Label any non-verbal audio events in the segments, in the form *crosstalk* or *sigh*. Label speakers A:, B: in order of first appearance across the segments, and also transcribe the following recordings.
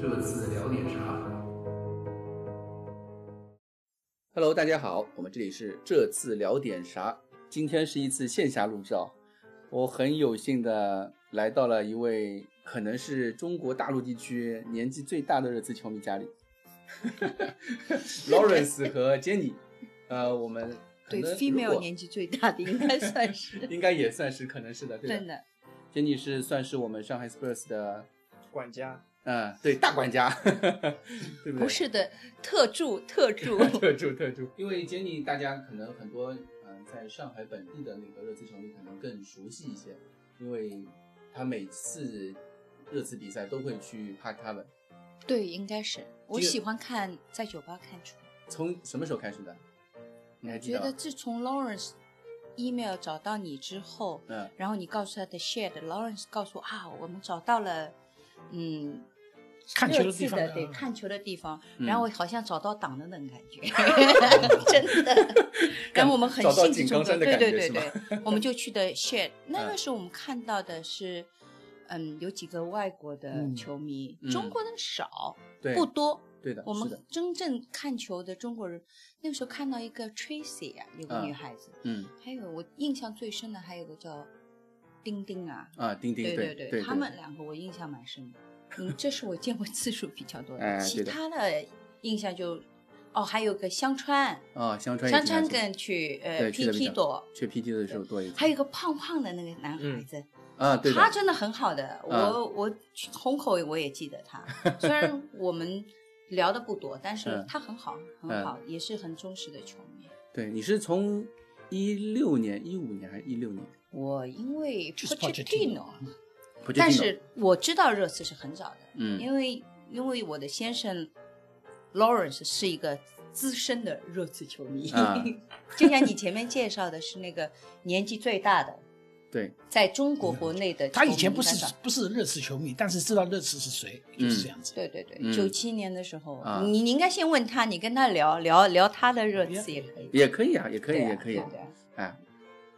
A: 这次聊点啥？
B: Hello，大家好，我们这里是这次聊点啥？今天是一次线下录制啊，我很有幸的来到了一位可能是中国大陆地区年纪最大的热刺球迷家里 *laughs* ，Lawrence 和 Jenny，呃，我们可
C: 对
B: 能如
C: ，female
B: 果
C: 年纪最大的应该算是 *laughs*
B: 应该也算是可能是的，对
C: 真
B: 的。
C: 的。
B: Jenny 是算是我们上海 Spurs 的，
D: 管家，
B: 嗯，对，大管家， *laughs* 对不对？ *laughs*
C: 不是的，特助特助
B: 特助特助，因为 Jenny 大家可能很多嗯、呃在上海本地的那个热刺球迷可能更熟悉一些，因为他每次热刺比赛都会去 Park Tavern。
C: 对，应该是。我
B: 这个
C: 喜欢看在酒吧看球，
B: 从什么时候开始的？你还记
C: 觉
B: 得
C: 得
B: 吗？
C: 自从 Lawrence email 找到你之后，
B: 嗯，
C: 然后你告诉他的 shared，Lawrence 告诉我啊，我们找到了，嗯。
D: 看球的地方
C: 热刺对看球的地方，
B: 嗯
C: 然后我好像找到党的那种感
B: *laughs*
C: 觉，真的。然后我们很
B: 找到
C: 兴致
B: 井
C: 冲
B: 冈
C: 冲，
B: 山的
C: 对
B: 感
C: 对
B: 觉
C: 对
B: 是吧
C: 对，
B: *laughs*
C: 我们就去的 shed。那
B: 嗯
C: 个时候我们看到的是，嗯，有几个外国的
D: 嗯
C: 球迷，
B: 嗯
C: 中国人少
B: 对
C: 不多。
B: 对的，
C: 我
B: 是的
C: 们，真正看球的中国人，那个时候看到一个 Tracy 啊，有个
B: 嗯
C: 女孩子，
B: 嗯
C: 还有我印象最深的还有个叫丁丁啊，
B: 啊，钉钉，
C: 对
B: 对
C: 他们两个我印象蛮深的。嗯，这是我见过 *laughs* 次数比较多的，
B: 哎
C: 其
B: 对的
C: 他的印象就，哦，还有个香川，
B: 啊，香川也
C: 香
B: 经常
C: 川
B: 去
C: 跟去呃
B: 对去的比
C: PT
B: 较
C: 躲，
B: 去 PT 的时候多一点，
C: 还有一个胖胖的那个男孩
D: 嗯
C: 子，
B: 啊，对的
C: 他，真的很好的，我、
B: 啊
C: 我去虹口我也记得他，虽然我们聊的不多，但是
B: 嗯
C: 他很好，很
B: 嗯
C: 好，也是很忠实的球迷。
B: 对，你是从一六年、一五年还是一六年？
C: 我因为
D: 就是
C: Pochettino，
B: 不确定
C: 但
B: 了
C: 是我知道热刺是很早的，
B: 嗯
C: 因为因为我的先生 Lawrence 是一个资深的热刺球迷，
B: 啊
C: 就像你前面介绍的是那个年纪最大的，
B: 对，
C: 在中国国内的
D: 嗯他以
C: 球
D: 前
C: 迷
D: 不
C: 应该
D: 是
C: 算
D: 不是热刺球迷，但是知道热刺是谁，就是这样子。
C: 对对对，
B: 嗯
C: 九七年的时候，
B: 啊
C: 你你应该先问他，你跟他聊聊聊他的热刺也可以，
B: 也可以啊，也可以，
C: 对啊
B: 也可以，
C: 对啊
B: 哎，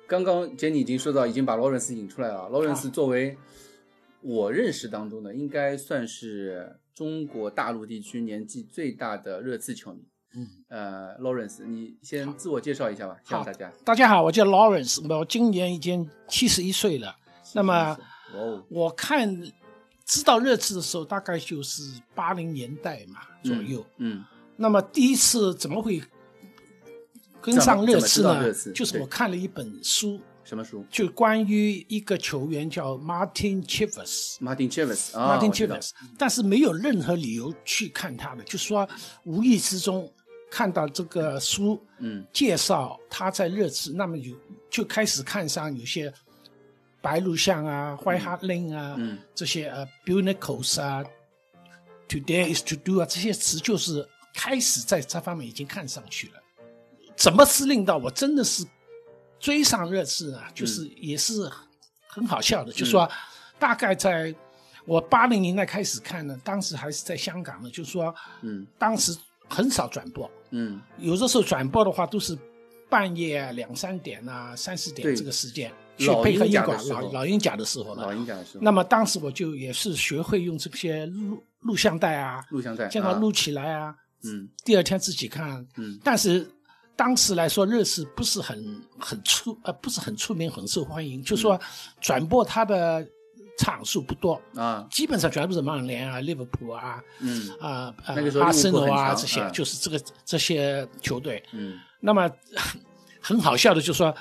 B: 刚刚 Jenny 已经说到，已经把 Lawrence 引出来
C: 啊
B: 了。Lawrence 啊作为我认识当中的，应该算是中国大陆地区年纪最大的热刺球迷。
D: 嗯，
B: 呃，Lawrence，你先自我介绍一下吧，
D: 好
B: 向大家。
D: 大家好，我叫 Lawrence，我今年已经七十一岁了。那么
B: 哇哦，
D: 我看知道热刺的时候，大概就是八零年代嘛左右。
B: 嗯
D: 那么第一次怎么会跟
B: 怎
D: 上
B: 么
D: 热刺
B: 怎么知道热
D: 呢
B: 刺？
D: 就是
B: 对
D: 我看了一本书，
B: 什么书
D: 就关于一个球员叫 Martin Chivers。
B: ？Martin Chivers 啊
D: Martin
B: 我知道
D: Chivers，但是没有任何理由去看他的，就说无意之中看到这个书
B: 嗯
D: 介绍他在热刺，那么有就开始看上有些白鹿巷啊、怀哈令啊、
B: 嗯
D: 这些呃 Bunicos 啊、Today is to do 啊这些词，就是开始在这方面已经看上去了。怎么是令到我真的是追上热刺
B: 嗯
D: 啊？就是也是很好笑的，就说大概在我八零年代开始看呢，当时还是在香港呢，就说
B: 嗯
D: 当时很少转播，
B: 嗯，
D: 有的时候转播的话都是半夜啊两三点啊三四点
B: 对
D: 这个时间去
B: 老
D: 配
B: 鹰
D: 合英
B: 甲
D: 国
B: 的时候
D: 老老鹰甲的时候
B: 老
D: 了。
B: 鹰讲的是
D: 那么当时我就也是学会用这些录录像带啊，
B: 录像带，
D: 这样
B: 啊
D: 录起来啊，
B: 嗯
D: 第二天自己看。
B: 嗯
D: 但是当时来说，热刺不是很很出呃不是很出名，很受欢迎，就说
B: 嗯
D: 转播它的场数不多，
B: 啊
D: 基本上全部是曼联啊、利物浦啊、
B: 嗯
D: 啊、呃
B: 那个时候
D: 阿森
B: 利物
D: 罗
B: 浦很
D: 啊
B: 强
D: 这些
B: 啊，
D: 就是这个这些球队。
B: 嗯
D: 那么 *laughs* 很好笑的，就是说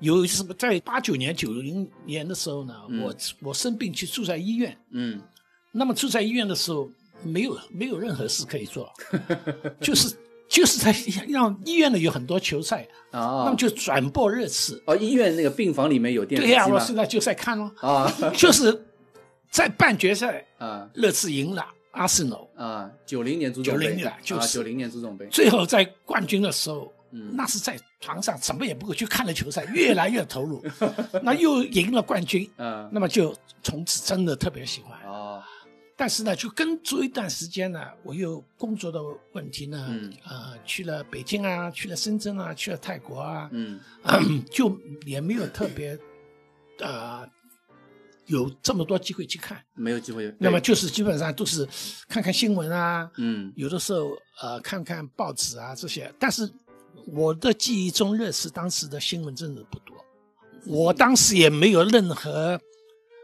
D: 有一次在八九年、九零年的时候呢，
B: 嗯
D: 我我生病去住在医院。
B: 嗯
D: 那么住在医院的时候，没有没有任何事可以做，就是就是在让医院呢有很多球赛，那
B: 啊
D: 么就转播热刺。
B: 哦，医院那个病房里面有电视
D: 对
B: 机
D: 呀、
B: 吗
D: 我现在就在看咯，
B: 啊 *laughs*
D: 就是在半决赛，
B: 啊
D: 热刺赢了阿森纳，
B: 啊，九零年足总杯
D: 90年啊就是
B: 九零年足总杯，
D: 最后在冠军的时候，
B: 嗯
D: 那是在床上什么也不会，就看了球赛，越来越
B: *laughs*
D: 投入，那又赢了冠军，
B: 嗯
D: 那么就从此真的特别喜欢。
B: 哦，
D: 但是呢，就跟足一段时间呢，我又工作的问题呢，
B: 嗯
D: 呃，去了北京啊，去了深圳啊，去了泰国啊， *clears throat*
B: 嗯
D: 就也没有特别，呃，有这么多机会去看。
B: 没有机会。
D: 那么
B: 对，
D: 就是基本上都是看看新闻啊，
B: 嗯
D: 有的时候呃看看报纸啊这些。但是我的记忆中，热刺当时的新闻真的不多。我当时也没有任何，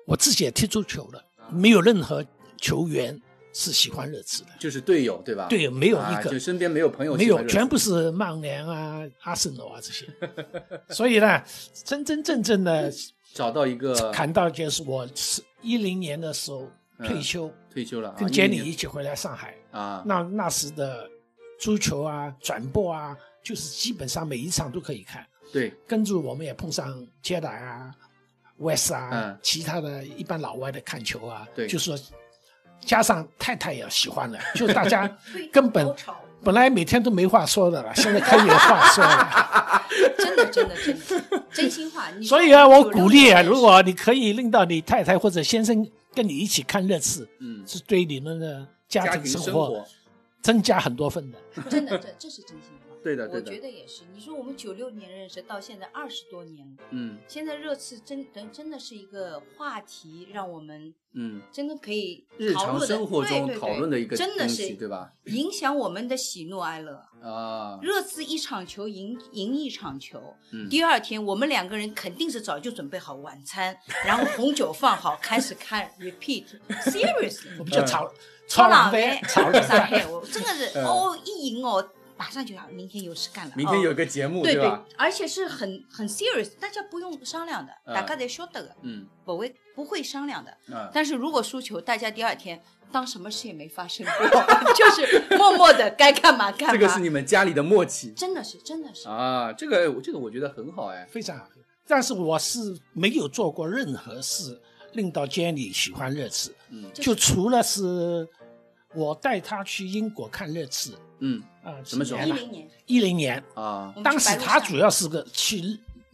D: 我自己也踢足球了，没有任何球员是喜欢热刺的。
B: 就是队友对吧？
D: 对，没有一
B: 啊
D: 个，
B: 就身边没有朋友
D: 没
B: 喜欢
D: 有，
B: 热刺，
D: 全部是曼联啊、阿森纳啊这些。所以呢，真真正正的
B: *laughs* 找到一个
D: 砍到就是我是一零年的时候退休，
B: 退休了嗯啊，
D: 跟
B: 一
D: 杰
B: 零
D: 里一
B: 年
D: 起回来上海。
B: 啊，
D: 那那时的足球啊、转播啊，就是基本上每一场都可以看。
B: 对，
D: 跟着我们也碰上杰达啊、West 啊，
B: 嗯
D: 其他的一般老外的看球啊，
B: 对
D: 就说加上太太也喜欢了，就大家根本
C: 高潮
D: 本来每天都没话说的了，现在可以有话说了。
C: *laughs* 真的真的真的真心话。你
D: 所以啊，我
C: 九六
D: 鼓励啊，
C: 年
D: 如果你可以令到你太太或者先生跟你一起看热刺，
B: 嗯，
D: 是对你们的家
B: 家
D: 庭
B: 庭
D: 生
B: 生
D: 活，增加很多分的。
C: 真的这这是真心话。
B: 对的
C: 我
B: 对
C: 觉
B: 的，
C: 得也是。你说我们九六年认识到现在二十多年了，
B: 嗯
C: 现在热刺真真真的是一个话题，让我们
B: 嗯，
C: 真的可以
B: 日
C: 讨
B: 常
C: 论的
B: 生活中
C: 对对对
B: 讨论的一个
C: 真
B: 东
C: 的
B: 西，对
C: 是
B: 吧？
C: 影响我们的喜怒哀乐。
B: 啊，
C: 热刺一场球赢赢一场球，
B: 嗯
C: 第二天我们两个人肯定是早就准备好晚餐，然后红酒放好，开始看 repeat *laughs* 嗯 seriously。
D: 我们叫炒
C: 超
D: 炒
C: 老
D: 冷
C: 呗
D: 饭，，
C: *laughs*
D: 炒冷
C: 上
D: 饭。
C: 海，我真的是
B: 嗯
C: 哦，一赢哦，马上就要明天有事干了，
B: 明天
C: 哦
B: 有个节目
C: 对
B: 吧？，
C: 而且是很很 serious，大家不用商量的，
B: 嗯
C: 大家得晓得的，
B: 嗯
C: 不会不会商量的。
B: 啊，
C: 但是如果输球，大家第二天当什么事也没发生过， *laughs* 就是默默的该干嘛干嘛。
B: 这个是你们家里的默契
C: 真的是真的是，
B: 啊，这个这个我觉得很好哎，
D: 非常好。但是我是没有做过任何事令到 Jenny 喜欢热刺，
B: 嗯
C: 这
D: 就除了是我带她去英国看热刺
B: 嗯
D: 啊，
B: 什么时候
C: 一零年
D: 一零年，
B: 啊
C: 我们去
D: 当时
C: 白鹿
D: 她
C: 巷
D: 主要是个去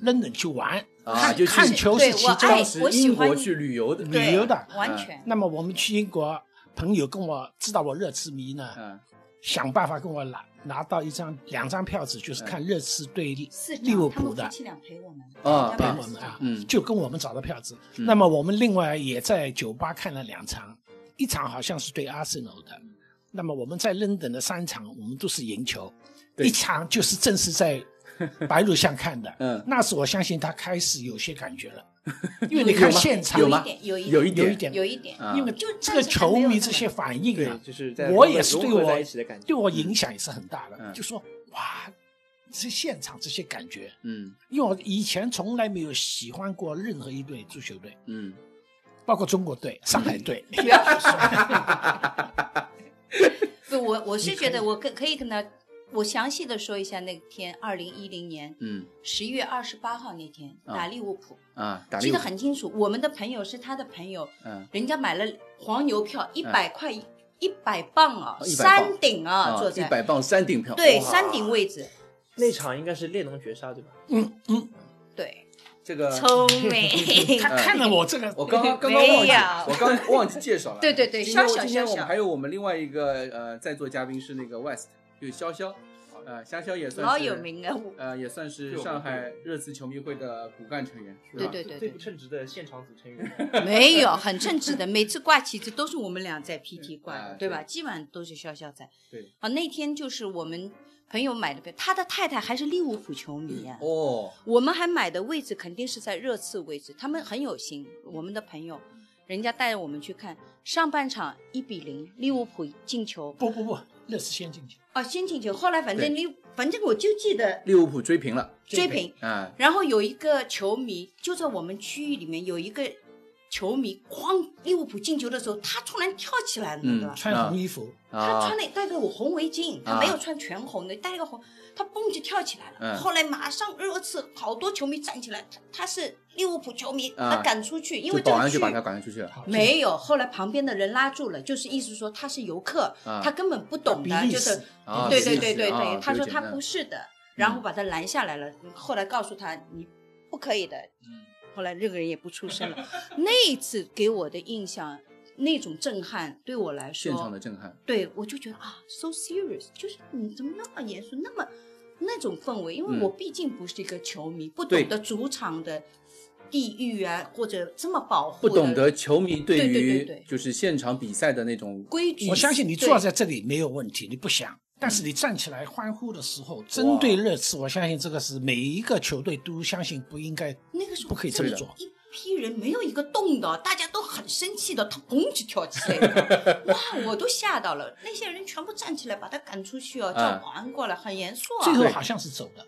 D: London 去玩，
B: 啊，
C: 看
B: 就
D: 看
B: 去啊
D: 球
C: 对
D: 是其
C: 我
D: 中
C: 爱
B: 当时
C: 我喜
B: 英
C: 欢
B: 国去旅游的
D: 旅游的
C: 完全
D: 那么我们去英国，朋友跟我知道我热刺迷呢，
B: 嗯
D: 想办法跟我拿拿到一张两张票子，
B: 嗯
D: 就是看热刺对
C: 四
D: 利物
C: 张，他
D: 浦
C: 们
D: 的
C: 夫。妻俩陪我们，
B: 啊
C: 陪
D: 陪
B: 对
D: 我们啊，
B: 嗯
D: 就跟我们找的票子。
B: 嗯
D: 那么我们另外也在酒吧看了两场，一场好像是对阿森纳的。那么我们在伦敦的三场，我们都是赢球，
B: 对
D: 一场就是正是在白鹿巷看
B: *laughs*
D: 的。
B: 嗯
D: 那时我相信他开始有些感觉了，因为你看现场
B: 有吗
C: 有一
B: 有
C: 点，
B: 一
D: 有
B: 点
D: 一点，
C: 有一点，
B: 啊
D: 因为
C: 就
D: 这
C: 暂
D: 个
C: 时还
D: 球
C: 没有
D: 迷
C: 那
D: 这
C: 么
D: 些反应
E: 对
D: 啊，，
E: 就是在
D: 我
E: 融合
D: 也是对
E: 融合在
D: 我
E: 一起的感觉，
D: 对我影响也是很大
B: 嗯
D: 的，就说哇，这现场这些感觉，
B: 嗯
D: 因为我以前从来没有喜欢过任何一队足球队，
C: *laughs*
B: 嗯，
D: 包括中国队、上海队。
C: 不要去说。不，我我是觉得我可可以跟他，我详细的说一下那天二零一零年
B: 嗯
C: 十一月二十八号那天
B: 啊
C: 打利物浦，
B: 啊，打
C: 记
B: 猎
C: 得很清楚。我们的朋友是他的朋友，
B: 嗯
C: 人家买了黄牛
B: 哎
C: 票一百块一百磅啊，
B: 100磅哦
C: 山顶啊，坐
B: 一
C: 在
B: 百磅山顶票，
C: 对
B: 哇
C: 山顶位置，
E: 那场应该是列侬绝杀对吧？
D: 嗯嗯，
C: 对，
B: 这个
C: 聪
B: *laughs*
C: 明。
D: 他看了我这个，
C: *laughs*
B: 我刚刚刚刚忘
C: 没
B: 记
C: 有，
B: 我刚刚忘记介绍了。
C: *laughs* 对对对
B: 今天我
C: 潇潇
B: 今天我
C: 潇
B: 们
C: 潇
B: 还有我们另外一个呃在座嘉宾是那个 West，就是潇潇，呃，潇潇也算是
C: 老有，名了，
B: *laughs*
C: 我
B: 呃，也算是上海热刺球迷会的骨干成员，是
C: 对
B: 吧？
C: 对
E: 最
C: 对
E: 最
C: 对
E: 不，称职的现场组成
C: *laughs*
E: 员，
C: 没有，很称职的。每次挂旗子都是我们俩在 PT 挂
B: 哎
C: 的，对吧？
B: 对
C: 基本上都是潇潇在。
B: 对。
C: 啊，那天就是我们朋友买的票，他的太太还是利物浦球迷啊。
B: 哦，
C: 我们还买的位置肯定是在热刺位置，他们很有心。我们的朋友，人家带着我们去看上半场一比零，利物浦进球
D: 不不不，热刺先进去，
C: 啊，先进球。后来反正利，反正我就记得
B: 利物浦追平了，
C: 追平，
B: 啊，
C: 然后有一个球迷就在我们区域里面，有一个球迷哐利物浦进球的时候，他突然跳起来了，
B: 嗯
C: 对吧？
D: 穿红衣服，
C: 他
B: 啊
C: 穿，了戴个红围巾，他
B: 啊
C: 没有穿全红的，戴了个红，他蹦就跳起来了。
B: 嗯
C: 后来马上热刺好多球迷站起来，他他是利物浦球迷，
B: 啊
C: 他赶出去，因
B: 就
C: 为这个
B: 保
C: 哦
B: 安就
C: 区
B: 把他赶出去了。
D: 好
C: 没有。后来旁边的人拉住了，就是意思说他是游客，
B: 啊
C: 他根本不懂
D: 比
C: 的，
D: 利
C: 就是
D: 时
B: 啊，
C: 对
B: 是
C: 对
B: 是
C: 对对
B: 是啊
C: 对，他
B: 有
C: 说
B: 点
C: 他
B: 嗯
C: 不是的，然后把他拦下来了。后来告诉他你不可以的，
B: 嗯
C: 后来这个人也不出声了。 *laughs* 那一次给我的印象，那种震撼对我来
B: 现场
C: 说
B: 的，震撼，
C: 对我就觉得啊，so serious，就是你怎么那么严肃，那么那种氛围，因为
B: 嗯
C: 我毕竟不是一个球迷，不
B: 对
C: 懂得主场的地域啊，或者这么保护
B: 不
C: 的
B: 懂得球迷对
C: 对对对
B: 于
C: 对
B: 就是现场比赛的那种
C: 规矩。
D: 我相信你
C: 对嗯
D: 坐在这里没有问题，你不想。但是你站起来欢呼的时候，针对热刺，我相信这个是每一个球队都相信不应该，
C: 那个时候
D: 不可以这么
C: 真的
D: 做
C: 一批人没有一个动的，大家都很生气的，他砰就跳起来
B: *laughs*
C: 了，哇，我都吓到了。那些人全部站起来把他赶出去哦，叫
B: 嗯
C: 保安过来，很严肃
D: 最
C: 啊。
D: 后好像是走的。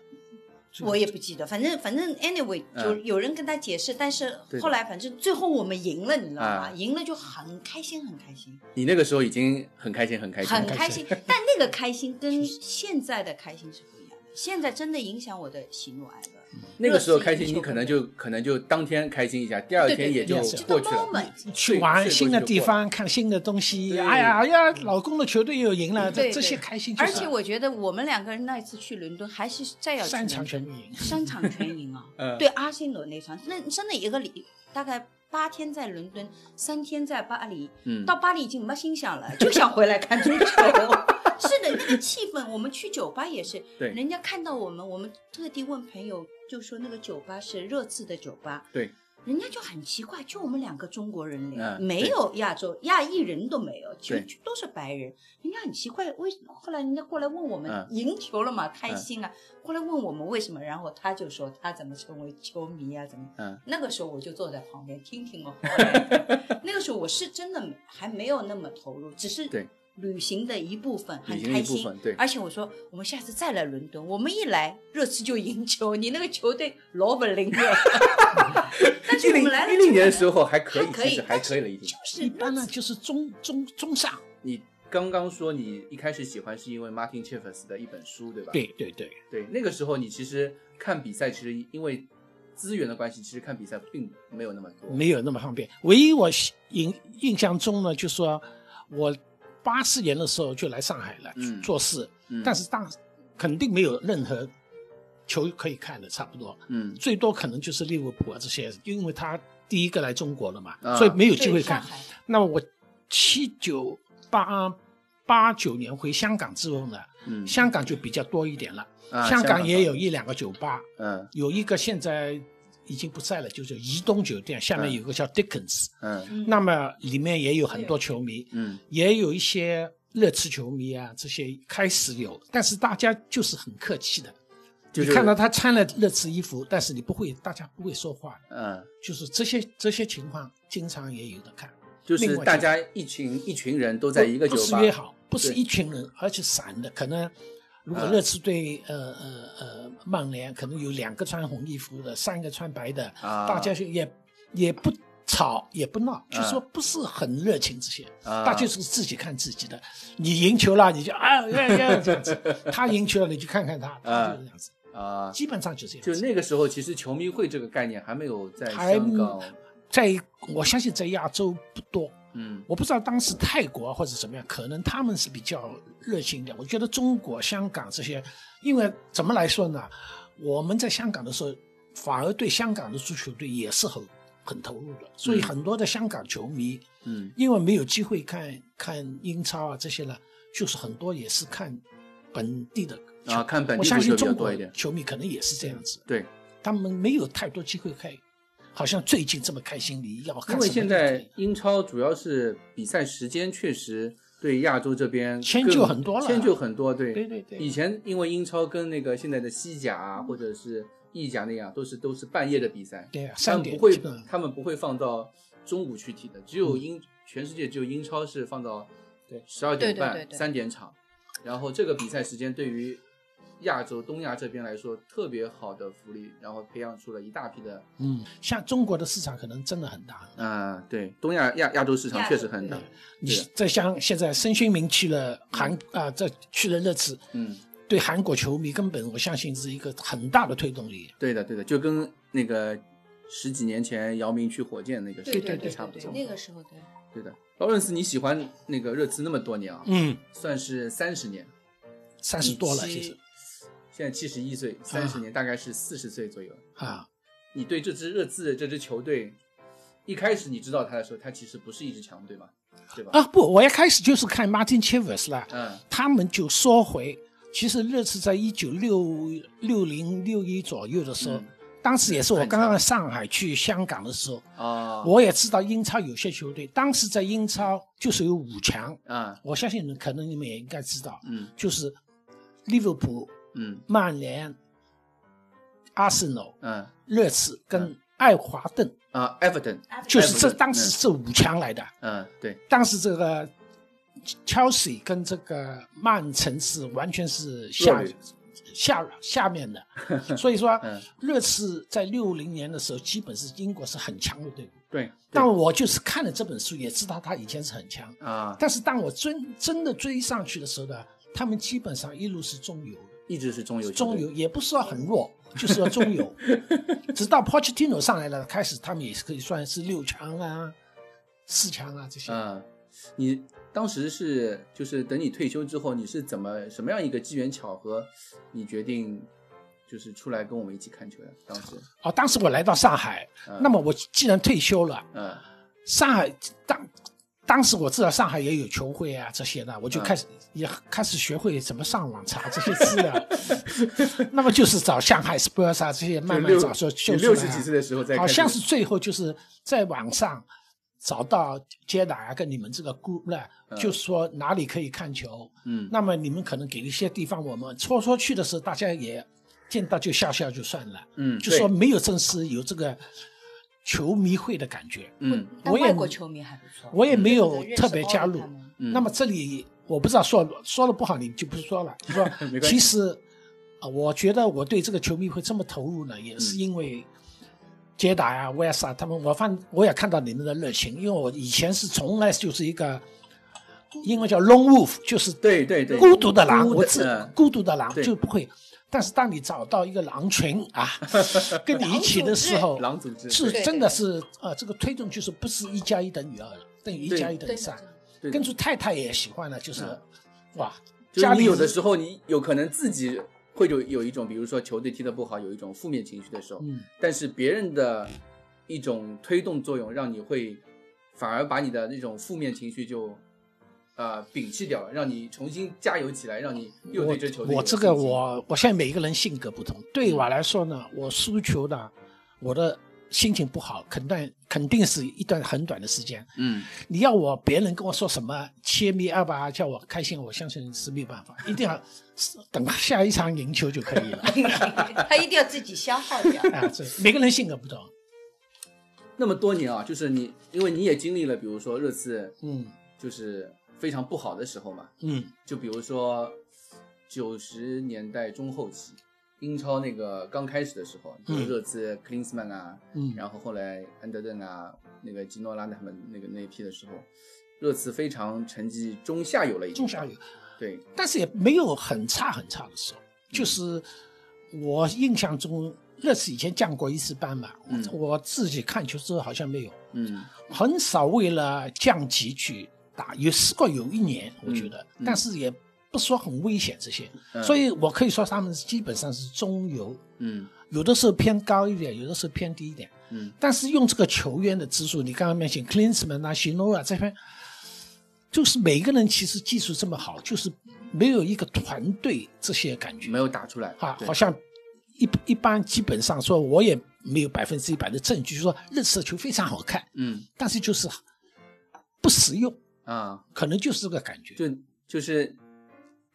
C: 我也不记得，反正反正 anyway
B: 嗯
C: 有有人跟他解释，但是
B: 对的
C: 后来反正最后我们赢了，你知道吗？
B: 嗯
C: 赢了就很开心，很开心，
B: 你那个时候已经很开心，很开心，
C: 很
D: 开
C: 开心。但那个开
B: *laughs*
C: 心跟现在的开心是不一样的，现在真的影响我的喜怒哀乐。
B: 那个时候开
C: 热情
B: 心，
C: 球
B: 你可能就可能就当天开心一下，第二
C: 对对
B: 天也就
C: 对
D: 是
C: 这
B: 过
C: 个
B: 去了。嗯
C: moment
D: 去玩新的地方，看新的东西。
B: 对
D: 哎呀哎呀，老公的球队又赢了，这
C: 嗯对对
D: 这些开心就
C: 而
D: 是。
C: 且我觉得我们两个人那一次去伦敦，还是再要去
D: 三场
C: 伦
D: 全
C: 敦
D: 部赢，
C: 三场全赢
B: *laughs*
C: 啊！
B: 嗯，
C: 对阿森罗那场，那真的一个礼，大概八天在伦敦，三天在巴黎，
B: 嗯，
C: 到巴黎已经没心想了，就想回来看足球。 *laughs* 是的，那个气氛，我们去酒吧也是，
B: 对
C: 人家看到我们，我们特地问朋友，就说那个酒吧是热刺的酒吧，
B: 对，
C: 人家就很奇怪，就我们两个中国人聊，
B: 嗯
C: 没有亚洲亚裔人都没有，
B: 对
C: 全都是白人，人家很奇怪，为什么？后来人家过来问我们，
B: 嗯
C: 赢球了嘛，开心啊，过来问我们为什么，然后他就说他怎么成为球迷啊，怎么？
B: 嗯，
C: 那个时候我就坐在旁边听听
B: *laughs*
C: 哦。后来那个时候我是真的还没有那么投入，只是
B: 对
C: 旅行的一部分，很
B: 旅行的
C: 开
B: 一部
C: 心。
B: 分，对，
C: 而且我说，我们下次再来伦敦，我们一来热刺就赢球，你那个球队老本
B: *laughs*
C: 领了。 *laughs* 但是
B: 一
C: 我
B: 零
C: 们来了
B: 一零年的时
C: 候，
B: 候还可以，
C: 还可以
B: 其实还可以了，已经
C: 就。是
D: 一般
C: 热
D: 呢
C: 刺
D: 就是中中中上。
B: 你刚刚说你一开始喜欢是因为 Martin Cheffers 的一本书，对吧？
D: 对对对，
B: 对，那个时候你其实看比赛，其实因为资源的关系，其实看比赛并没有那么多。
D: 没有那么方便。唯一我印印象中呢，就说我八四年的时候就来上海了、
B: 嗯
D: 做事，
B: 嗯，
D: 但是当肯定没有任何球可以看的，差不多。
B: 嗯，
D: 最多可能就是利物浦啊这些，因为他第一个来中国了嘛，
B: 啊
D: 所以没有机
C: 对
D: 会
C: 上
D: 看。
C: 海
D: 那么我七九八八九年回香港之后呢，
B: 嗯，
D: 香港就比较多一点了。
B: 啊
D: 香
B: 港
D: 也有，一两个酒吧，
B: 嗯
D: 有一个现在已经不在了，就是怡东酒店下面
B: 嗯
D: 有个叫 Dickens，、
B: 嗯
C: 嗯
D: 那么里面也有很多球迷，
B: 嗯
D: 也有一些热刺球迷啊，这些开始有，但是大家就是很客气的。
B: 就是
D: 你看到他穿了热刺衣服，但是你不会，大家不会说话，
B: 嗯，
D: 就是这些这些情况经常也有的看。
B: 就是
D: 另外
B: 大家一群一群人都在一个酒
D: 不是
B: 吧，
D: 约好，不是
B: 对
D: 一群人，而且散的。可能如果
B: 嗯
D: 热刺队、呃呃呃曼联，可能有两个穿红衣服的，三个穿白的，
B: 啊
D: 大家就也也不吵也不闹，
B: 嗯
D: 就说不是很热情这些，
B: 啊
D: 大家就是自己看自己的。你赢球了，你就啊呀呀这样子；他赢球了，你就
B: *laughs*
D: 看看他，他就是这样子，
B: 啊，
D: 基本上就这样
B: 就
D: 子。
B: 那个时候，其实球迷会这个概念还没有在
D: 还
B: 香港，
D: 在我相信在亚洲不多，
B: 嗯
D: 我不知道当时泰国啊或者怎么样，可能他们是比较热情一点。我觉得中国、香港这些，因为怎么来说呢？我们在香港的时候，反而对香港的足球队也是很很投入的，所以
B: 嗯
D: 很多的香港球迷，
B: 嗯
D: 因为没有机会看看英超啊这些呢，就是很多也是看本地的球
B: 啊，看本
D: 我
B: 地
D: 相
B: 足球
D: 信
B: 比较
D: 中
B: 多
D: 国
B: 一点，
D: 球迷可能也是这样子，
B: 对，
D: 他们没有太多机会看，好像最近这么开心，你要看
B: 因为
D: 什么
B: 现
D: 都可以
B: 在英超主要是比赛时间确实对亚洲这边
D: 迁
B: 更
D: 就很多了
B: 迁就很多，对
D: 对对对
B: 以前因为英超跟那个现在的西甲啊，或者是意甲那样，都是都是半夜的比赛，
D: 对啊，
B: 他
D: 三
B: 们
D: 点
B: 不会
D: 基本上，
B: 他们不会放到中午去踢的，只
D: 嗯
B: 有英、全世界只有英超是放到
D: 对
B: 十二点
C: 对对
B: 半
C: 对对
B: 三点场，然后这个比赛时间对于亚洲东亚这边来说特别好的福利，然后培养出了一大批的，
D: 嗯，像中国的市场可能真的很大。
B: 啊、对东亚亚亚洲市场
C: 亚洲
B: 确实很大
C: 对，
D: 你再像现在申勋明去了韩啊，这去了热刺，
B: 嗯，
D: 对韩国球迷根本我相信是一个很大的推动力。
B: 对的对的，就跟那个十几年前姚明去火箭那个时
C: 对
B: 候
C: 对对
B: 差不
C: 对
B: 多，
C: 对，那个时候对，
B: 对的。劳伦斯，你喜欢那个热刺那么多年啊，
D: 嗯，
B: 算是三十年，
D: 三十多了
B: 你
D: 其
B: 七
D: 实
B: 现在七十一岁，三十年大概是四十岁左右。
D: 啊，
B: 你对这支热刺这支球队，一开始你知道他的时候，他其实不是一支强队嘛，对吧？
D: 啊不，我一开始就是看 Martin Chivers 了，
B: 嗯
D: 他们就说回，其实热刺在一九六六零六一左右的时候，
B: 嗯
D: 当时也是我
B: 很
D: 刚
B: 强
D: 刚上海去香港的时候，
B: 啊，
D: 我也知道英超有些球队，当时在英超就是有五强，
B: 啊，
D: 我相信你们可能你们也应该知道，
B: 嗯
D: 就是利物浦、
B: 嗯
D: 曼联、阿森纳、
B: 嗯
D: 热刺跟爱华顿，
B: 啊，Everton，
D: 就是
B: 埃弗
D: 这
B: 嗯顿
D: 当时这五强来的。
B: 嗯，对，
D: 当时这个 Chelsea 跟这个曼城是完全是下
B: 弱旅
D: 下下面
B: *laughs*
D: 的，所以说
B: 嗯
D: 热刺在六零年的时候，基本是英国是很强的队伍。
B: 对，
D: 但我就是看了这本书，也知道他以前是很强，
B: 啊，
D: 但是当我真真的追上去的时候呢，他们基本上一路是中游，
B: 一直是中游球队，
D: 中游也不是说很弱，就是说
B: *laughs*
D: 中游。直到 Pochettino 上来了，开始他们也是可以算是六强啊、四强啊这些。
B: 嗯，你当时是就是等你退休之后，你是怎么什么样一个机缘巧合，你决定就是出来跟我们一起看球的？当时，
D: 哦，当时我来到上海，
B: 嗯、
D: 那么我既然退休了，
B: *laughs* 嗯
D: 上海当当时我知道上海也有球会啊这些的，我就
B: 嗯
D: 开始、也开始学会怎么上网查这些资料。 *laughs* 那么就是找上海 Spurs 啊这些慢慢
B: 六
D: 找，说秀
B: 你
D: 出
B: 六
D: 来
B: 十
D: 啊
B: 几岁的时候再
D: 好
B: 开始
D: 像是最后就是在网上找到接打啊跟你们这个 group 呢，
B: 嗯
D: 就说哪里可以看球。
B: 嗯
D: 那么你们可能给一些地方我们戳戳去的时候，大家也见到就笑笑就算了，
B: 嗯，
D: 就
B: 对
D: 说没有正式有这个球迷会的感觉。
B: 嗯
C: 但
D: 我也
C: 外国球迷还不错，
D: 我也没有
C: 对对
D: 特别加
C: 认
D: 入
C: 识奥利他们
B: 嗯
D: 那么这里我不知道说说的不好，你就不说了。就说
B: *laughs* 没关系
D: 其实啊、呃我觉得我对这个球迷会这么投入呢，也
B: 嗯
D: 是因为捷达呀、威尔萨他们，我发我也看到你们的热情，因为我以前是从来就是一个英文叫 lone wolf，就是
B: 对对对，
D: 孤独的狼，
B: 孤
D: 我自
B: 嗯
D: 孤独的狼
B: 对
D: 就不会。但是当你找到一个狼群
B: *laughs*
D: 啊，跟你一起的时候，
B: 嗯狼组织
D: 是
B: 对
D: 真的是呃，这个推动就是不是一加一等于二了，等于一
B: 对
D: 加一等于
C: 对
D: 三。
B: 对
D: 跟住太太也喜欢了，就是、
B: 嗯
D: 哇，
B: 就是
D: 家
B: 你
D: 里
B: 有的时候你有可能自己会有有一种，比如说球队踢得不好，有一种负面情绪的时候，
D: 嗯，
B: 但是别人的一种推动作用，让你会反而把你的那种负面情绪就呃摒弃掉了，让你重新加油起来，让你又对这球队
D: 我
B: 有
D: 我
B: 了
D: 这
B: 信
D: 个
B: 心嗯
D: 我我现在每一个人性格不同，对我来说呢，我输球呢，我的心情不好，肯定肯定是一段很短的时间。
B: 嗯
D: 你要我别人跟我说什么切米二吧，叫我开心，我相信是没办法，一定要是等下一场赢球就可以
B: *laughs*
D: 了。
C: *laughs* 他一定要自己消耗掉。
D: 啊，这每个人性格不同，
B: 那么多年啊，就是你因为你也经历了，比如说热刺
D: 嗯
B: 就是非常不好的时候嘛，
D: 嗯
B: 就比如说九十年代中后期。英超那个刚开始的时候，就是
D: 嗯
B: 热刺、克林斯曼啊，
D: 嗯，
B: 然后后来安德顿啊，那个吉诺拉他们那个那一批的时候，热刺非常成绩中下游了已经。
D: 中下游。
B: 对，
D: 但是也没有很差很差的时候。
B: 嗯
D: 就是我印象中，热刺以前降过一次班嘛，
B: 嗯
D: 我我自己看球之后好像没有，
B: 嗯
D: 很少为了降级去打，有试过有一年，我觉得，
B: 嗯
D: 但是也不说很危险这些，
B: 嗯
D: 所以我可以说他们基本上是中游，
B: 嗯
D: 有的时候偏高一点，有的时候偏低一点。
B: 嗯
D: 但是用这个球员的支数，你刚刚面前 Klinsman 啊、席诺啊这边，就是每一个人其实技术这么好，就是没有一个团队这些感觉
B: 没有打出来
D: 啊，
B: 对
D: 好像一一般基本上说，我也没有百分之一百的证据，就说热刺的球非常好看，
B: 嗯
D: 但是就是不实用，
B: 啊，
D: 可能就是这个感觉，
B: 就就是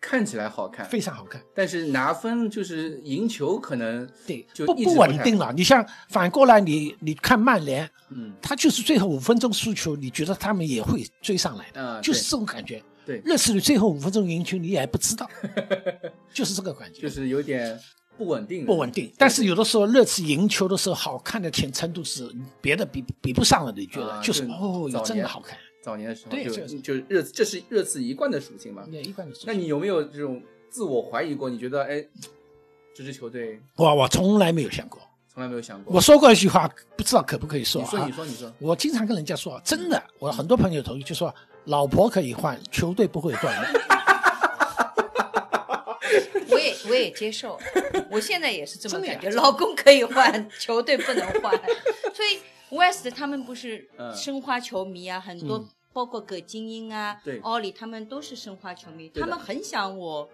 B: 看起来好看，
D: 非常好看。
B: 但是拿分就是赢球可能
D: 对，
B: 就
D: 不
B: 一直
D: 不稳
B: 太
D: 定。了。你像反过来你，你看曼联，
B: 嗯，
D: 他就是最后五分钟输球，你觉得他们也会追上来的，
B: 啊
D: 就是
B: 对
D: 这种感觉。 *laughs*
B: 对，
D: 热刺队最后五分钟赢球，你也不
B: *laughs*
D: 知道，就是这个感觉，
B: 就是有点不稳定的，
D: 不稳定。但是有的时候热刺赢球的时候，好看的程程度是别的比比不上了，你觉得
B: 啊
D: 就是
B: 就
D: 哦，
B: 早
D: 真的
B: 年
D: 好看。
B: 早年的时候
D: 对
B: 就
D: 就是嗯
B: 就热这是热刺一贯的属性嘛。
D: 也一般的时
B: 那
D: 候
B: 你有没有这种自我怀疑过？你觉得哎，这支球队
D: 我我从来没有想过，
B: 从来没有想过？
D: 我说过一句话，不知道可不可以说
B: 哦你说
D: 啊
B: 你？说你说，
D: *laughs* 我经常跟人家说，真的，我很多朋友同意就说，老婆可以换，球队不会
B: *laughs*
D: 断的。
C: *laughs* 我也我也接受，我现在也是这么
D: 真的呀
C: 感觉。老公可以换， *laughs* 球队不能换，所以 West 他们不是
B: 嗯
C: 申花球迷啊，很多
D: 嗯
C: 包括葛金英啊
B: 对、
C: 奥里他们都是申花球迷，
B: 对的
C: 他们很想我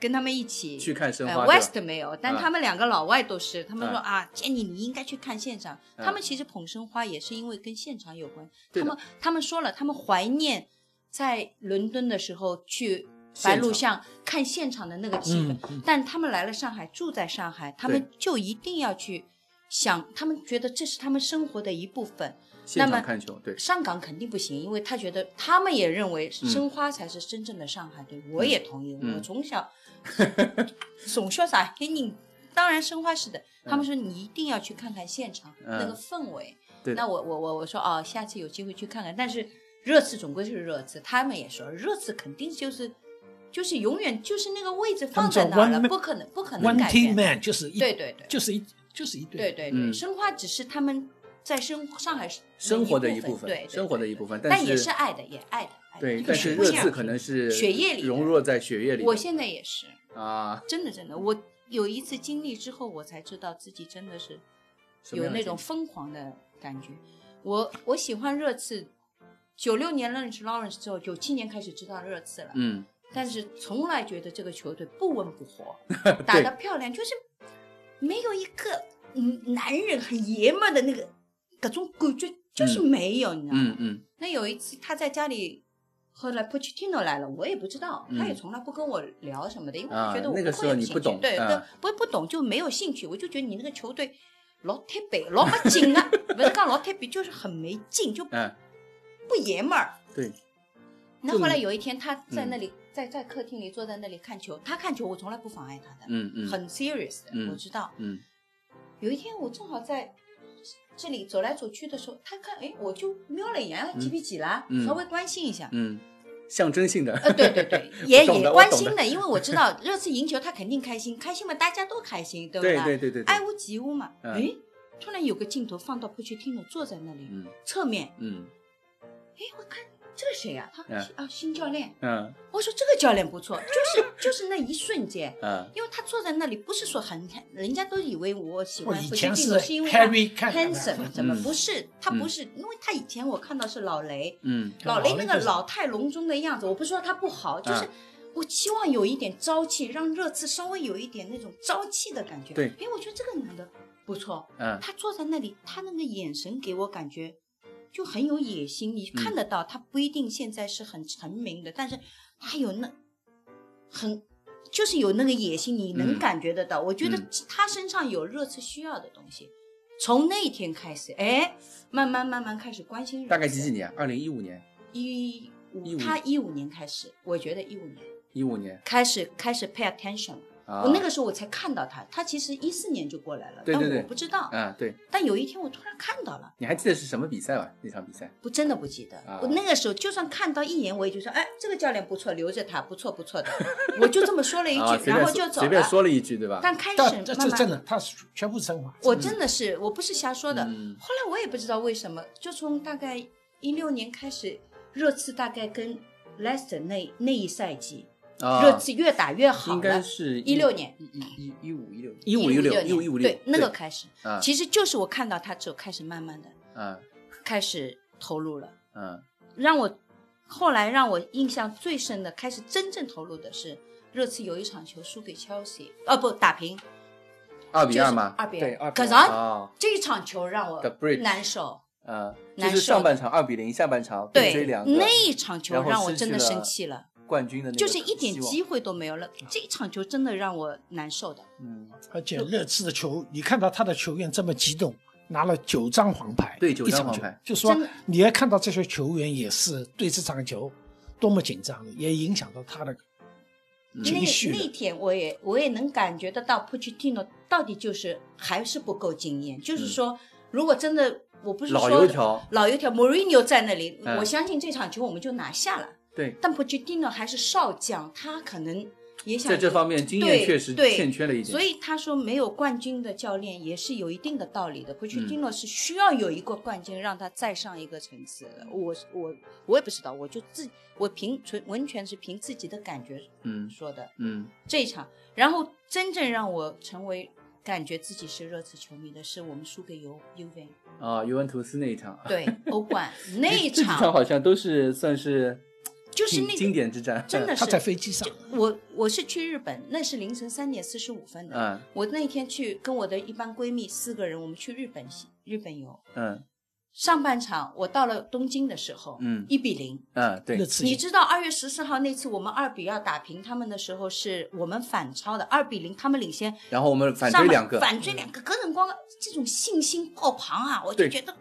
C: 跟他们一起
B: 去看申
C: 呃
B: 花对吧
C: West 没有，但
B: 啊
C: 他们两个老外都是，他们说
B: 啊
C: 啊，Jenny 你应该去看现场。
B: 啊
C: 他们其实捧申花也是因为跟现场有关，
B: 对
C: 他
B: 的
C: 们他们说了，他们怀念在伦敦的时候去
B: 现
C: 白鹿
B: 场
C: 巷看现场的那个气氛
D: 嗯，，嗯
C: 但他们来了上海，住在上海，他们
B: 对
C: 就一定要去想，他们觉得这是他们生活的一部分。
B: 现
C: 那
B: 场
C: 么
B: 看球，对，
C: 上港肯定不行，因为他觉得他们也认为申花才是真正的上海队，我也同意。
B: 嗯
C: 我从小 *laughs* 总说啥黑你，当然申花是的。他们说你一定要去看看现场、
B: 嗯
C: 那个氛围。
B: 对的
C: 那我我我我说哦，下次有机会去看看。但是热刺总归是热刺，他们也说热刺肯定就是就是永远就是那个位置
D: 他
C: 放
D: 们
C: 在
D: 叫
C: 那儿
D: one
C: 了，
D: man-
C: 不可能不可能
D: One
C: 改变。
D: Team Man 就是一，
C: 对对对
D: 就是一就是一
C: 对
D: 队。
C: 对对，
B: 嗯
C: 申花只是他们在申上海
B: 生活的
C: 的
B: 一
C: 部
B: 部
C: 分，对对
B: 分，生活的一部分，
C: 但也是
B: 是
C: 爱的，也爱的。爱的
B: 对，
C: 就
B: 但是
C: 不一
B: 热
C: 样
B: 刺可能是
C: 血液里的
B: 融入在血液里的。
C: 我现在也是，
B: 啊，
C: 真的真的，我有一次经历之后，我才知道自己真的是
B: 什么
C: 有
B: 样的
C: 那种疯狂的感觉。我我喜欢热刺，九六年认识 Lawrence 之后，九七年开始知道热刺了，
B: 嗯，
C: 但是从来觉得这个球队不温不火，打
B: *laughs* 对
C: 得漂亮，就是没有一个嗯男人很爷们儿的那个各种感觉，就是没有，你知道吗？
B: 嗯嗯
C: 那有一次他在家里，后来 Pochettino 来了，我也不知道，
B: 嗯
C: 他也从来不跟我聊什么的，因为
B: 啊
C: 我觉得我
B: 那个时
C: 会
B: 候
C: 有
B: 你
C: 兴
B: 不
C: 趣
B: 懂
C: 对，
B: 啊
C: 跟不不懂就没有兴趣，我就觉得你那个球队老太北，老没劲
B: *laughs*
C: 啊，不是讲老太北，就是很没劲，就
B: 嗯，
C: 不爷们儿。
B: 对，
C: 那
B: 就
C: 后来
B: 你嗯
C: 有一天他在那里、在在客厅里坐在那里看球，他看球我从来不妨碍他的，
B: 嗯嗯
C: 很 serious 的，
B: 嗯
C: 我知道。
B: 嗯
C: 有一天我正好在这里走来走去的时候，他看哎我就瞄了一眼，哎几比几啦，
B: 嗯
C: 稍微关心一下。
B: 嗯，象征性的，
C: *laughs* 呃，对对对，也
B: 懂
C: 也
B: 的我
C: 关
B: 懂
C: 心
B: 的
C: 的，因为我知道热刺赢球，他肯定开心，开心嘛，大家都开心，对不
B: *laughs*
C: 哎
B: 对
C: 啦
B: 对对对，对
C: 爱屋及乌嘛。
B: 嗯
C: 诶，突然有个镜头放到布切蒂诺坐在那里，
B: 嗯
C: 侧面，
B: 嗯
C: 诶，我看这个谁呀、啊？他、
B: 嗯
C: 啊，新教练。
B: 嗯
C: 我说这个教练不错，就是 *laughs* 就是那一瞬间。
B: 嗯，
C: 因为他坐在那里，不是说很，人家都以为我喜
D: 我
C: 欢
D: 以
C: 布切
D: 前
C: 蒂
D: 是
C: 诺是因为他
D: Harry 看
C: handsome 怎么
B: 嗯
C: 不是？他不
B: 嗯
C: 是，因为他以前我看到是老雷，
B: 嗯
C: 老雷那
D: 老雷就
C: 个
D: 是
C: 老态龙钟的样子，我不是说他不好，就是
B: 啊
C: 我希望有一点朝气，让热刺稍微有一点那种朝气的感觉。
B: 对
C: 哎，我觉得这个男的不错，
B: 嗯
C: 他坐在那里，他那个眼神给我感觉就很有野心，你
B: 嗯
C: 看得到，他不一定现在是很成名的，但是他有那很。就是有那个野心，你能
B: 嗯
C: 感觉得到。我觉得
B: 嗯
C: 他身上有热刺需要的东西。从那一天开始，哎，慢慢慢慢开始关心热刺。
B: 大概几几年？二零一五年、
C: 一
B: 15
C: 五，他一五年开始，我觉得一五年
B: 一五年
C: 开始开始 pay attention 了。
B: 啊，
C: 我那个时候我才看到他，他其实一四年就过来了，
B: 对对
C: 但
B: 对
C: 我不知道。
B: 啊，对，
C: 但有一天我突然看到了，
B: 你还记得是什么比赛吧？那场比赛，
C: 我真的不记得。
B: 啊
C: 我那个时候就算看到一眼，我也就说，哎，这个教练不错，留着他，不错不错
B: *laughs*
C: 的。我就这么说了一
B: 啊，
C: 句，
B: 随便
C: 然后
B: 说
C: 就走
B: 随便
C: 了。
B: 说了一句，对吧？
C: 但开始
D: 但这
C: 慢
D: 这
C: 慢
D: 真的，他是全部是真话。
C: 我真的是，我不是瞎说的。
B: 嗯
C: 后来我也不知道为什么，就从大概一六年开始，热刺大概跟 Leicester 那那一赛季，
B: 啊，
C: 热刺越打越好
B: 应该
C: 了。
B: 是
C: 16年
B: 一一一一五一六，
C: 一
B: 一五一六，一
C: 六
B: 五一五六，
C: 对那个开始，
B: 啊
C: 其实就是我看到他之后开始慢慢的
B: 啊
C: 开始投入了，
B: 啊
C: 让我后来让我印象最深的，开始真正投入的是热刺有一场球输给 Chelsea，哦不打平，
B: 二
C: 就
B: 比
C: 是
B: 二吗？
C: 二比
B: 对，
C: 二
B: 二，
C: 可
B: 比
C: 是
B: 二啊。
C: 这一场球让我
B: The bridge
C: 难受，
B: 呃，就
C: 难
B: 是
C: 受
B: 上半场二比零，下半场被追
C: 对
B: 两，个，
C: 那一场球
B: 然后
C: 让我
B: 失
C: 真
B: 去
C: 的生
B: 了
C: 气了，
B: 冠军的那个
C: 就是一点
B: 希望啊
C: 机，会都没有了，这一场球真的让我难受的，
B: 嗯，
D: 而且热刺的球，你看到他的球员这么激动，拿了九张黄牌，
B: 对九张
D: 一场
B: 黄
D: 球
B: 牌
D: 就说
C: 真的
D: 你要看到这些球员也是对这场球多么紧张，也影响到他的
B: 嗯
D: 情绪
C: 那那
D: 了。
C: 天我也我也能感觉得到，p u c c h i t i n o 到底就是还是不够经验，就是说，如果真的我不是说
B: 嗯老油条，
C: 老油条 Mourinho 在那里，
B: 嗯
C: 我相信这场球我们就拿下了。
B: 对，
C: 但 Pochettino 还是少将，他可能也想
B: 在这方面经验确实
C: 对对
B: 欠缺了一点，
C: 所以他说没有冠军的教练也是有一定的道理的。Pochettino
B: 嗯
C: 是需要有一个冠军，让他再上一个层次的。我我我也不知道，我就自我凭纯完全是凭自己的感觉
B: 嗯
C: 说的。
B: 嗯
C: 这一场，然后真正让我成为感觉自己是热刺球迷的是我们输给尤尤
D: *laughs*
C: 文，
B: 啊，尤文图斯那一场，
C: 对欧冠那一
B: 这几场
C: 场，
B: 好像都是算是
C: 就是那个
B: 经典之战，
C: 真的
D: 他
C: 是
D: 在飞机上，
C: 我我是去日本，那是凌晨三点四十五分的。
B: *laughs* 嗯
C: 我那天去跟我的一帮闺蜜四个人，我们去日本日本游。
B: 嗯
C: 上半场我到了东京的时候，
B: 嗯
C: 一比零。
B: 嗯，对
D: 那，次
C: 你知道二月十四号那次我们二比要打平他们的时候，是我们反超的二比零，他们领先，
B: 然后我们反
C: 上
B: 追
C: 半
B: 两个，嗯
C: 反追两个，葛振光这种信心爆棚啊！我就
B: 对
C: 觉得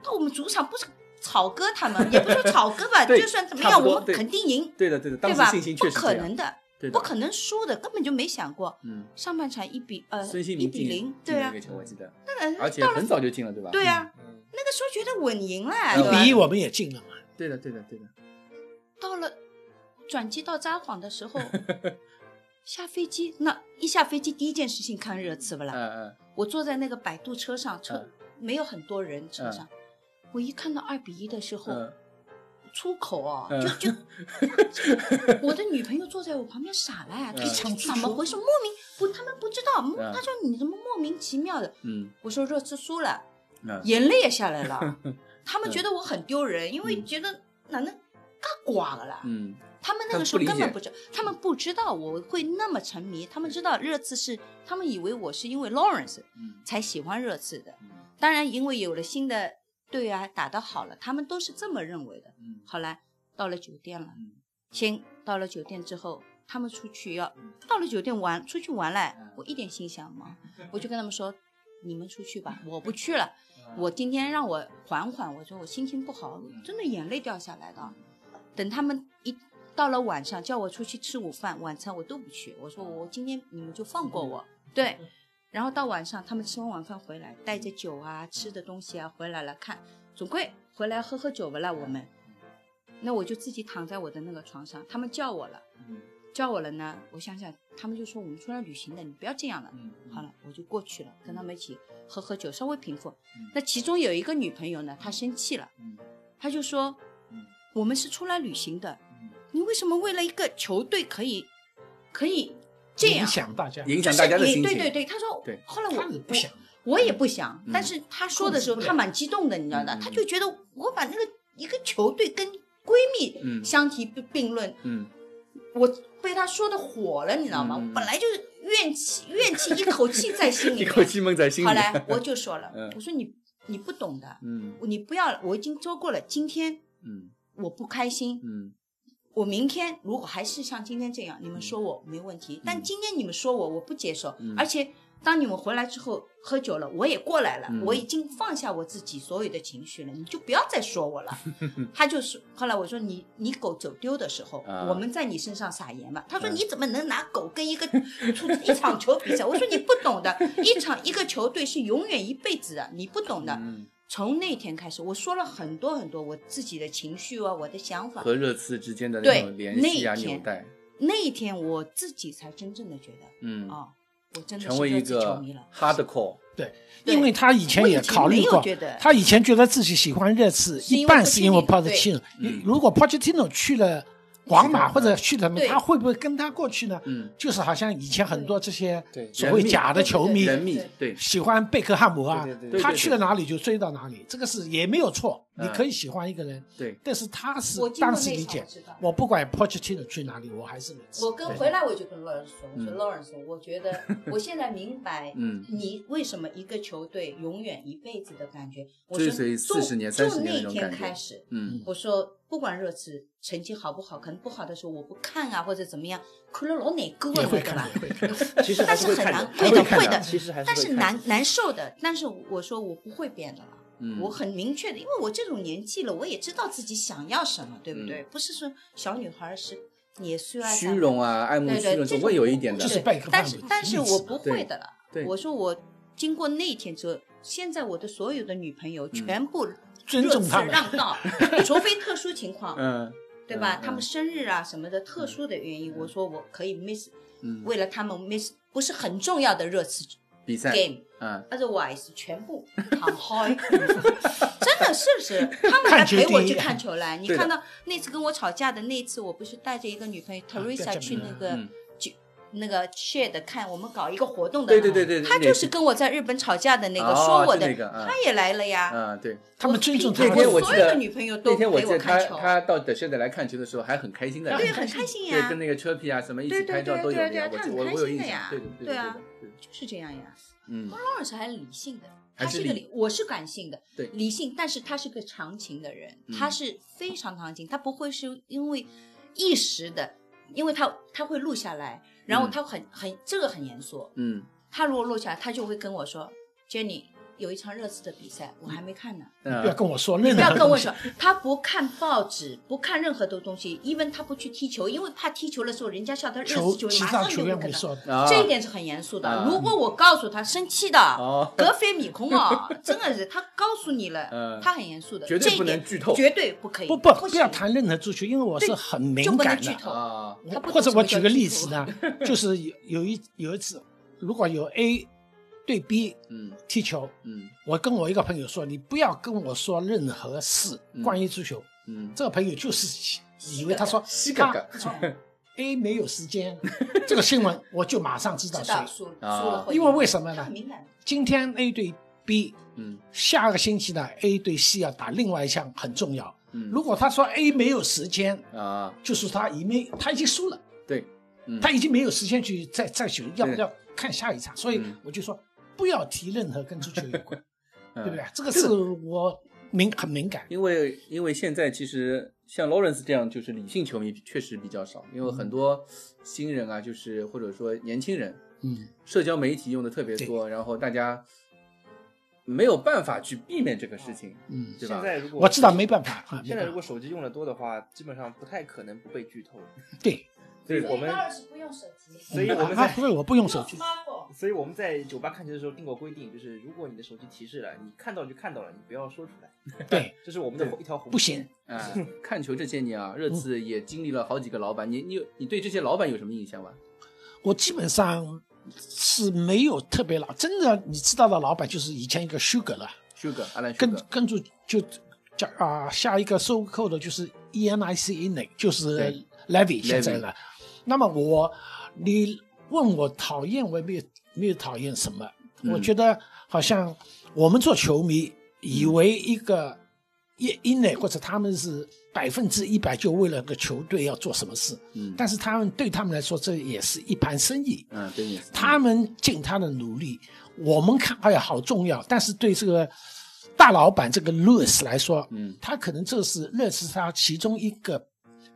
C: 到我们主场不是草哥他们，也不是说草哥
B: *laughs*
C: 吧，
B: 对
C: 就算怎么
B: 差
C: 样，
B: 不多
C: 我们
B: 对
C: 肯定赢，
B: 对的对的，当
C: 对
B: 时
C: 吧
B: 信心？确
C: 不
B: 实这
C: 可
B: 样，
C: 能的，
B: 对的，
C: 不可能输的，根本就没想过。
B: 嗯，
C: 上半场一比呃
B: 孙兴
C: 一
B: 民
C: 比
B: 进
C: 零，
B: 进
C: 对
B: 了
C: 啊
B: 一个，球，我记得，
C: 那
B: 而且很早就进了，对吧？
C: 对啊，
E: 嗯，
C: 那个时候觉得稳赢了，对
B: 嗯
D: 一比一
C: 吧？
D: 我们也进了嘛，
B: 对的对的对的，
C: 到了转机到札幌的时
B: *laughs*
C: 候，下飞机那一下飞机第一件事情看热
B: *laughs*
C: 刺不啦？
B: 嗯嗯，
C: 我坐在那个摆渡车上，车、
B: 嗯
C: 没有很多人，车上、我一看到二比一的时候，
B: 嗯
C: 出口哦，
B: 嗯
C: 就就我的女朋友坐在我旁边傻了、哎
B: 嗯
C: 她想怎么回事？莫名不，他们不知道，莫
B: 嗯
C: 她说你怎么莫名其妙的？
B: 嗯
C: 我说热刺输了，
B: 嗯
C: 眼泪也下来
B: *laughs*
C: 了，他们觉得我很丢人，因为
B: 嗯
C: 觉得哪能嘎挂了啦？
B: 嗯
C: 他们那个时
B: 他
C: 候根
B: 们不理解
C: 本不知，他们不知道我会那么沉迷，他们知道热刺是，他们以为我是因为 Lawrence
B: 嗯
C: 才喜欢热刺的。
B: 嗯
C: 当然，因为有了新的队啊，打得好了，他们都是这么认为的。
B: 嗯
C: 好了，到了酒店了，
B: 嗯
C: 先到了酒店之后，他们出去要到了酒店玩，出去玩嘞
B: 嗯，
C: 我一点心想嘛，我就跟他们说，你们出去吧，我不去了，我今天让我缓缓，我说我心情不好，真的眼泪掉下来的。等他们一到了晚上叫我出去吃午饭、晚餐，我都不去，我说我今天你们就放过我，对。然后到晚上，他们吃完晚饭回来，带着酒啊、吃的东西啊回来了，看总归回来喝喝酒不啦？我们，那我就自己躺在我的那个床上，他们叫我了，
B: 嗯
C: 叫我了呢，我想想，他们就说我们出来旅行的，你不要这样了。
B: 嗯，嗯
C: 好，了，我就过去了，跟他们一起喝喝酒，稍微平复
B: 嗯。
C: 那其中有一个女朋友呢，她生气了，
B: 嗯
C: 她就说
B: 嗯
C: 我们是出来旅行的，
B: 嗯
C: 你为什么为了一个球队可以可以这
D: 影
C: 样？
D: 响大家，
B: 影
C: 就
B: 响
C: 是
B: 大家的
C: 你
B: 心情，
C: 对对对，她说
B: 对，
C: 后来我
D: 他也不想，
C: 我也不想
B: 嗯，
C: 但是她说的时候，
D: 控制不了
C: 她蛮激动的，你知道的，
B: 嗯
C: 她就觉得我把那个一个球队跟闺
B: 嗯
C: 蜜相提并并论，
B: 嗯
C: 我被她说的火了，你知道吗？
B: 嗯嗯嗯
C: 我本来就是怨气，怨气一口气在心里
B: 一
C: 面，
B: 口气闷在心里，
C: 好嘞，我就说了，
B: 嗯
C: 我说你你不懂的，
B: 嗯
C: 你不要了，我已经说过了，今天
B: 嗯
C: 我不开心，
B: 嗯
C: 我明天如果还是像今天这样，你们说我没问题，但今天你们说我，我不接受，
B: 嗯
C: 而且。当你们回来之后喝酒了，我也过来了，
B: 嗯
C: 我已经放下我自己所有的情绪了，你就不要再说我
B: *laughs*
C: 了。他就是后来我说你你狗走丢的时候，
B: 啊
C: 我们在你身上撒盐嘛。他说
B: 嗯
C: 你怎么能拿狗跟一个出一场球比赛？我说你不懂的，一场一个球队是永远一辈子的，你不懂的。
B: 嗯，
C: 从那天开始，我说了很多很多我自己的情绪啊，我的想法。
B: 和热刺之间的那
C: 对
B: 种联系啊
C: 那一天
B: 纽带，
C: 那一天我自己才真正的觉得，
B: 嗯，
C: 哦，我真的
B: 成
C: 是
B: 为一
C: 热刺球
B: 个
C: 迷了。
B: hardcore，
D: 对，
C: 对
D: 因为他以前也考虑
C: 我以前没有
D: 过
C: 觉得，
D: 他以前觉得自己喜欢热刺，
C: 是因为
D: 一半是因为
C: Pochettino，
D: Pochettino
B: 嗯。
D: 如果 Pochettino 去了皇
B: 是
D: 马
B: 的
D: 或者去了什么，
C: 对
D: 他会不会跟他过去呢？
B: 嗯，
D: 就是好像以前很多这些
B: 对
D: 所谓假的球迷
C: 对
B: 人密，对，
D: 喜欢贝克汉姆啊
E: 对对对，
B: 对
D: 他
B: 对
D: 去了哪里就追到哪里，这个是也没有错。
B: 嗯
D: 你可以喜欢一个人，
B: 对
D: 但是他是
C: 我经过
D: 当时
C: 那
D: 理
C: 场
D: 解
C: 我知道，
D: 我不管 Pochettino 去哪里，我还是热刺。
C: 我跟回来我就跟 Lawrence 说，我说
B: 嗯
C: Lawrence，我觉得我现在明白，
B: 嗯
C: 你为什么一个球队永远一辈子的感觉。我
B: 追
C: 说
B: 随
C: 从
B: 40年30
C: 从
B: 年的那
C: 那
B: 种
C: 天
B: 感觉
C: 开始，
B: 嗯
C: 我说不管热刺成绩好不好，可能不好的时候我不看啊，或者怎么样，看了老难过
D: 也
C: 了，
D: 会
C: 对吧
D: 看，？也会看。
E: 其实还
C: *laughs* 但
E: 是
C: 是
E: 会
C: 很
E: 看
C: 难，
E: 还
C: 会
E: 是
C: 的，
E: 看
C: 会的，
E: 其实还是
C: 但
E: 会
C: 是
E: 看
C: 难
E: 的
C: 难受的。但是我说我不会变的了。
B: 嗯，
C: 我很明确的，因为我这种年纪了，我也知道自己想要什么，对不对？不是说小女孩是也需要
B: 嗯虚荣啊，爱慕
C: 对
B: 虚
C: 对，
B: 荣，
C: 这
B: 总
C: 种
B: 会有一点的，
D: 就是
C: 对
D: 拜克汉
C: 但
D: 姆
C: 是
D: 的
C: 但是
D: 例子
C: 我
D: 嘛
C: 不
B: 对
C: 会的了。
B: 对
C: 我说我经过那一天之后，现在我的所有的女朋
B: 嗯
C: 友全部
D: 尊
C: 热
D: 重
C: 词
D: 他们
C: 让
D: *laughs*
C: 道，除非特殊情况，
B: 嗯
C: 对吧？
B: 嗯
C: 他们生日啊什么的特殊的原因，我说我可以 miss，
B: 嗯，
C: 为了他们 miss 不是很重要的热词
B: 比赛，
C: game。
B: 嗯
C: otherwise 全
B: *laughs*
C: 部躺开，真的是不是？他们还
D: 看球
C: 陪我
D: 第一
C: 去看球来。你
B: 对的
C: 看到那次跟我吵架的那次，我不是带着一个女朋友
D: 啊不要
C: Teresa
D: 讲
C: 去
D: 了
C: 那个
B: 嗯
C: 酒那个 share 的看，我们搞一个活动的，
B: 对对对对，
C: 他
B: 那
C: 就是跟我在日本吵架的那个，
B: 哦
C: 说我
B: 就
C: 的，
B: 那个啊
C: 他也来了呀。
B: 啊，对，
D: 他们尊重他
B: 那天我
D: 们。
B: 记
C: 所有
B: 得
C: 的女朋友都
B: 那天我
C: 陪
B: 记
C: 我
B: 得他
C: 看球，
B: 他到的现在来看球的时候还很开心的，
D: 对
C: 对，
D: 很
C: 很
D: 开
C: 开心
B: 对，
C: 呀
B: 跟，那个车皮啊什么一起
C: 对对
B: 拍照
C: 对
B: 都有
C: 对
B: 的呀，
C: 对
B: 我
C: 他
B: 记
C: 很
B: 我
C: 开
B: 我有
C: 心
B: 印
C: 的
B: 象，
C: 呀
B: 对对
C: 对
B: 对对
C: 啊，
B: 对对
C: 就是这样呀。
B: 嗯，
C: 鲍尔是还是理性的，
B: 还
C: 他
B: 是
C: 是一个
B: 理
C: 理，我是感性的，
B: 对
C: 理性，但是他是个长情的人，
B: 嗯
C: 他是非常长情，他不会是因为一时的，因为他他会录下来，然后
B: 嗯
C: 他很很这个很严肃，
B: 嗯，
C: 他如果录下来，他就会跟我说，Jenny 有一场热刺的比赛，我还没看呢，
D: 不要
B: 那
D: 跟我说任
C: 不要
D: 何
C: 跟我
D: 东
B: *laughs*
D: 西
C: 说，他不看报纸，不看任何的东西，因为他不去踢球，因为怕踢球的时候人家笑他热
D: 球
C: 死球，
D: 其
C: 马
D: 他
C: 上就
D: 球
C: 会
D: 员
C: 跟
D: 会
C: 他。
D: 说，
B: 啊，
C: 这一点是很严肃
B: 啊
C: 的。如果我告诉他生气的，
B: 哦，
C: 格非米空啊，真的是他告诉你了
B: 嗯，
C: 他很严肃的，
B: 绝对
C: 这一
B: 不能
C: 点
B: 剧透
C: 绝对不可以，
D: 不不
C: 不
D: 不
C: 行
D: 要谈任何足球，因为我是
C: 对
D: 很敏
C: 就不能
D: 感
C: 剧
D: 的。
C: 透。
B: 啊，
C: 他不懂
D: 或者
C: 什
D: 我
C: 么叫
D: 举个
C: 剧
D: 例
C: 透
D: 子
C: *laughs*
D: 呢，就是有有一有一次，如果有 A 对 B
B: 嗯
D: 踢球，
B: 嗯
D: 我跟我一个朋友说，你不要跟我说任何事
B: 嗯
D: 关于足球。
B: 嗯，
D: 这个朋友就是以为他
B: *laughs*
D: 说
B: 西嘎
D: 他
B: 嘎，
D: 说 A 没有时间，这个新闻我就马上知道
C: 知
D: 谁。
C: 道输输
B: 啊
C: 了会赢，
D: 因为为什么
C: 他
D: 呢
C: 很？敏感，
D: 今天 A 对 B，
B: 嗯
D: 下个星期呢 A 对 C 要打另外一项很重要。
B: 嗯，
D: 如果他说 A 没有时间，
B: 啊，
D: 就是他已没他已经输了。
B: 对，嗯
D: 他已经没有时间去再再去要
B: 对
D: 不要看下一场，所以
B: 嗯
D: 我就说不要提任何跟足球有
B: *laughs*
D: 关，
B: 对
D: 对不对？？这个是我敏很敏感，
B: 嗯因为因为现在其实像 Lawrence 这样就是理性球迷确实比较少，因为很多新人啊，就是或者说年轻人，
D: 嗯，
B: 社交媒体用的特别多，然后大家没有办法去避免这个事情，
D: 嗯，
B: 对
E: 现
B: 吧？
E: 在如果
D: 我知道没办法啊，没
E: 现在
D: 办
E: 如
D: 法，
E: 果手机用的多的话，基本上不太可能不被剧透。
D: 对，
E: 所以我们，
D: *laughs*
C: 是不用手机，
E: 所以我们
D: 啊
E: 在
D: 不是我不用
E: *laughs*
D: 手机，
C: smartphone，
E: 所以我们在酒吧看球的时候定过规定，就是如果你的手机提示了，你看到就看到了，你不要说出来。
D: 对，
E: 这是我们的一条红线
D: 不行。
B: 啊，看球这些年啊，热
D: 嗯
B: 刺也经历了好几个老板，你你有你对这些老板有什么印象吗？
D: 我基本上是没有特别老，真的你知道的老板就是以前一个 Sugar 了，
B: Sugar 阿兰
D: 跟
B: Sugar，
D: 跟住就叫啊下一个收购的就是 ENIC i n 就是
B: 对
D: Levy 现在了。那么我你问我讨厌，我也没有没有讨厌什么，
B: 嗯
D: 我觉得好像我们做球迷以为一个。E 一因内或者他们是百分之一百就为了个球队要做什么事，
B: 嗯
D: 但是他们对他们来说这也是一盘生意，
B: 嗯，对你
D: 他们尽他的努力，我们看哎呀好重要，但是对这个大老板这个 Louis 来说，
B: 嗯
D: 他可能这是认识他其中一个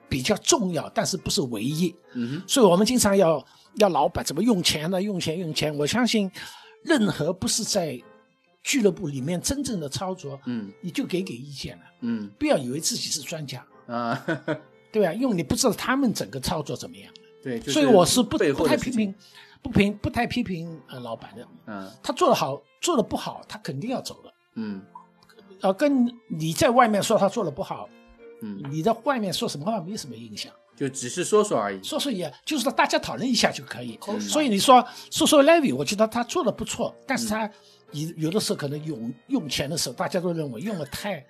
D: 比较重要，但是不是唯一，
B: 嗯哼
D: 所以我们经常要要老板怎么用钱呢？用钱用钱，我相信任何不是在俱乐部里面真正的操作，
B: 嗯
D: 你就给给意见了，
B: 嗯
D: 不要以为自己是专家，
B: 啊， *laughs* 呵呵
D: 对吧？因为你不知道他们整个操作怎么样，
B: 对，就
D: 所以我是不
B: 背
D: 不
B: 后
D: 太
B: 的
D: 批
B: 事情
D: 评，不评不太批评呃老板的。
B: 嗯
D: 他做得好，做得不好，他肯定要走的。
B: 嗯
D: 呃，跟你在外面说他做得不好，
B: 嗯，
D: 你在外面说什么话没什么影响，
B: 就只是说说而已，
D: 说说也就是说大家讨论一下就可以。
C: 口
D: 所
C: 水，
D: 以你说说说 Levy，我觉得他做的不错，但是他有有的时候可能用用钱的时候，大家都认为用的太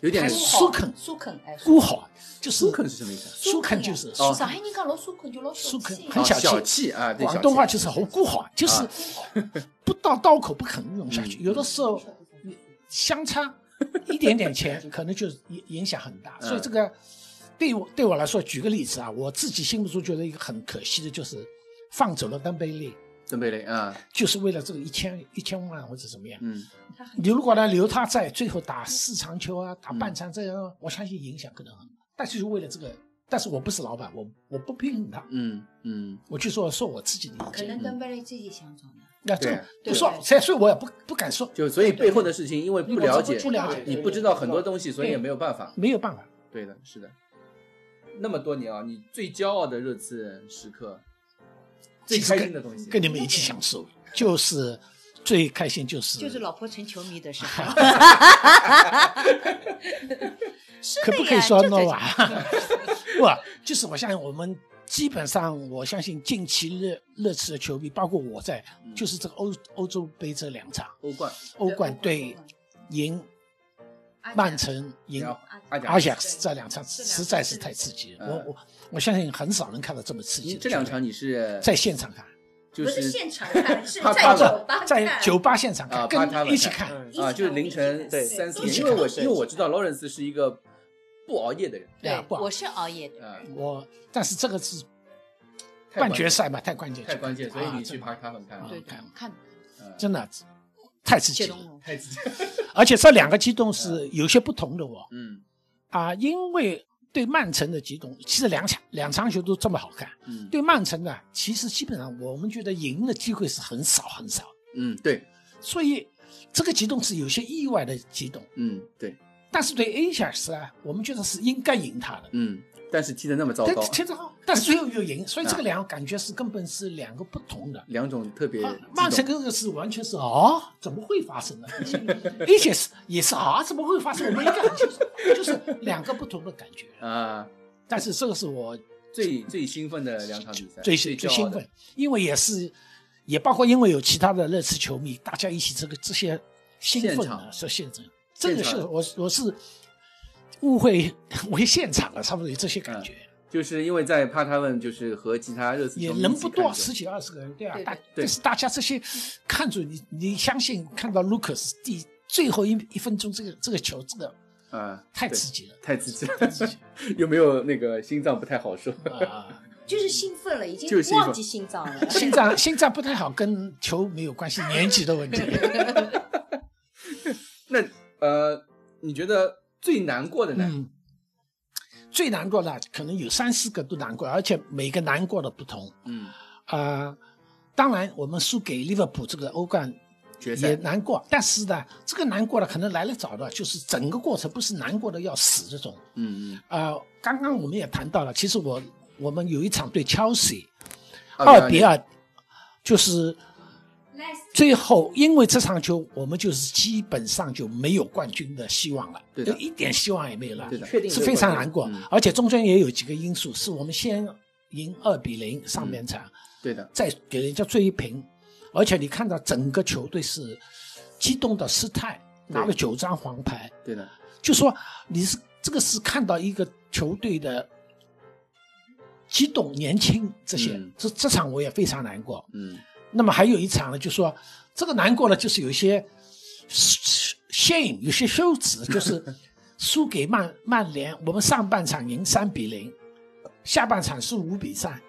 B: 有点
D: 太
B: 疏
D: 舒肯
C: 苏肯，哎，
D: 孤好，就是
B: 肯是什么意思？
D: 舒肯就是
B: 哦
C: 上海人讲老苏肯就老
D: 舒肯
C: 气，
B: 啊
D: 很小气
B: 小气啊，对，
D: 广东话
B: 小
D: 就是好孤好，啊
B: 啊
D: 就是 *laughs* 不到刀口不肯用下去，
B: 嗯
D: 有的时候相差一点
B: *laughs*
D: 点钱，可能就影影响很大。
B: 嗯
D: 所以这个对我对我来说，举个例子啊，我自己心目中觉得一个很可惜的就是放走了登贝利，
B: 气邓贝雷啊，
D: 就是为了这个一千一千万或者怎么样。
B: 嗯
C: 他很
D: 你如果呢留他在最后打四场球啊，打半场这样，我相信影响可能很大。但是就为了这个，但是我不是老板，我我不批评他，
B: 嗯嗯，
D: 我就说说我自己的意
C: 可
D: 见。
C: 能登贝利自己想走呢，
D: 那这
B: 对
D: 个
B: 对
D: 不说，所以所以我也不不敢说，
B: 就所以背后的事情，因为不了解，
D: 不了解
B: 你不知道很多东西，所以也没有办法。
D: 没有办法。
B: 对的，是的。那么多年啊，你最骄傲的热刺时刻，最开心的东西，
D: 跟你们一起享受，就是最开心就是
C: 就是老婆成球迷的时候，是
D: 可
C: 的
D: 不
C: 呀
D: 可以说
C: 就
D: no
C: 这
D: 啊？ *laughs* 不，就是我相信我们基本上，我相信近期热热刺的球迷，包括我在，就是这个欧欧洲杯这两场
B: 欧冠，
D: 欧冠对赢曼城赢
B: 然后阿贾
D: 阿
B: 克斯
D: 贾克斯这两场实在是太刺激了。
B: 嗯
D: 我我我相信很少能看到这么刺激
B: 你
D: 的球。
B: 这两场你是
D: 在现场看，
B: 就
F: 不是
B: 是
F: 现场看，
E: *laughs*
F: 是
B: 怕
F: 在
B: 怕
F: 酒吧看，
D: 在酒吧现场
B: 啊
D: 看，
B: 巴塔
D: 跟
B: 晚
D: 一起
B: 上
D: 看。
E: 嗯
F: 一起
B: 啊，
F: 看
B: 就是凌晨
E: 对
B: 三四
D: 一起
B: 点，因
D: 看
B: 为我
E: 对
B: 因为我知道劳伦斯是一个不熬夜的人，
D: 对啊
C: 对，
D: 不好
C: 我是熬夜的，
B: 啊，
D: 我但是这个是
B: 太
D: 半
B: 关
D: 决赛嘛，太关键，
B: 太关键，所以
D: 啊
B: 你去
D: 真的
B: 爬卡粉看啊，
C: 对
D: 看
C: 的，看
B: 嗯
D: 真的太刺激
C: 谢
D: 了
C: 东。龙，
B: 太刺激，
D: 而且这两个激动是有些不同的哦
B: 嗯
D: 啊，因为对曼城的激动，其实两场两场球都这么好看。
B: 嗯
D: 对曼城呢，其实基本上我们觉得赢的机会是很少很少，
B: 嗯对
D: 所以这个激动是有些意外的激动。
B: 嗯对
D: 但是对 A 加斯啊，我们觉得是应该赢他的，
B: 嗯，但是踢得那么糟
D: 但
B: 糕，嗯
D: 踢得好，但是最后又赢，所以这个两个感觉是根本是两个不同的。
B: 两种特别
D: 啊
B: 激动
D: 曼城这个是完全是啊，怎么会
B: *laughs*
D: 发生呢？而且是也是啊，怎么会发生？我们一看
B: *laughs*
D: 就是就是两个不同的感觉。
B: 啊，
D: 但是这个是我
B: 最最兴奋的两场比赛，
D: 最
B: 最
D: 最
B: 骄傲
D: 兴
B: 的
D: 奋，因为也是也包括因为有其他的热刺球迷，大家一起这个这些兴
B: 现
D: 奋啊，
B: 场
D: 是现场，这个
B: 现
D: 是
B: 场
D: 我我是误会 *laughs* 为现场了，差不多有这些感
B: 嗯
D: 觉。
B: 就是因为在帕他问，就是和其他热刺
D: 也
B: 球迷
D: 人
B: 一起
D: 不
B: 看
D: 多，
B: 球
D: 十几二十个人，对啊，
C: 对
D: 大
C: 对对
D: 但是大家这些看着你，你相信看到卢克斯第最后一一分钟这个这个球，这个
B: 啊，
D: 太
B: 对
D: 刺激了，
B: 太刺激
D: 太刺
B: 了，
D: 激
B: *laughs* 有没有那个心脏不太好受？ *laughs*
D: 啊！
F: 就是兴奋了，已经
B: 就是兴奋
F: 忘记心脏了。
D: 心脏心脏不太好，跟球没有关系，年纪的问题。
B: 那呃，你觉得最难过的呢？
D: 嗯，最难过的可能有三四个都难过，而且每个难过的不同
B: 嗯，
D: 啊、当然，我们输给利物浦这个欧冠
B: 决
D: 也
B: 赛，
D: 难过，但是呢，这个难过的可能来得早的，就是整个过程不是难过的要死这种。
B: 嗯嗯，
D: 呃，刚刚我们也谈到了，其实我我们有一场对 Chelsea
B: 二
D: 二
B: 比
D: 比
B: 二
D: 二，就是
F: Leicester
D: 最后因为这场球，我们就是基本上就没有冠军的希望了，
B: 对的
D: 就一点希望也没有了
B: 对，的
E: 确定
D: 是非常难过。
B: 嗯
D: 而且中间也有几个因素，是我们先赢二比零上半场，
B: 对的，
D: 再给人家追平，而且你看到整个球队是激动的失态，拿了
B: 对
D: 九张黄牌，
B: 对的，
D: 就说你是这个是看到一个球队的激动、年轻这些，
B: 嗯
D: 这这场我也非常难过。
B: 嗯
D: 那么还有一场呢，就说这个难过呢，就是有一些 shame，有些羞耻，就是
B: *laughs*
D: 输给曼曼联，我们上半场赢三比零，下半场是五
B: *laughs*
D: 比三，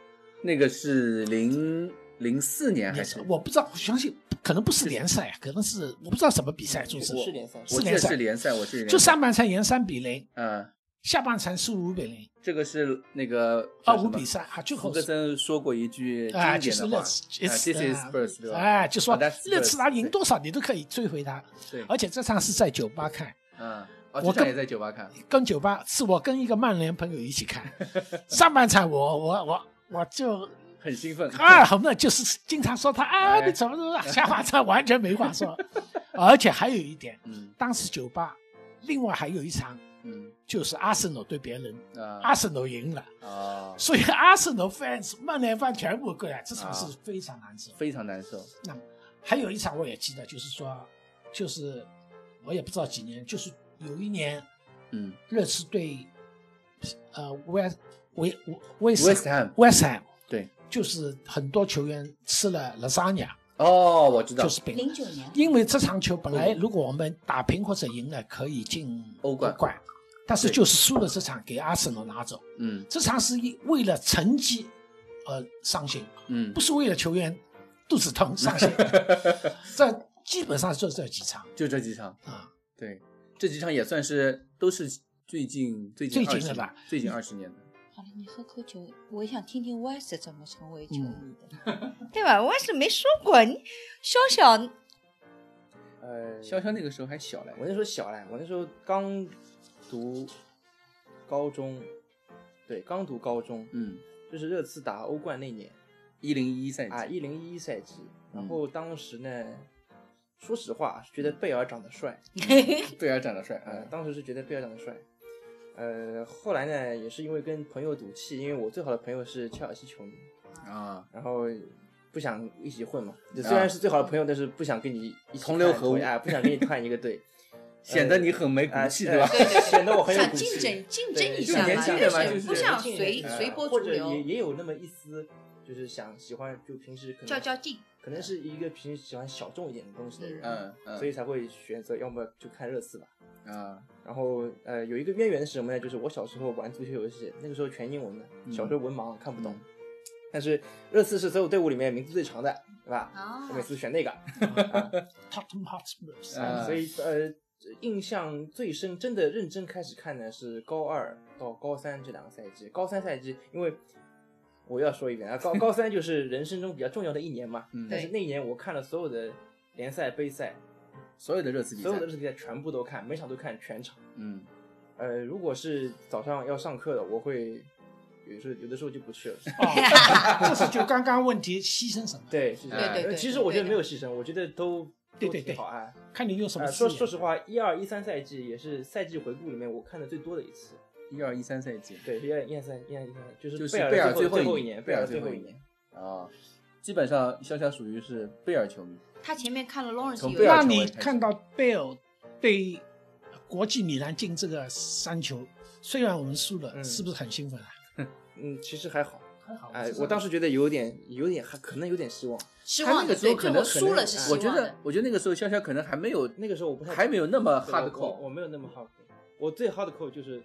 B: 那个是零零四年还
D: 也
B: 是
D: 是？我不知道，我相信可能不是联赛，可能是我不知道什么比赛，就是
E: 是联赛，
B: 我
D: 是
B: 记
D: 联
B: 得是
D: 赛，
B: 联赛，我记得
D: 就上半场赢三比零，
B: 嗯，
D: 下半场输五比零，
B: 这个是那个
D: 啊
B: 叫什
D: 五
B: 么
D: 比三啊，最后
B: 福格
D: 是
B: 森说过一句经
D: 啊，
B: 典
D: 就是
B: 的
D: 热
B: 话
D: 刺，
B: 啊，This is
D: 啊
B: Spurs，对吧？
D: 哎，就说
B: 啊，that's
D: 热刺
B: Spurs，
D: 他赢
B: 对
D: 多少你都可以追回他，
B: 对，
D: 哎而且这场是在酒吧看，
B: 嗯，哦，这
D: 我
B: 场
D: 跟
B: 也在酒吧看，
D: 跟酒吧是我跟一个曼联朋友一起
B: *laughs*
D: 看，上半场我我我我就
B: 很兴奋，
D: 二红的，就是经常说他啊
B: 哎
D: 你怎么怎么，下半场完全没
B: *laughs*
D: 话说，而且还有一点，
B: 嗯
D: 当时酒吧另外还有一场
B: 嗯
D: 就是阿森纳对别人，
B: 啊
D: 阿森纳赢了，
B: 啊，
D: 所以阿森纳 fans 曼联 fans 全部过来，这场是
B: 啊
D: 非常难受。
B: 非常难受，
D: 那还有一场我也记得，就是说，就是我也不知道几年，就是有一年
B: 嗯
D: 热刺对呃威威威斯
B: ，West Ham，
D: 威斯坦，
B: 对，
D: 就是很多球员吃了 lasagna，
B: 哦，我知道，嗯
D: 就是饼。
F: 零九年，
D: 因为这场球本来如果我们打平或者赢了，可以进
B: 欧冠
D: 但是
B: 对
D: 就是输了这场给阿森纳拿走。
B: 嗯
D: 这场是一为了成绩而伤心，
B: 嗯
D: 不，是为了球员肚子疼伤
E: *laughs*
D: 心。这基本上就这几场
B: 就这几场，
D: 啊，
B: 对，这几场也算是都是最近最近
D: 最
B: 二
D: 近
B: 十
D: 的吧
B: 最近二十年的，
C: 好了，你喝口酒，我想听听 West 怎么成
E: 嗯
C: 为球迷的， *laughs* 对吧？West 没说过，你小小
E: 呃，
B: 潇潇那个时候还小嘞，
E: 我那时候小嘞，我那时候刚读高中，对，刚读高中，
B: 嗯，
E: 就是热刺打欧冠那年
B: 一零一赛
E: 啊，
B: 季，
E: 一零一赛季。然
B: 嗯
E: 后当时呢，说实话，觉得贝尔长得帅，
B: 贝尔长得帅
E: 呃，
B: 啊，
E: 当时是觉得贝尔长得帅。呃，后来呢，也是因为跟朋友赌气，因为我最好的朋友是切尔西球迷，
B: 啊，
E: 然后不想一起混嘛。就虽然是最好的朋友，但是不想跟你一起 *laughs*
B: 同流
E: 看
B: 合污
E: 同哎，不想跟你看一个队。
B: 显得你很没骨
E: 啊，
B: 气，
E: 呃
B: 对吧？
E: *laughs* 显得我很有
C: 想
E: 骨
C: 竞
E: 气。
C: 争竞争一
E: 就
C: 下
E: 年
C: 嘛，
E: 轻
C: 啊就
E: 人嘛，就是是
C: 不想
E: 年轻
C: 随
E: 人呃
C: 随波
E: 或
C: 逐
E: 者也
C: 流，
E: 也有那么一丝，就是想喜欢，就平时可能
C: 较较劲。
E: 可能是一个平时喜欢小众一点的东西的人，啊
B: 嗯嗯，
E: 所以才会选择要么就看热刺吧。
B: 啊，
E: 然后呃，有一个渊源是什么呢？就是我小时候玩足球游戏，那个时候全英文的，
C: 嗯
E: 小时候文盲啊看不懂，但是热刺是所有队伍里面名字最长的，对吧？
C: 啊
E: 我每次选那个，
D: 啊
E: *laughs*
D: Tottenham Hotspurs，
B: 啊
E: 所以呃，印象最深，真的认真开始看呢是高二到高三这两个赛季。高三赛季，因为我要说一遍啊，高高三就是人生中比较重要的一年嘛。
B: 嗯
E: *laughs* 但是
C: 对
E: 那一年我看了所有的联赛、杯赛，
B: 所有的热刺比赛
E: 所有的，日比赛全部都看，每场都看全场。
B: 嗯
E: 呃，如果是早上要上课的，我会有时候有的时候就不去了。
D: 哦，这是就刚刚问题牺牲什么？
E: 对，是这样
B: 对对
E: 呃
C: 对
E: 其实
C: 对
E: 我觉得
C: 对
E: 没有牺牲，我觉得都
D: 对对
E: 都挺
D: 对
E: 好啊。
D: 看你用什么啊
E: 呃，
D: 字
E: 说
D: 眼。
E: 说实话，一二一三赛季也是赛季回顾里面我看的最多的一次。
B: 一二一三赛季
E: 对，一二一二三一二一三，就是
B: 就是贝
E: 贝
B: 尔最
E: 最
B: 后
E: 后
B: 一
E: 年，
B: 贝
E: 贝
B: 尔最
E: 最
B: 后
E: 后
B: 一
E: 年。
B: 啊，基本上潇潇属于是贝尔球迷，
C: 他前面看了 Lawrence
B: 从
C: 有
B: 贝
C: 一
B: 尔
D: 那
B: 成为
D: 你
B: 开始
D: 看到贝尔对国际米兰进这个三球，虽然我们输了，
E: 嗯
D: 是不是很兴奋啊？
E: 嗯，其实还好。
B: 啊
D: 很好
E: 哎，我当时觉得有点，有点还可能有点希望。
C: 失
B: 他那
C: 望
B: 个
C: 的，
B: 时候
C: 对，
B: 可
C: 最
B: 能
C: 后输了是
E: 可
C: 失
E: 能
B: 我
C: 望
B: 觉得
C: 的。
B: 我觉得那个时候潇潇可能还没有
E: 那个时候我不太
B: 还没有那么
E: 对我
B: hard
E: 我
B: core，
E: 我没有那么 hard core。我最 hard core 就是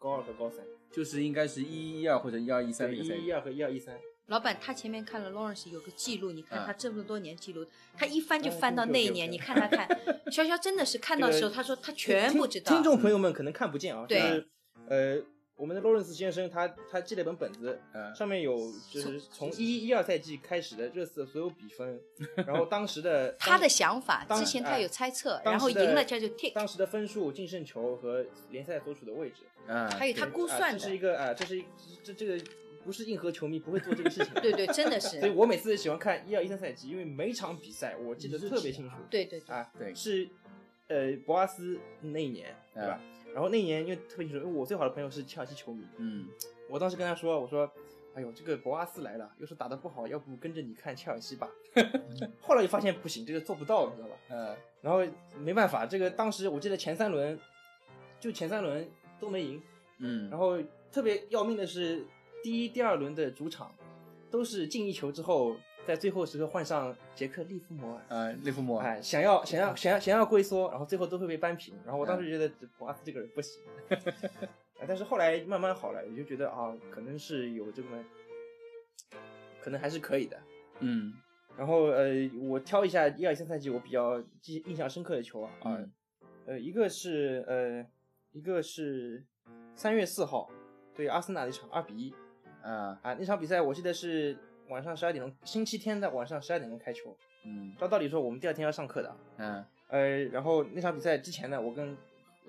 E: 高二和高三，
B: 就是应该是一一二或者一二一三
E: 对
B: 那个赛
E: 一一
B: 季，
E: 二和一二一三。
C: 老板他前面看了 Lawrence 有个记录，你看
B: 啊
C: 他这么多年记录，他一翻就
E: 嗯哦
C: 翻到那一
E: OK，OK，OK
C: 年，你看他
E: *laughs*
C: 看，潇潇真的是看到
E: 这
C: 的
E: 个
C: 时候，他说他全部知道。
B: 嗯
E: 听众朋友们可能看不见啊，
C: 对
E: 就是呃，我们的 Lawrence 先生他他记了一本本子，
B: 嗯
E: 上面有就是从一一二赛季开始的热刺的所有比
B: *laughs*
E: 分，然后当时的
C: 他的想法，
E: 当哎
C: 之前他有猜测，
E: 当
C: 然后
E: 时的
C: 赢了他就 tick，
E: 当时的分数、净胜球和联赛所处的位置，
B: 嗯，
C: 还有他估
E: 啊
C: 算
E: 这是
C: 的
E: 一，个啊，这是一这这个不是硬核球迷不会做这个事情
C: *laughs* 。对。对，真的
E: 所以
C: 是，
E: 我每次喜欢看一二一三赛季，因为每场比赛我记得特别清楚
C: 对对对，
E: 啊，
B: 对
E: 是呃博阿斯那一年对吧？
C: 嗯
E: 然后那一年因为特别清楚，因为我最好的朋友是切尔西球迷，
B: 嗯
E: 我当时跟他说，我说，哎呦，这个博阿斯来了，又是打得不好，要不跟着你看切尔西吧。
D: 嗯
E: 后来就发现不行，这个做不到，你知道吧？
B: 嗯
E: 然后没办法，这个当时我记得前三轮，就前三轮都没赢，
B: 嗯，
E: 然后特别要命的是，第一、第二轮的主场都是进一球之后，在最后时刻换上杰克利弗摩尔，
B: 呃内弗莫
E: 哎，想要想要想要想要龟缩，然后最后都会被扳平。然后我当时觉得博阿斯这个人不行， *laughs* 哎但是后来慢慢好了，也就觉得啊，可能是有这么，可能还是可以的。
B: 嗯
E: 然后呃，我挑一下一二三赛季我比较记印象深刻的球啊，啊
B: 嗯
E: 呃，一个是呃，一个是三月四号对阿森纳的一场二比一
B: 啊
E: 啊，那场比赛我记得是晚上十二点钟，星期天的晚上十二点钟开球。
B: 嗯
E: 照道理说我们第二天要上课的啊，
B: 嗯
E: 呃，然后那场比赛之前呢，我跟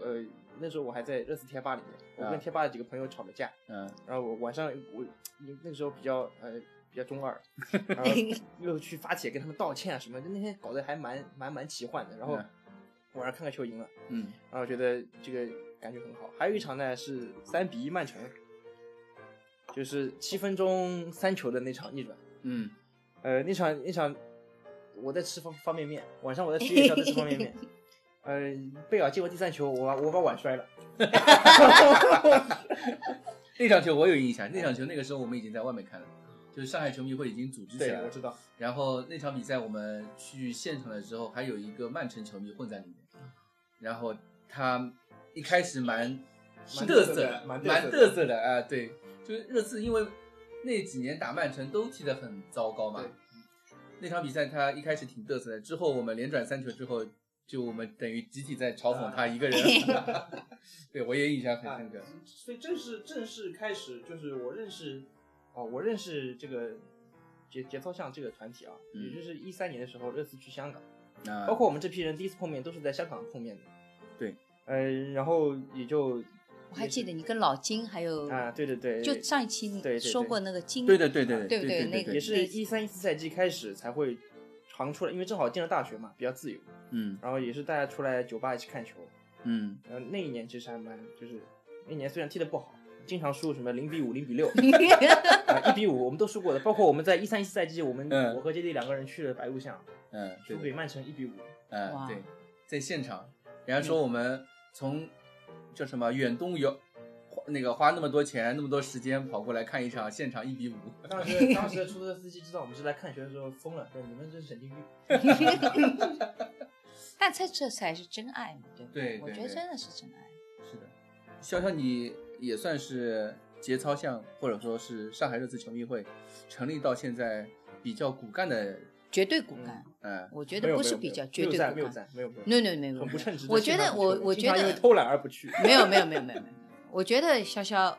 E: 呃那时候我还在热刺贴吧里面，我
B: 啊
E: 跟贴吧的几个朋友吵了架，
B: 嗯
E: 然后我晚上我那个时候比较呃比较中二，然后又去发帖跟他们道歉啊什么，就那天搞得还蛮蛮蛮奇幻的。然后
B: 嗯
E: 晚上看看球赢了，
B: 嗯
E: 然后觉得这个感觉很好。还有一场呢是三比一曼城，就是七分钟三球的那场逆转。
B: 嗯
E: 呃，那场那场我在吃方方便面，晚上我在吃夜宵在吃方便面。呃，贝尔接过第三球，我把我把碗摔了。
B: 那场球我有印象，那场球那个时候我们已经在外面看了，就是上海球迷会已经组织起来
E: 我
B: 了。
E: 知道。
B: 然后那场比赛我们去现场的时候，还有一个曼城球迷混在里面，
E: 嗯
B: 然后他一开始蛮
E: 蛮
B: 嘚
E: 嘚瑟
B: 的
E: 的，
B: 蛮
E: 蛮嘚瑟的
B: 嘚瑟的啊，对，就是热刺因为那几年打曼城都踢得很糟糕嘛
E: 对，
B: 那场比赛他一开始挺嘚瑟的，之后我们连转三球之后，就我们等于集体在嘲讽他一个人，
E: 啊
B: *laughs* 对我也印象很深刻，
E: 所以正式正式开始就是我认识，哦，我认识这个节节操巷这个团体啊，
B: 嗯
E: 也就是一三年的时候热刺去香港，
B: 啊，
E: 包括我们这批人第一次碰面都是在香港碰面的。
B: 对，
E: 呃，然后也就
C: 我还记得你跟老金还有，
E: 啊，对对对，
C: 就上一期
E: 对对
C: 你
E: 对
C: 说过那个金，
B: 对的对的
C: 对
B: 对
C: 不
B: 对
C: 那个
E: 也
C: 那
E: 是一三一四赛季开始才会常出来，因为正好进了大学嘛，比较自由，
B: 嗯
E: 然后也是大家出来酒吧一起看球。
B: 嗯
E: 然后那一年其实还蛮，就是那一年虽然踢得不好，经常输什么零比五、零比六，啊，一比五我们都输过的，包括我们在一三一四赛季，我们、
B: 嗯
E: 我和杰弟两个人去了白鹿巷，
B: 嗯，对
E: 输
B: 的
E: 给曼城一比五，
B: 嗯，
C: 哇
B: 对，在现场，人家说我们从叫什么远东游，花那个花那么多钱那么多时间跑过来看一场现场一比五，
E: 当 *laughs* 时当时的出租车司机知道我们是来看学的时候疯了，说你们这是神经病。
C: 但这这才是真爱嘛，对不
B: 对
C: 我
B: 对
C: 觉得
B: 对
C: 真的是真爱。
B: 是的，潇潇你也算是节操巷或者说是上海热刺球迷会成立到现在比较骨干的，
C: 绝对骨干，
B: 嗯，
C: 我觉
E: 没
C: 得
E: 有
C: 不
E: 没
C: 是
E: 有没
C: 比
E: 有
C: 较，
E: 没
C: 绝
E: 有
C: 对骨
E: 赞
C: 干。
E: 没有赞，没有没有，
C: no no no no，
E: 很不称职的
C: 我
E: 现
C: 觉得
E: 场球
C: 我
E: 迷
C: 我
E: 经
C: 觉
E: 常因
C: 得嗯
E: 为偷懒而不去。
C: *laughs* 没有没有没有没有没有，我觉得潇潇，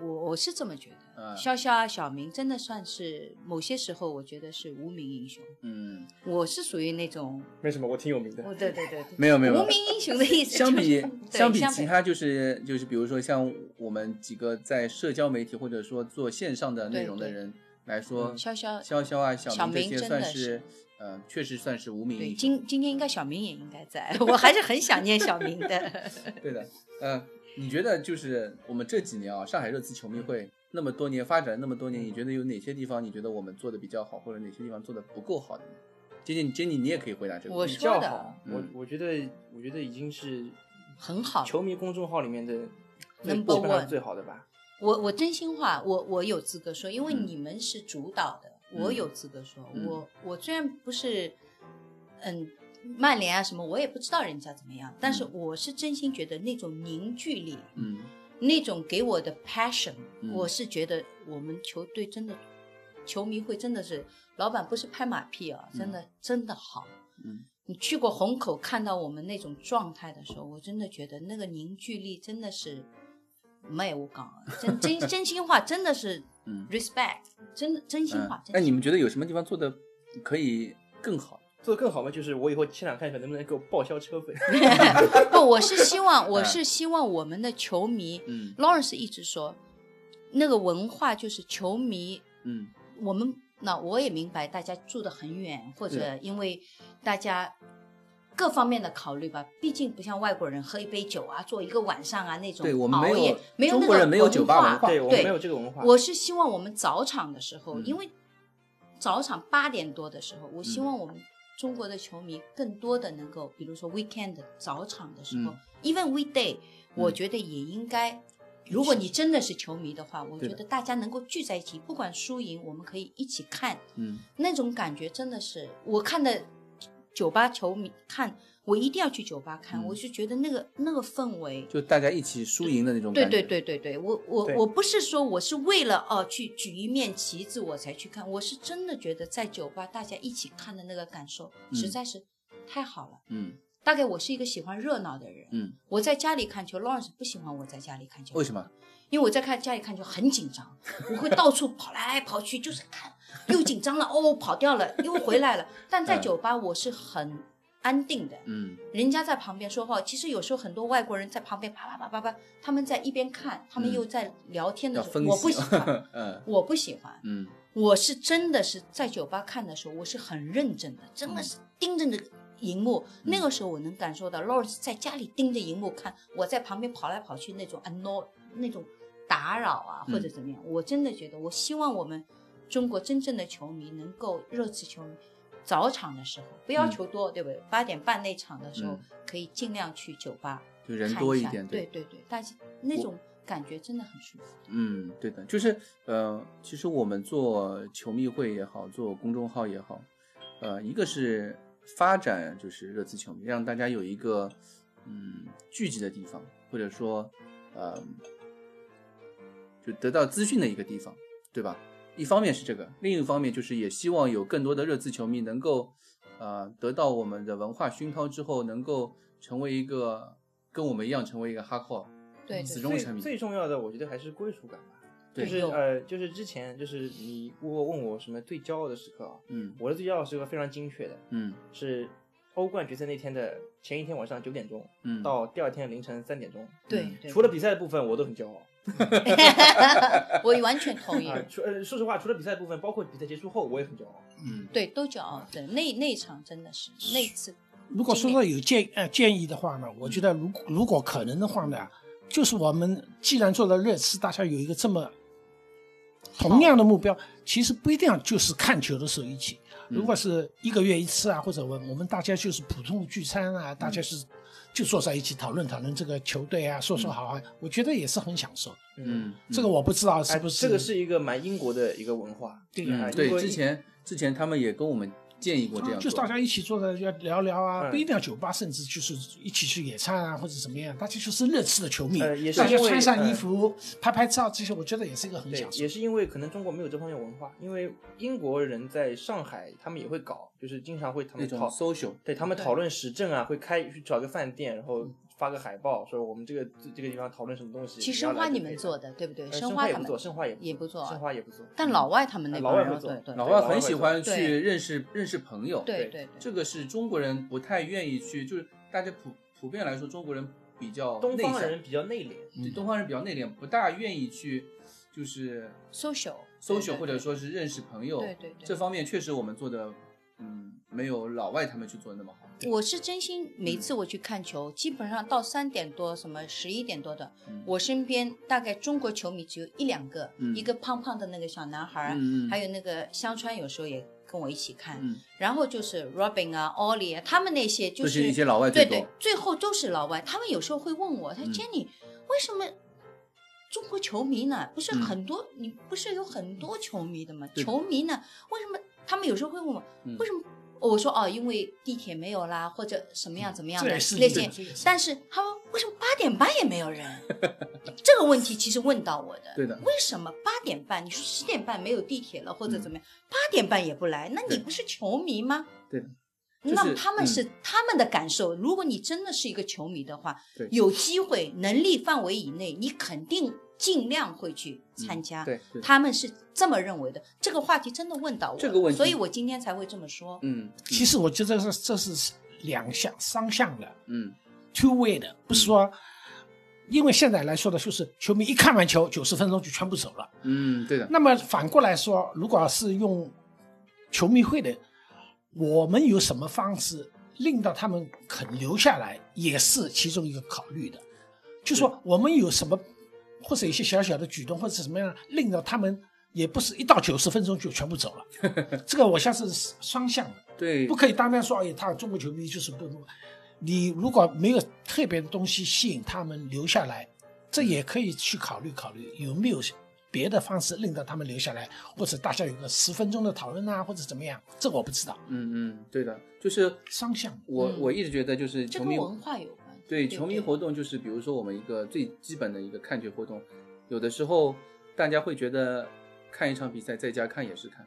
C: 我我是这么觉
B: 嗯
C: 得，潇潇啊小明真的算是某些时候我觉得是无名英雄，
B: 嗯，
C: 我是属于那种，
E: 没什么，我挺有名的。
C: 哦对对对对，
B: 没有没有，
C: 无名英雄的意思就是，
B: 相比
C: 对
B: 相比
C: 相
B: 其他就是就是比如说像我们几个在社交媒体或者说做线上的内容的
C: 对嗯对
B: 人来说，
C: 潇潇
B: 潇潇啊小
C: 呃小
B: 明这
C: 明
B: 些
C: 真
B: 算
C: 的
B: 是
C: 是
B: 呃确实算是无名
C: 对，
B: 英雄。
C: 今今天应该小明也应该在， *laughs* 我还是很想念小明
B: *laughs*
C: 的。
B: 对的，呃，你觉得就是我们这几年啊，上海热刺球迷会那么多年发展那么
C: 嗯
B: 多年，你觉得有哪些地方你觉得我们做的比较好，或者哪些地方做的不够好的呢？杰杰，杰尼你也可以回答这个
C: 我
B: 问
E: 比
B: 题。
C: 说
E: 较
C: 的
E: 好，我
B: 嗯
E: 我觉得我觉得已经是
C: 很好
E: 球迷公众号里面的最
C: Number
E: 基本上
C: one
E: 最好的吧。
C: 我我真心话，我我有资格说，因为
B: 嗯
C: 你们是主导的，
B: 嗯
C: 我有资格说，
B: 嗯
C: 我我虽然不是，嗯，曼联啊什么，我也不知道人家怎么样，但是我是真心觉得那种凝聚力，
B: 嗯
C: 那种给我的 passion，、
B: 嗯
C: 我是觉得我们球队真的，球迷会真的是，老板不是拍马屁啊，
B: 嗯
C: 真的、真的好。
B: 嗯，
C: 你去过虹口看到我们那种状态的时候，我真的觉得那个凝聚力真的是没有讲啊，真真
B: *laughs*
C: 真心话，真的是
B: 嗯
C: respect，真的真心
B: 嗯
C: 话。真心话
B: 那你们觉得有什么地方做的可以更好？
E: 做的更好嘛，就是我以后现场看球能不能给我报销车
C: *laughs*
E: 费？
C: 不？我是希望，我
B: 嗯
C: 是希望我们的球迷
B: 嗯
C: ，Lawrence 一直说，那个文化就是球迷
B: 嗯
C: 我们那我也明白，大家住得很远，或者因为大家各方面的考虑吧，毕竟不像外国人喝一杯酒啊，坐一个晚上啊那种
B: 对我们
C: 熬
B: 没有
C: 夜，没有
B: 中
C: 那
B: 国
C: 个
B: 人没有酒吧文化
E: 对我们
C: 对
E: 没有这个文化。
C: 我是希望我们早场的时候，
B: 嗯
C: 因为早场八点多的时候，我希望我们中国的球迷更多的能够，比如说 weekend 早场的时候、
B: 嗯
C: e v e n weekday，、我觉得也应该。如果你真的是球迷的话，我
B: 对
C: 觉
B: 的
C: 得大家能够聚在一起，不管输赢，我们可以一起看，
B: 嗯
C: 那种感觉真的是我看的酒吧球迷看，我一定要去酒吧看，
B: 嗯
C: 我是觉得那个那个氛围，
B: 就大家一起输赢的那种
C: 对
B: 感觉。
C: 对对对对，我我
E: 对
C: 我不是说我是为了哦去举一面旗子我才去看，我是真的觉得在酒吧大家一起看的那个感受
B: 嗯
C: 实在是太好了。
B: 嗯，
C: 大概我是一个喜欢热闹的人，
B: 嗯，
C: 我在家里看球，Lawrence 不喜欢我在家里看球，
B: 为什么？
C: 因为我在看家里看球很紧张，我会到处跑来跑去，就是看又紧张了，哦，跑掉了，又回来了。但在
B: 嗯
C: 酒吧我是很安定的，
B: 嗯
C: 人家在旁边说话，其实有时候很多外国人在旁边啪啪啪啪啪，他们在一边看，他们又在聊天的
B: 嗯要
C: 时候，
B: 分析。
C: 我不喜
B: *laughs*
C: 欢，
B: 嗯
C: 我不喜欢，
B: 嗯
C: 我是真的是在酒吧看的时候，我是很认真的，真
B: 嗯
C: 的是盯着那个荧幕。那个时候我能感受到 Lawrence 在家里盯着荧幕看，我在旁边跑来跑去那种 anno 那种打扰啊，
B: 嗯
C: 或者怎么样。我真的觉得，我希望我们中国真正的球迷能够热刺球迷。早场的时候不要求多，对不对？八点半那场的时候、
B: 嗯
C: 可以尽量去酒吧
B: 就人
C: 看
B: 多一
C: 下
B: 点，
C: 对对对，但是那种感觉真的很舒服。
B: 嗯，对的，就是呃，其实我们做球迷会也好，做公众号也好，呃，一个是发展就是热刺球迷，让大家有一个嗯聚集的地方，或者说呃就得到资讯的一个地方，对吧？一方面是这个，另一方面就是也希望有更多的热刺球迷能够呃得到我们的文化熏陶之后，能够成为一个跟我们一样成为一个哈扣
C: 对
B: 死
C: 对，
B: 忠球
E: 最
B: 迷，
E: 最重要的，我觉得还是归属感吧。
B: 对
E: 就是
C: 有
E: 呃，就是之前就是你问我问我什么最骄傲的时刻啊，
B: 嗯
E: 我的最骄傲的时刻非常精确的，
B: 嗯
E: 是欧冠决赛那天的前一天晚上九点钟
B: 嗯，
E: 到第二天凌晨三点钟，
C: 对对，
E: 除了比赛的部分我都很骄傲。
C: *laughs* 我完全同意，
E: 啊，除呃，说实话，除了比赛部分，包括比赛结束后，我也很骄傲。
B: 嗯
C: 对，都骄傲。对，那那一场真的是那一次，
D: 如果说到有建呃建议的话呢，我觉得如如果可能的话呢，就是我们既然做了热刺，大家有一个这么同样的目标，其实不一定要就是看球的时候一
E: 嗯
D: 起。如果是一个月一次啊，或者我我们大家就是普通聚餐啊，大家是就坐在一起讨论讨论这个球队啊，说说好啊，
E: 嗯
D: 我觉得也是很享受的。
B: 嗯，
D: 这个我不知道
E: 哎，
D: 是不是、
E: 这个是一个蛮英国的一个文化，
D: 对
B: 嗯
D: 呀、
E: 哎因
B: 对，
E: 为
B: 之前之前他们也跟我们建议过这样
D: 就
B: 做，
D: 是大家一起坐在要聊聊啊，
E: 嗯
D: 不一定要酒吧，甚至就是一起去野餐啊，或者怎么样，大家就是热刺的球迷，
E: 呃也是
D: 大家
E: 因为
D: 穿上衣
E: 呃
D: 服、拍拍照，这些我觉得也是一个很
E: 对
D: 享，受
E: 也。是因为可能中国没有这方面文化，因为英国人在上海他们也会搞，就是经常会他
B: 那
E: 们
B: 种
E: 讨，
B: social，
E: 对他们讨论时政啊，会开去找个饭店，然后发个海报说我们这个这这个地方讨论什么东西。
C: 其实
E: 要
C: 申花
E: 来就
C: 你
E: 可以
C: 们
E: 来
C: 做，的对不对？
E: 呃
C: 申
E: 申
C: 花
E: 也
C: 他
E: 不
C: 们
E: 做，，申花也
C: 也不
E: 不
C: 做啊
E: 做，申花也不做。
C: 但老外他们那
E: 呃
C: 帮
E: 老外
C: 人
E: 会
C: 哦
E: 做
C: 对对
B: 老
E: 对
B: 外
E: 老外
B: 很
E: 会
B: 喜
E: 做
B: 欢
C: 对
B: 去认识认识朋友，
C: 对
E: 对
C: 对对，
B: 这个是中国人不太愿意去，就是大家普普遍来说，中国人比较
E: 东
B: 内
E: 方
B: 向
E: 人比较内敛，
B: 对东方人比较内敛，不大愿意去就是
C: social 对
B: social
C: 对
B: 或者说是认识朋友，
C: 对对对
B: 这方面确实我们做的嗯没有老外他们去做的那么好，
C: 我是真心，每
E: 嗯
C: 次我去看球，基本上到三点多、什么十一点多的，
B: 嗯
C: 我身边大概中国球迷只有一两个，
B: 嗯
C: 一个胖胖的那个小男孩儿，
B: 嗯嗯
C: 还有那个香川，有时候也跟我一起看。
B: 嗯
C: 然后就是 Robin 啊、Ollie 啊，他们那些就
B: 就是是一些老外
C: 对
B: 最
C: 对
B: 多，，
C: 最后都是老外。他们有时候会问我，他说
B: 嗯
C: Jenny，、为什么中国球迷呢？不是
B: 嗯
C: 很多，你不是有很多球迷的吗？
B: 对
C: 球迷呢？为什么他们有时候会问我，
B: 嗯
C: 为什么？我说哦，因为地铁没有啦，或者什么
B: 嗯
C: 样怎么样
D: 这
C: 的
D: 也是
C: 那
D: 一个
C: 些。
D: 这也是
C: 但是他们为什么八点半也没有人？这个问题其实问到我的。
B: 对的
C: 为什么八点半？你说十点半没有地铁了，或者怎么样？八、点半也不来，那你
B: 嗯对
C: 不是球迷吗？
B: 对的就是
C: 那么他们
B: 嗯
C: 是、他们的感受。如果你真的是一个球迷的话
B: 对，
C: 有机会能力范围以内，你肯定尽量会去参加。
B: 嗯对对，
C: 他们是这么认为的。这个话题真的问到我了，
B: 这个问题
C: 所以我今天才会这么说。
B: 嗯
D: 其实我觉得这是这是两项双向的
B: 嗯
D: two way 的，不是
E: 嗯
D: 说，因为现在来说的就是球迷一看完球九十分钟就全部走了。
B: 嗯对的，
D: 那么反过来说，如果是用球迷会的，我们有什么方式令到他们肯留下来，也是其中一个考虑的。就说我们有什么，或者一些小小的举动，或者是什么样，令到他们也不是一到九十分钟就全部走了。这个我相信是双向的。
B: 对
D: 不可以单单说，哎，他中国球迷就是不不。你如果没有特别的东西吸引他们留下来，这也可以去考虑考虑有没有别的方式令到他们留下来，或者大家有个十分钟的讨论啊，或者怎么样，这个我不知道。
B: 嗯嗯对的，就是
D: 双向
B: 我
C: 嗯
B: 我一直觉得就是
C: 这
B: 球
C: 跟
B: 迷
C: 文化有关。
B: 对球迷
C: 对
B: 活动，就是比如说我们一个最基本的一个看球活动，有的时候大家会觉得看一场比赛在家看也是看，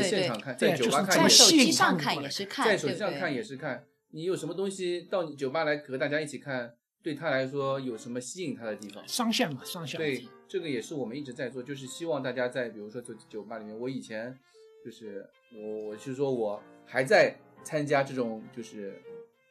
C: 对对啊
B: 现场看，
D: 对
B: 在酒吧
D: 就是
B: 看
C: 在
B: 也
C: 手
B: 是
D: 吸
C: 机
D: 引
C: 上
D: 他们
C: 看
D: 过来
C: 也是看，
B: 看，在手
C: 对
B: 机
C: 不
B: 上
C: 对
B: 看也是看。你有什么东西到你酒吧来和大家一起看，对他来说有什么吸引他的地方？
D: 双向嘛，双向。
B: 对，这个也是我们一直在做，就是希望大家在比如说酒酒吧里面，我以前就是我我是说我还在参加这种就是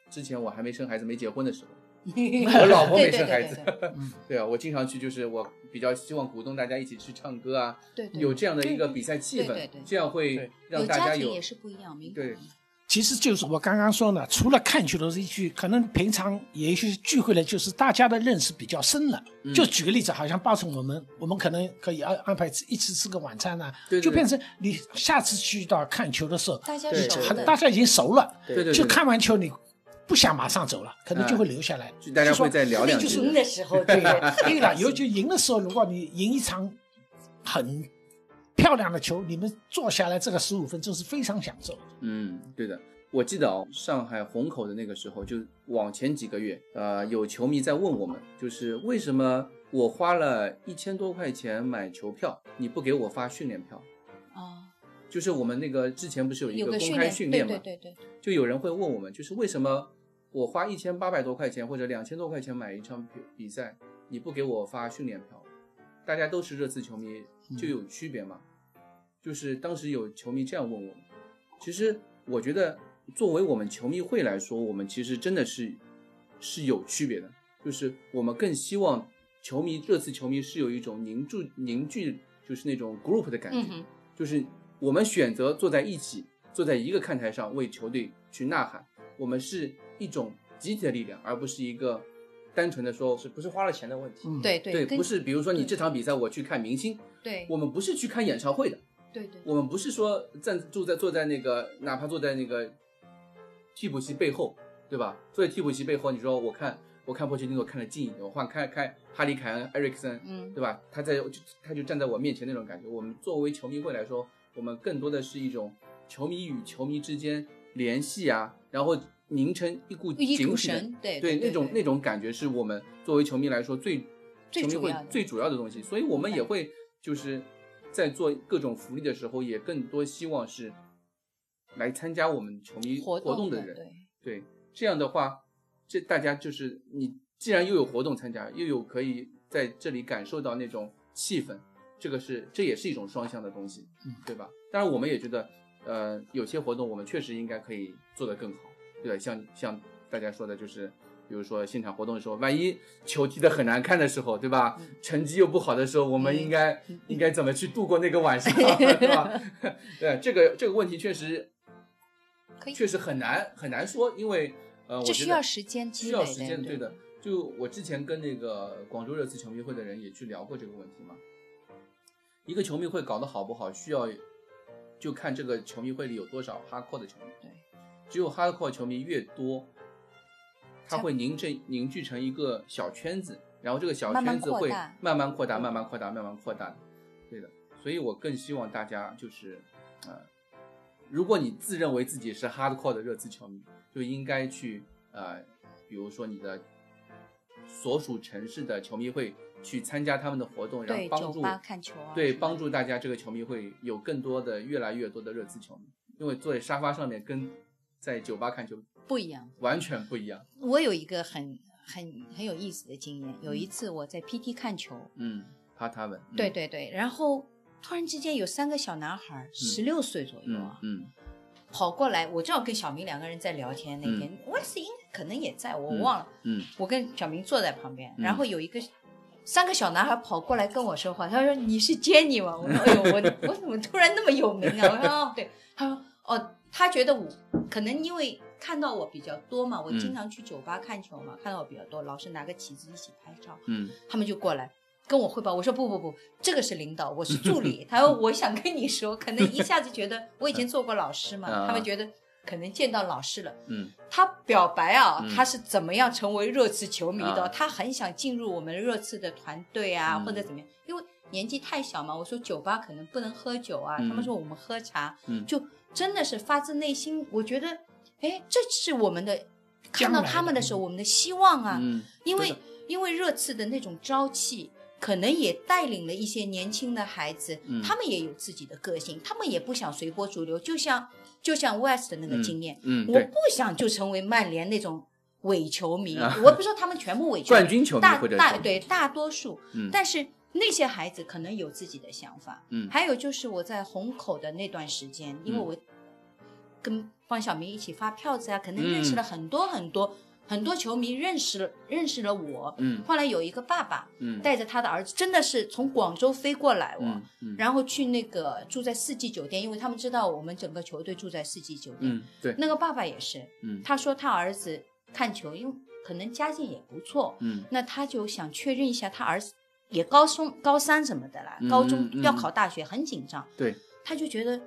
B: 之前我还没生孩子没结婚
C: *laughs*
B: 的时候。我老婆没生孩子
C: 对对对对对，
B: *laughs* 对啊，我经常去，就是我比较希望鼓动大家一起去唱歌啊，
C: 对对，
B: 有这样的一个比赛气
C: 对对
B: 氛
C: 对，
B: 这样会
E: 对
B: 让
C: 有
B: 大
C: 家
B: 家
C: 庭
B: 有
C: 也是不一样，明白
B: 对
C: 吗？
D: 其实就是我刚刚说呢，除了看球的这一句，可能平常也许聚会了，就是大家的认识比较深了。
B: 嗯
D: 就举个例子，好像八成我们，我们可能可以安安排一起吃个晚餐呐、
B: 对对对
D: 就变成你下次去到看球的时候，
C: 大家
B: 对
C: 熟
B: 很
C: 的，
D: 大家已经熟了，
B: 对对对哎
D: 就
B: 对
D: 看完球你不想马上走了，可能就会留下来。
B: 就大家会再聊两
D: 就
B: 句
D: 是
C: 赢的时候，对
D: 对
C: 对
B: 哎
D: 了，尤其赢的时候，如果你赢一场很漂亮的球，你们坐下来这个十五分钟是非常享受的。
B: 嗯，对的。我记得哦，上海虹口的那个时候，就往前几个月，呃，有球迷在问我们，就是为什么我花了一千多块钱买球票，你不给我发训练票？
C: 啊，
B: 就是我们那个之前不是有一
C: 有个
B: 公
C: 训
B: 开
C: 练，
B: 训
C: 对
B: 练嘛，
C: 对对对，
B: 就有人会问我们，就是为什么我花一千八百多块钱或者两千多块钱买一场比比赛，你不给我发训练票？大家都是热刺球迷，就有区别嘛？就是当时有球迷这样问我们，其实我觉得作为我们球迷会来说，我们其实真的是是有区别的，就是我们更希望球迷热刺球迷是有一种凝聚凝聚，就是那种 group 的感觉。
C: 嗯哼，
B: 就是我们选择坐在一起，坐在一个看台上为球队去呐喊，我们是一种集体的力量，而不是一个单纯的说，
E: 是不是花了钱的问题？
D: 嗯，
C: 对
B: 对，
C: 跟
B: 不是比如说你
C: 对
B: 这场比赛我去看明星，
C: 对
B: 我们不是去看演唱会的，
C: 对对
B: 我们不是说站住在坐在那个哪怕坐在那个替补席背后，对吧？所以替补席背后，你说我看我看波切蒂诺看得近一点，我换看看哈里凯恩、埃里克森，
C: 嗯，
B: 对吧？他在就他就站在我面前那种感觉。我们作为球迷会来说，我们更多的是一种球迷与球迷之间联系啊，然后凝成一股
C: 一
B: 紧
C: 股
B: 体的
C: 神，对
B: 对那种
C: 对
B: 那种感觉是我们作为球迷来说最
C: 最
B: 球迷
C: 主
B: 会
C: 要的
B: 最主要的东西，所以我们也会就是在做各种福利的时候，也更多希望是来参加我们球迷
C: 活
B: 动
C: 的
B: 人。
C: 对，
B: 对，这样的话，这大家就是你既然又有活动参加，又有可以在这里感受到那种气氛，这个是这也是一种双向的东西，
D: 嗯
B: 对吧？当然，我们也觉得，呃，有些活动我们确实应该可以做得更好，对吧？像像大家说的，就是比如说现场活动的时候，万一球踢得很难看的时候，对吧？
C: 嗯
B: 成绩又不好的时候，我们
C: 嗯
B: 应该、应该怎么去度过那个晚
C: *laughs*
B: 上，对吧？ *laughs* 对，这个这个问题确实
C: 可以
B: 确实很难很难说，因为呃，我
C: 这
B: 觉
C: 需
B: 得
C: 要时间积
B: 需要
C: 累
B: 时
C: 的
B: 间，对
C: 对
B: 的。就我之前跟那个广州热刺球迷会的人也去聊过这个问题嘛，一个球迷会搞得好不好，需要就看这个球迷会里有多少哈扣的球迷，
C: 对，
B: 只有哈扣球迷越多，他会凝成凝聚成一个小圈子，然后这个小
C: 慢慢
B: 圈子
C: 扩
B: 会
C: 大
B: 慢慢扩大，慢慢扩大，慢慢扩大的，对的。所以我更希望大家就是，呃，如果你自认为自己是 hardcore 的热刺球迷，就应该去呃，比如说你的所属城市的球迷会去参加他们的活动，然后
C: 对
B: 帮
C: 酒
B: 助
C: 吧看球啊，
B: 对帮助大家这个球迷会有更多的越来越多的热刺球迷，因为坐在沙发上面跟在酒吧看球
C: 不一样。
B: 完全不一样。
C: 我有一个很很很有意思的经验，有一次我在 PT 看球，
B: 嗯，怕他们。嗯
C: 对，对对，然后突然之间有三个小男孩，十六岁左右
B: 嗯
C: 啊，
B: 嗯
C: 跑过来，我正好跟小明两个人在聊天，那天我也是应该可能也在，我忘了，
B: 嗯，
C: 我跟小明坐在旁边，
B: 嗯
C: 然后有一个。三个小男孩跑过来跟我说话，他说：“你是 Jenny 吗？”我说：“哎呦，
B: *laughs*
C: 我我怎么突然那么有名啊？”我说：“哦，对。”他说：“哦，他觉得我可能因为看到我比较多嘛，我
B: 嗯
C: 经常去酒吧看球嘛，看到我比较多，老是拿个旗子一起拍照。
B: 嗯
C: 他们就过来跟我汇报。我说不不不，这个是领导，我是助理。他说我想跟你说，可能一下子觉得我以前做过老师嘛，
B: *laughs* 啊
C: 他们觉得可能见到老师了。
B: 嗯
C: 他表白啊，
B: 嗯
C: 他是怎么样成为热刺球迷的？
B: 啊
C: 他很想进入我们热刺的团队啊，
B: 嗯
C: 或者怎么样？因为年纪太小嘛，我说酒吧可能不能喝酒啊，
B: 嗯
C: 他们说我们喝茶，
B: 嗯
C: 就真的是发自内心，我觉得，哎，这是我们的。看到
D: 将来的
C: 他们的时候，我们的希望啊，
B: 嗯，
C: 因
B: 对
C: 为
B: 的
C: 因为热刺的那种朝气，可能也带领了一些年轻的孩子，
B: 嗯
C: 他们也有自己的个性，他们也不想随波逐流，就像就像 West 的那个经验，
B: 嗯，
C: 我
B: 对，
C: 不想就成为曼联那种伪球迷，
B: 啊
C: 我不说他们全部伪球迷，
B: 冠军球迷
C: 大
B: 或者
C: 大
B: 是
C: 对大多数，
B: 嗯
C: 但是那些孩子可能有自己的想法。
B: 嗯
C: 还有就是我在虹口的那段时间，因为我跟方晓明一起发票子啊，可能
B: 嗯
C: 认识了很多很多、很多球迷，认识了认识了我。
B: 嗯
C: 后来有一个爸爸
B: 嗯，
C: 带着他的儿子，真的是从广州飞过来哦，
B: 嗯嗯
C: 然后去那个住在四季酒店，因为他们知道我们整个球队住在四季酒店。
B: 嗯对，
C: 那个爸爸也是，
B: 嗯
C: 他说他儿子看球，因为可能家境也不错，
B: 嗯
C: 那他就想确认一下他儿子也高中高三什么的啦，
B: 嗯
C: 高中
B: 嗯
C: 要考大学，很紧张，
B: 对，
C: 他就觉得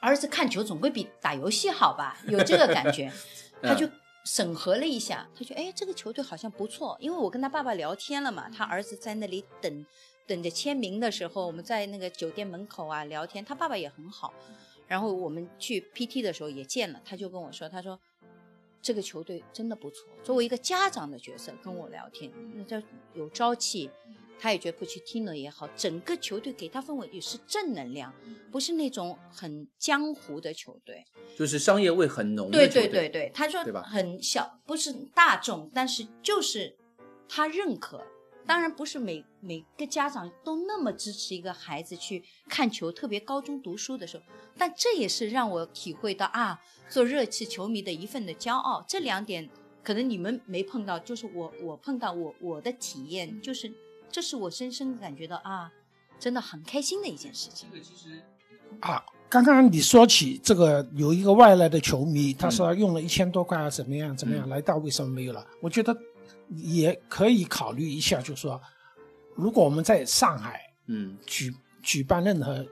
C: 儿子看球总归比打游戏好吧，有这个感觉，他就。审核了一下，他觉得哎，这个球队好像不错，因为我跟他爸爸聊天了嘛，他儿子在那里等，等着签名的时候，我们在那个酒店门口啊聊天，他爸爸也很好，然后我们去 PT 的时候也见了，他就跟我说，他说这个球队真的不错。作为一个家长的角色跟我聊天，那叫有朝气。他也觉得布奇蒂诺也好，整个球队给他氛围也是正能量，不是那种很江湖的球队。
B: 就是商业味很浓的
C: 对
B: 球队，
C: 对对对，他说
B: 对吧
C: 很小，不是大众，但是就是他认可。当然不是每每个家长都那么支持一个孩子去看球，特别高中读书的时候，但这也是让我体会到啊，做热气球迷的一份的骄傲。这两点可能你们没碰到，就是我我碰到我我的体验，
B: 嗯
C: 就是这是我深深感觉到啊，真的很开心的一件事情。
B: 这个其实
D: 啊，刚刚你说起这个有一个外来的球迷，他说用了一千多块啊，怎么样怎么
B: 嗯
D: 样，来到为什么没有了？我觉得也可以考虑一下，就说如果我们在上海
B: 嗯
D: 举举办任何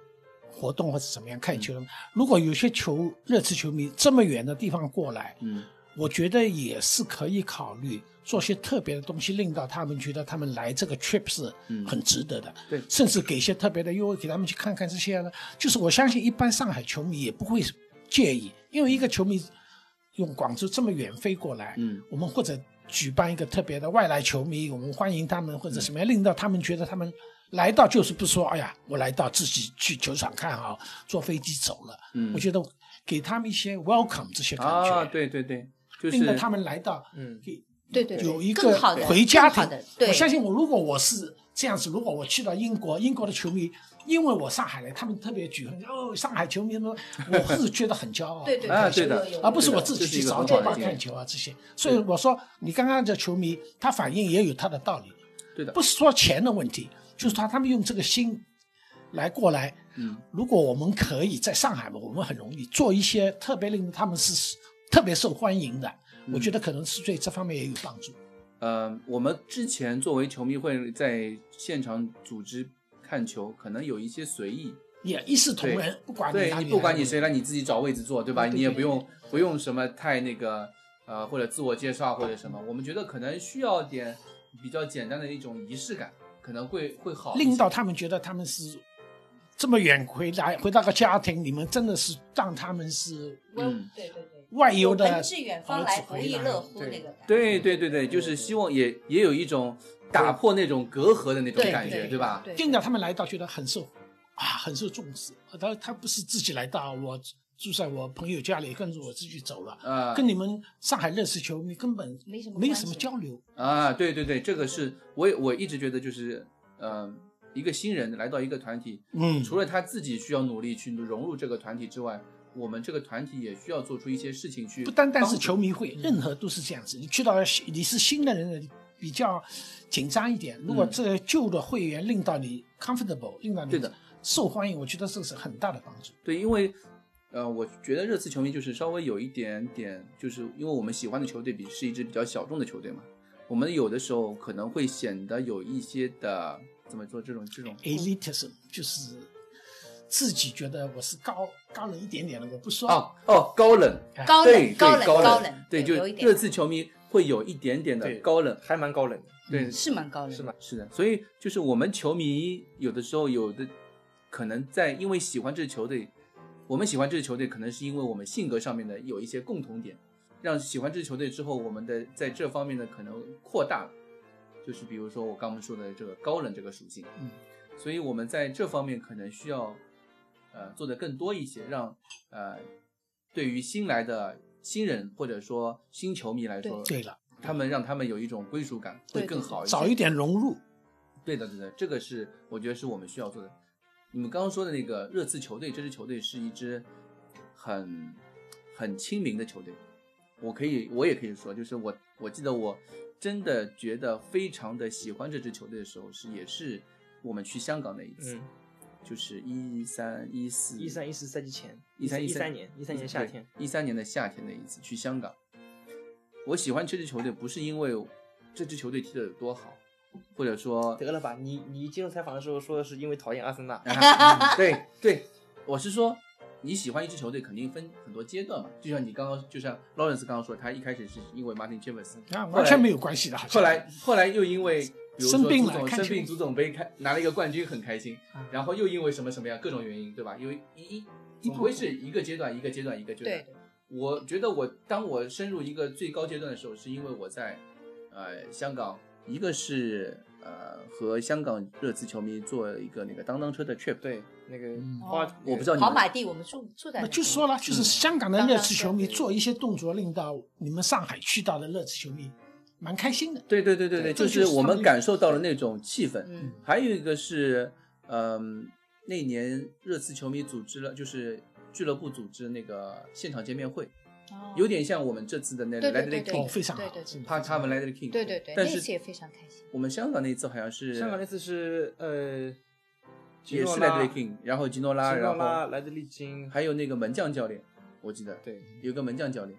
D: 活动或者怎么样看球，如果有些球热刺球迷这么远的地方过来，
B: 嗯
D: 我觉得也是可以考虑做些特别的东西，令到他们觉得他们来这个 trip 是很值得的。
B: 嗯对
D: 甚至给一些特别的优惠，给他们去看看这些呢。啊就是我相信一般上海球迷也不会介意，因为一个球迷用广州这么远飞过来，
B: 嗯，
D: 我们或者举办一个特别的外来球迷，我们欢迎他们或
B: 嗯
D: 者什么样，令到他们觉得他们来到就是不说，哎呀，我来到自己去球场看好，坐飞机走了。
B: 嗯
D: 我觉得给他们一些 welcome 这些感觉，
B: 啊，对对对，就
D: 令到
B: 是
D: 他们来到
E: 嗯，
D: 给
C: 对对对
D: 有一
C: 更
D: 个
C: 好的
D: 回家
C: 更好
D: 庭
C: 的。对，
D: 我相信我，如果我是这样子，如果我去到英国，英国的球迷，因为我上海人，他们特别举哦，上海球迷什么，我是觉得很骄傲。
C: 对对
B: 啊，
C: 对有
B: 对的
C: 有，有
D: 而不是
B: 对的
D: 我自己
B: 这是
D: 去
B: 一个
D: 找
B: 很
D: 酒
B: 好
D: 吧
B: 的建
D: 看
B: 议，
D: 球啊这些。所以我说，你刚刚这球迷他反应也有他的道理，
B: 对的
D: 不是说钱的问题，就是他他们用这个心来过来。
B: 嗯，
D: 如果我们可以在上海嘛，我们很容易做一些特别令他们是特别受欢迎的，我觉得可能是对这方面也有帮助。
B: 呃，我们之前作为球迷会在现场组织看球，可能有一些随意，
D: 也一视同仁，不管你
B: 对
D: 哪
B: 你
D: 里
B: 不管
D: 来
B: 你谁来，你自己找位置坐，对吧？
D: 对对
B: 你也
D: 对
B: 不用不用什么太那个呃，或者自我介绍或者什么。我们觉得可能需要点比较简单的一种仪式感，可能会会好一些。
D: 令到他们觉得他们是这么远回来，回到个家庭，你们真的是让他们是
B: 嗯
C: 对对对，
D: 外游
C: 有
D: 的
C: 朋自远方来，不亦乐乎
B: 对
C: 那个感觉。
D: 嗯
B: 对对对对，就是希望也也有一种打破那种隔阂的那种
C: 对
B: 感觉，
C: 对
B: 对吧？
C: 对
D: 令到他们来到觉得很受啊，很受重视。呃他他不是自己来到，我住在我朋友家里，跟着我自己走了，
B: 呃，
D: 跟你们上海认识球迷根本
C: 啊没什么
D: 没有
C: 关
D: 什么
C: 系
D: 交流。
B: 啊，对对对，这个是我也我一直觉得就是，呃，一个新人来到一个团体，
D: 嗯
B: 除了他自己需要努力去融入这个团体之外，我们这个团体也需要做出一些事情去帮助。
D: 不单单是球迷会，
C: 嗯
D: 任何都是这样子。你去到新你是新的人，比较紧张一
C: 嗯
D: 点。如果这个旧的会员令到你 comfortable，令到你
B: 对的
D: 受欢迎，我觉得这是很大的帮助。
B: 对，因为呃，我觉得热刺球迷就是稍微有一点点，就是因为我们喜欢的球队比是一支比较小众的球队嘛，我们有的时候可能会显得有一些的怎么说这种这种
D: elitism 就是自己觉得我是高高人一点点的，我不说。
B: 哦哦高冷，
C: 高
B: 对
C: 冷
B: 对
C: 高冷
B: 高
C: 冷，
B: 对，就
C: 有一
B: 热
C: 点
B: 刺球迷会有一点点的
E: 对
B: 高冷，
E: 嗯还蛮高冷的。
B: 对，
C: 是蛮高冷的，
E: 是吗
B: 是的，所以就是我们球迷有的时候有的可能在因为喜欢这支球队，我们喜欢这支球队，可能是因为我们性格上面的有一些共同点，让喜欢这支球队之后，我们的在这方面的可能扩大了，就是比如说我刚刚说的这个高冷这个属性，
D: 嗯，
B: 所以我们在这方面可能需要呃做的更多一些，让呃对于新来的新人或者说新球迷来说，
D: 对了，
B: 他们让他们有一种归属感会
C: 对
B: 更
C: 对对
B: 好一些，
D: 早一点融入，
B: 对的，对的，这个是我觉得是我们需要做的。你们刚刚说的那个热刺球队，这支球队是一支很很亲民的球队。我可以，我也可以说，就是我我记得我真的觉得非常的喜欢这支球队的时候，是也是我们去香港那一次，
E: 嗯，
B: 就是一三一四
E: 一三一四赛季前，
B: 一三
E: 一
B: 三嗯
E: 三年，一三年夏天，
B: 一三年的夏天的一次去香港。我喜欢这支球队，不是因为这支球队踢得有多好，或者说
E: 得了吧，你你接受采访的时候说的是因为讨厌阿森纳，
D: *laughs*
B: 啊对对，我是说，你喜欢一支球队肯定分很多阶段嘛，就像你刚刚，就像 Lawrence 刚刚说，他一开始是因为 Martin Jefferson，
D: 啊，
B: 后来
D: 完全没有关系的。好像
B: 后来后来又因为比如说
D: 生病
B: 足
D: 了
B: 总
D: 看
B: 生
D: 球
B: 病足总杯开拿了一个冠军很开心
D: 啊，
B: 然后又因为什么什么样各种原因，对吧？因为一一总归是一个阶段一个阶段一个阶段
C: 对。
B: 我觉得我当我深入一个最高阶段的时候，是因为我在呃香港，一个是呃和香港热刺球迷做一个那个当当车的 trip，
E: 对，那个
D: 嗯
E: 花，
C: 哦
B: 我不知道你
C: 跑
B: 们
C: 马地我们住住在
D: 那
C: 那，
D: 就说了，
B: 嗯
D: 就是香港的
C: 刚
D: 热
C: 刚
D: 刺
C: 说
D: 球迷
C: 的
D: 做一些动作，令到你们上海去到的热刺球迷蛮开心的。
B: 对对对对对，
D: 对
B: 就
D: 这就是是
B: 我
D: 他
B: 们
D: 们
B: 感受到了那种气氛。
C: 嗯
B: 还有一个是，嗯，那年热刺球迷组织了，就是俱乐部组织那个现场见面会，
C: 哦
B: 有点像我们这次的那
C: 对
B: l e
C: 对
B: t
C: 对
B: It
C: 对，
D: 哦
B: King，
D: 非常好
C: 对对对
B: 怕他们 l e t It King。
C: 对对对，
B: 但
C: 那次
B: 是
C: 也非常开心。
B: 我们香港那次好像是
E: 香港那次是呃，吉
B: 也
E: 诺
B: 是 l e
E: 拉
B: t It King，然后吉诺拉，
E: 吉诺
B: 然
E: 拉
B: 后
E: 莱德利金，
B: 还有那个门将教练，我记得
E: 对，
B: 有个门将教练，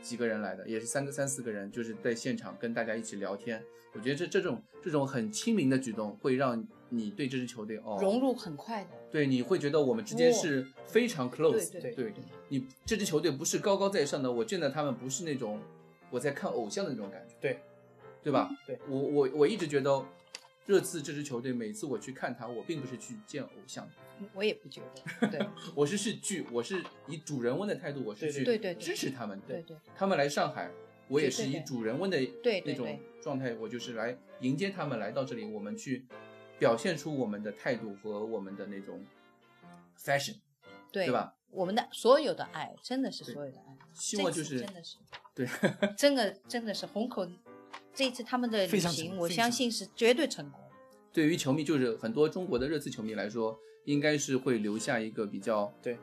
B: 几个人来的，也是三个三四个人，就是在现场跟大家一起聊天。我觉得这这种这种很亲民的举动，会让你对这支球队哦，
C: 融入很快的，
B: 对，你会觉得我们之间是非常 close，、
C: 对对
B: 对你这支球队不是高高在上的，我见到他们不是那种我在看偶像的那种感觉，
E: 对，
C: 嗯
B: 对吧？
E: 对，
B: 我我我一直觉得热刺这支球队，每次我去看他，我并不是去见偶像，
C: 嗯我也不觉得，对
B: 我是是去，我是以主人翁的态度，我是
E: 对
B: 去
C: 对对对
B: 支持他们的，
C: 对对
B: 他们来上海，我也是
C: 对对
B: 以
C: 对
B: 主人翁的
C: 对
B: 那
C: 对
B: 种
C: 对，
B: 状态，我就是来迎接他们来到这里，我们去表现出我们的态度和我们的那种 fashion，
C: 对
B: 对？吧？
C: 我们的所有的爱，真的是
B: 对
C: 所有的爱，
B: 希望就
C: 这次
B: 是
C: 真的是
B: 对，
C: *laughs* 真的真的是虹口这一次他们的旅
D: 非常
C: 行，
D: 成
C: 我
D: 非
C: 相
D: 常
C: 信是绝对成功。
B: 对于球迷，就是很多中国的热刺球迷来说，应该是会留下一个比较
E: 对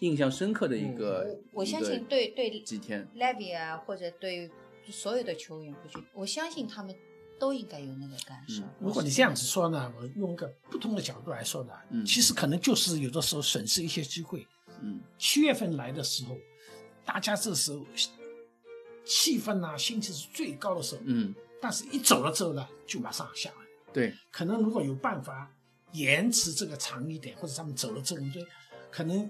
B: 印象深刻的
D: 嗯
B: 一个，
C: 我我
B: 一个
C: 相信对对
B: 几天，
C: Levy 啊，或者对所有的球员，我觉得我相信他们都应该有那个感受
B: 嗯。
D: 如果你这样子说呢，我用一个不同的角度来说呢，
B: 嗯
D: 其实可能就是有的时候损失一些机会。
B: 嗯，
D: 七月份来的时候，大家这时候气氛呐、心情是最高的时候，
B: 嗯，
D: 但是一走了之后呢，就马上下来。
B: 对，
D: 可能如果有办法延迟这个长一点，或者他们走了之后，对，可能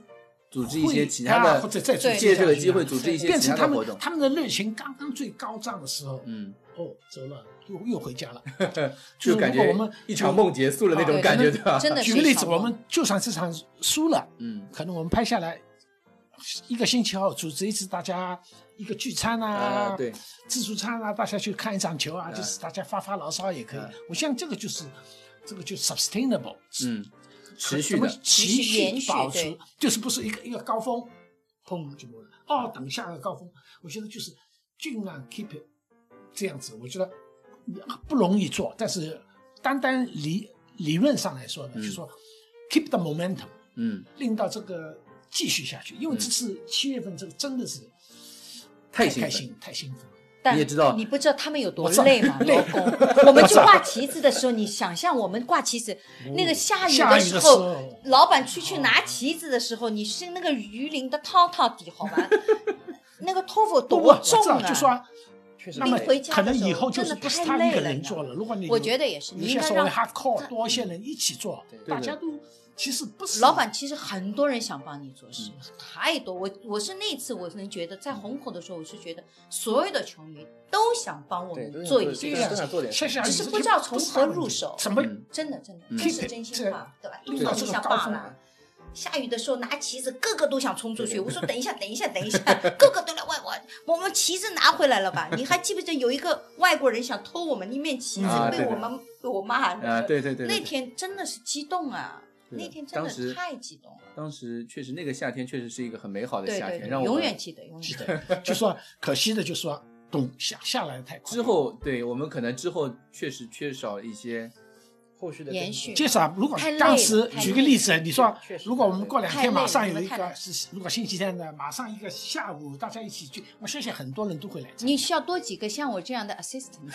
B: 组织一
D: 会
B: 些其他的
D: 啊或者再组织
B: 借这个
D: 下去
B: 机会
D: 呢
B: 组织一些
D: 变
B: 其
D: 成
B: 他
D: 他
B: 的活
D: 们
B: 动，
D: 他们的热情刚刚最高涨的时候，
B: 嗯，
D: 哦，走了又又
B: *laughs*
D: 回家了，
B: 就是感
D: 如果
B: 觉
D: 我们
B: 一场梦结束了那种
C: 哦对
B: 感觉，
D: 真
B: 对
D: 的
B: 吧？
C: 真的是
D: 举个例子，
C: 一场梦
D: 我们就算这场输了，
B: 嗯，
D: 可能我们拍下来一个星期后，组织一次大家一个聚餐啊，
B: 啊，对，
D: 自助餐啊，大家去看一场球啊，
B: 啊
D: 就是大家发发牢骚也可以。
B: 啊
D: 我想这个就是这个就 sustainable，
B: 嗯，持
D: 可
B: 续
D: 怎
B: 的
D: 么，
C: 持
D: 持
C: 续延续
D: 续保持
C: 对，
D: 就是不是一个一个高峰，砰就没了。哦，等下个高峰，我觉得就是尽量 keep it 这样子，我觉得啊不容易做，但是单单理理论上来说呢，
B: 嗯
D: 就说 keep the momentum，
B: 嗯，
D: 令到这个继续下去，因为
B: 嗯
D: 这次七月份这个真的是
B: 太兴
D: 开
B: 奋，
D: 心，太兴奋了。
C: 但
B: 你也知道
C: 你不知道他们有多
D: 我知道
C: 累吗？
D: *laughs* 累
C: 老公，我们去挂旗子的时候，你想象我们挂旗子，那个下雨
D: 哦下雨
C: 时
D: 的时候
C: 老板出去拿旗子的时候，你是那个鱼鳞的滔滔底，好吧？ *laughs* 那个托付
D: 不不，
C: 多
D: 我知
C: 重
D: 道
C: 啊！
D: 就说啊，
E: 确实
D: 那
C: 拎
D: 么
E: 累
C: 回家
D: 可
C: 的
D: 能
C: 时候
D: 以后就
C: 真
D: 是
C: 的
D: 不是
C: 太
D: 他一
C: 累
D: 个
C: 了
D: 人
C: 呢
D: 做了，如果你
C: 我
D: 有
C: 觉得也是，你
D: 有
C: 应
D: 些
C: 该
D: 稍微
C: 让
D: hardcore 多一些人一起做，
B: 对
D: 大
B: 对
D: 家都其实不是
C: 老板其实很多人想帮你做事，太多。我我是那次，我能觉得在虹口的时候，我是觉得所有的球迷都想帮我
E: 对，
C: 们
E: 都
C: 做一
E: 些
C: 些
D: 对呀
E: 都
C: 事
E: 想
C: 情，
E: 做点事
D: 下下
C: 只是不知道从何入手
D: 怎么
B: 嗯
C: 真的真的，
B: 嗯
C: 这是真心话，对吧？
D: 对
C: 都是
D: 这个
C: 像
D: 高
C: 爸
D: 峰
C: 爸。下雨的时候拿旗子，个个都想冲出去。我说等一下，等一下，等一下，个个都来问我，我们旗子拿回来了吧？你还记不记得有一个外国人想偷我们一面旗子
B: 啊，
C: 被
B: 对
C: 我
B: 对
C: 们被我骂。
B: 啊，对对对，对
C: 那
B: 对
C: 天真的是激动啊！
B: 对的
C: 那天真
B: 当时
C: 的太激动了。
B: 当时确实那个夏天确实是一个很美好的
C: 对
B: 夏
C: 对
B: 天，
C: 对，
B: 让我
C: 永
B: 们
C: 远记得，永远记得。
D: 就说可惜的，就说懂下下来得太快。
B: 之后对我们可能之后确实缺少一些，
E: 后续的
C: 延
E: 更
C: 续
D: 介绍，啊如果
C: 太累了
D: 当时
C: 太累
D: 举个例子，你说
E: 确实
D: 如果我们过两天马上有一
C: 太累了
D: 个，是如果星期天呢，马上一个下午大家一起去，我相信很多人都会来。
C: 你需要多几个像我这样的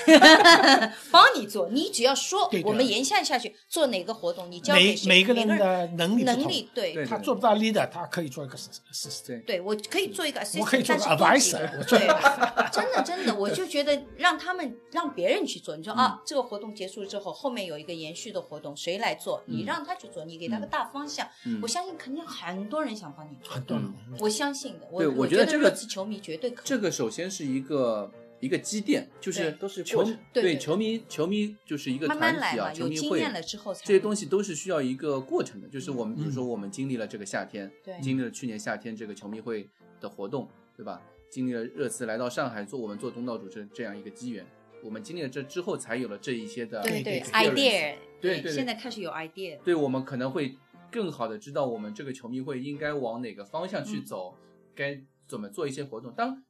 C: assistant，帮你做。你只要说
D: 对，的
C: 我们沿线下去做哪个活动，你交给
D: 每
C: 谁
D: 每个
C: 每个
D: 人的能力不
C: 能
D: 同，
C: 力，对
B: 对
D: 他做不到 leader，他可以做一个 assistant。
B: 对
C: 对我可以做一个 assistant，
D: 我可以做个
C: 但是多
D: advisor，
C: 几个对，真的真的，我就觉得让他们让别人去做。你说啊，这个活动结束之后，后面有一个延续的活动，谁来做？你
B: 嗯
C: 让他去做，你给他个
B: 嗯
C: 大方向。
B: 嗯
C: 我，相信肯定很多人想帮你做，
D: 很多人
B: 嗯
C: 我相信的。我
B: 对我
C: 我
B: 觉得
C: 得
B: 这个
C: 热刺球迷绝对可以。
B: 这个首先是一个一个积淀，就是
E: 对都是
B: 球
E: 过程
C: 对对对
B: 球迷球迷就是一个
C: 慢
B: 团
C: 慢来
B: 体啊，
C: 嘛，
B: 球
C: 有
B: 迷
C: 经
B: 会
C: 验了之后才
B: 这些东西都是需要一个过程的，就是我们比如
D: 嗯
B: 说我们经历了这个夏天，
C: 对
B: 经历了去年夏天这个球迷会的活动，对吧？经历了热刺来到上海做我们做东道主这这样一个机缘，我们经历了这之后才有了这一些的
C: 对
D: 对
B: experience
C: idea，
B: 对对对
C: 现在开始有 idea，
B: 对我们可能会更好的知道我们这个球迷会应该往哪个方向
C: 嗯
B: 去走，该怎么做一些活动。当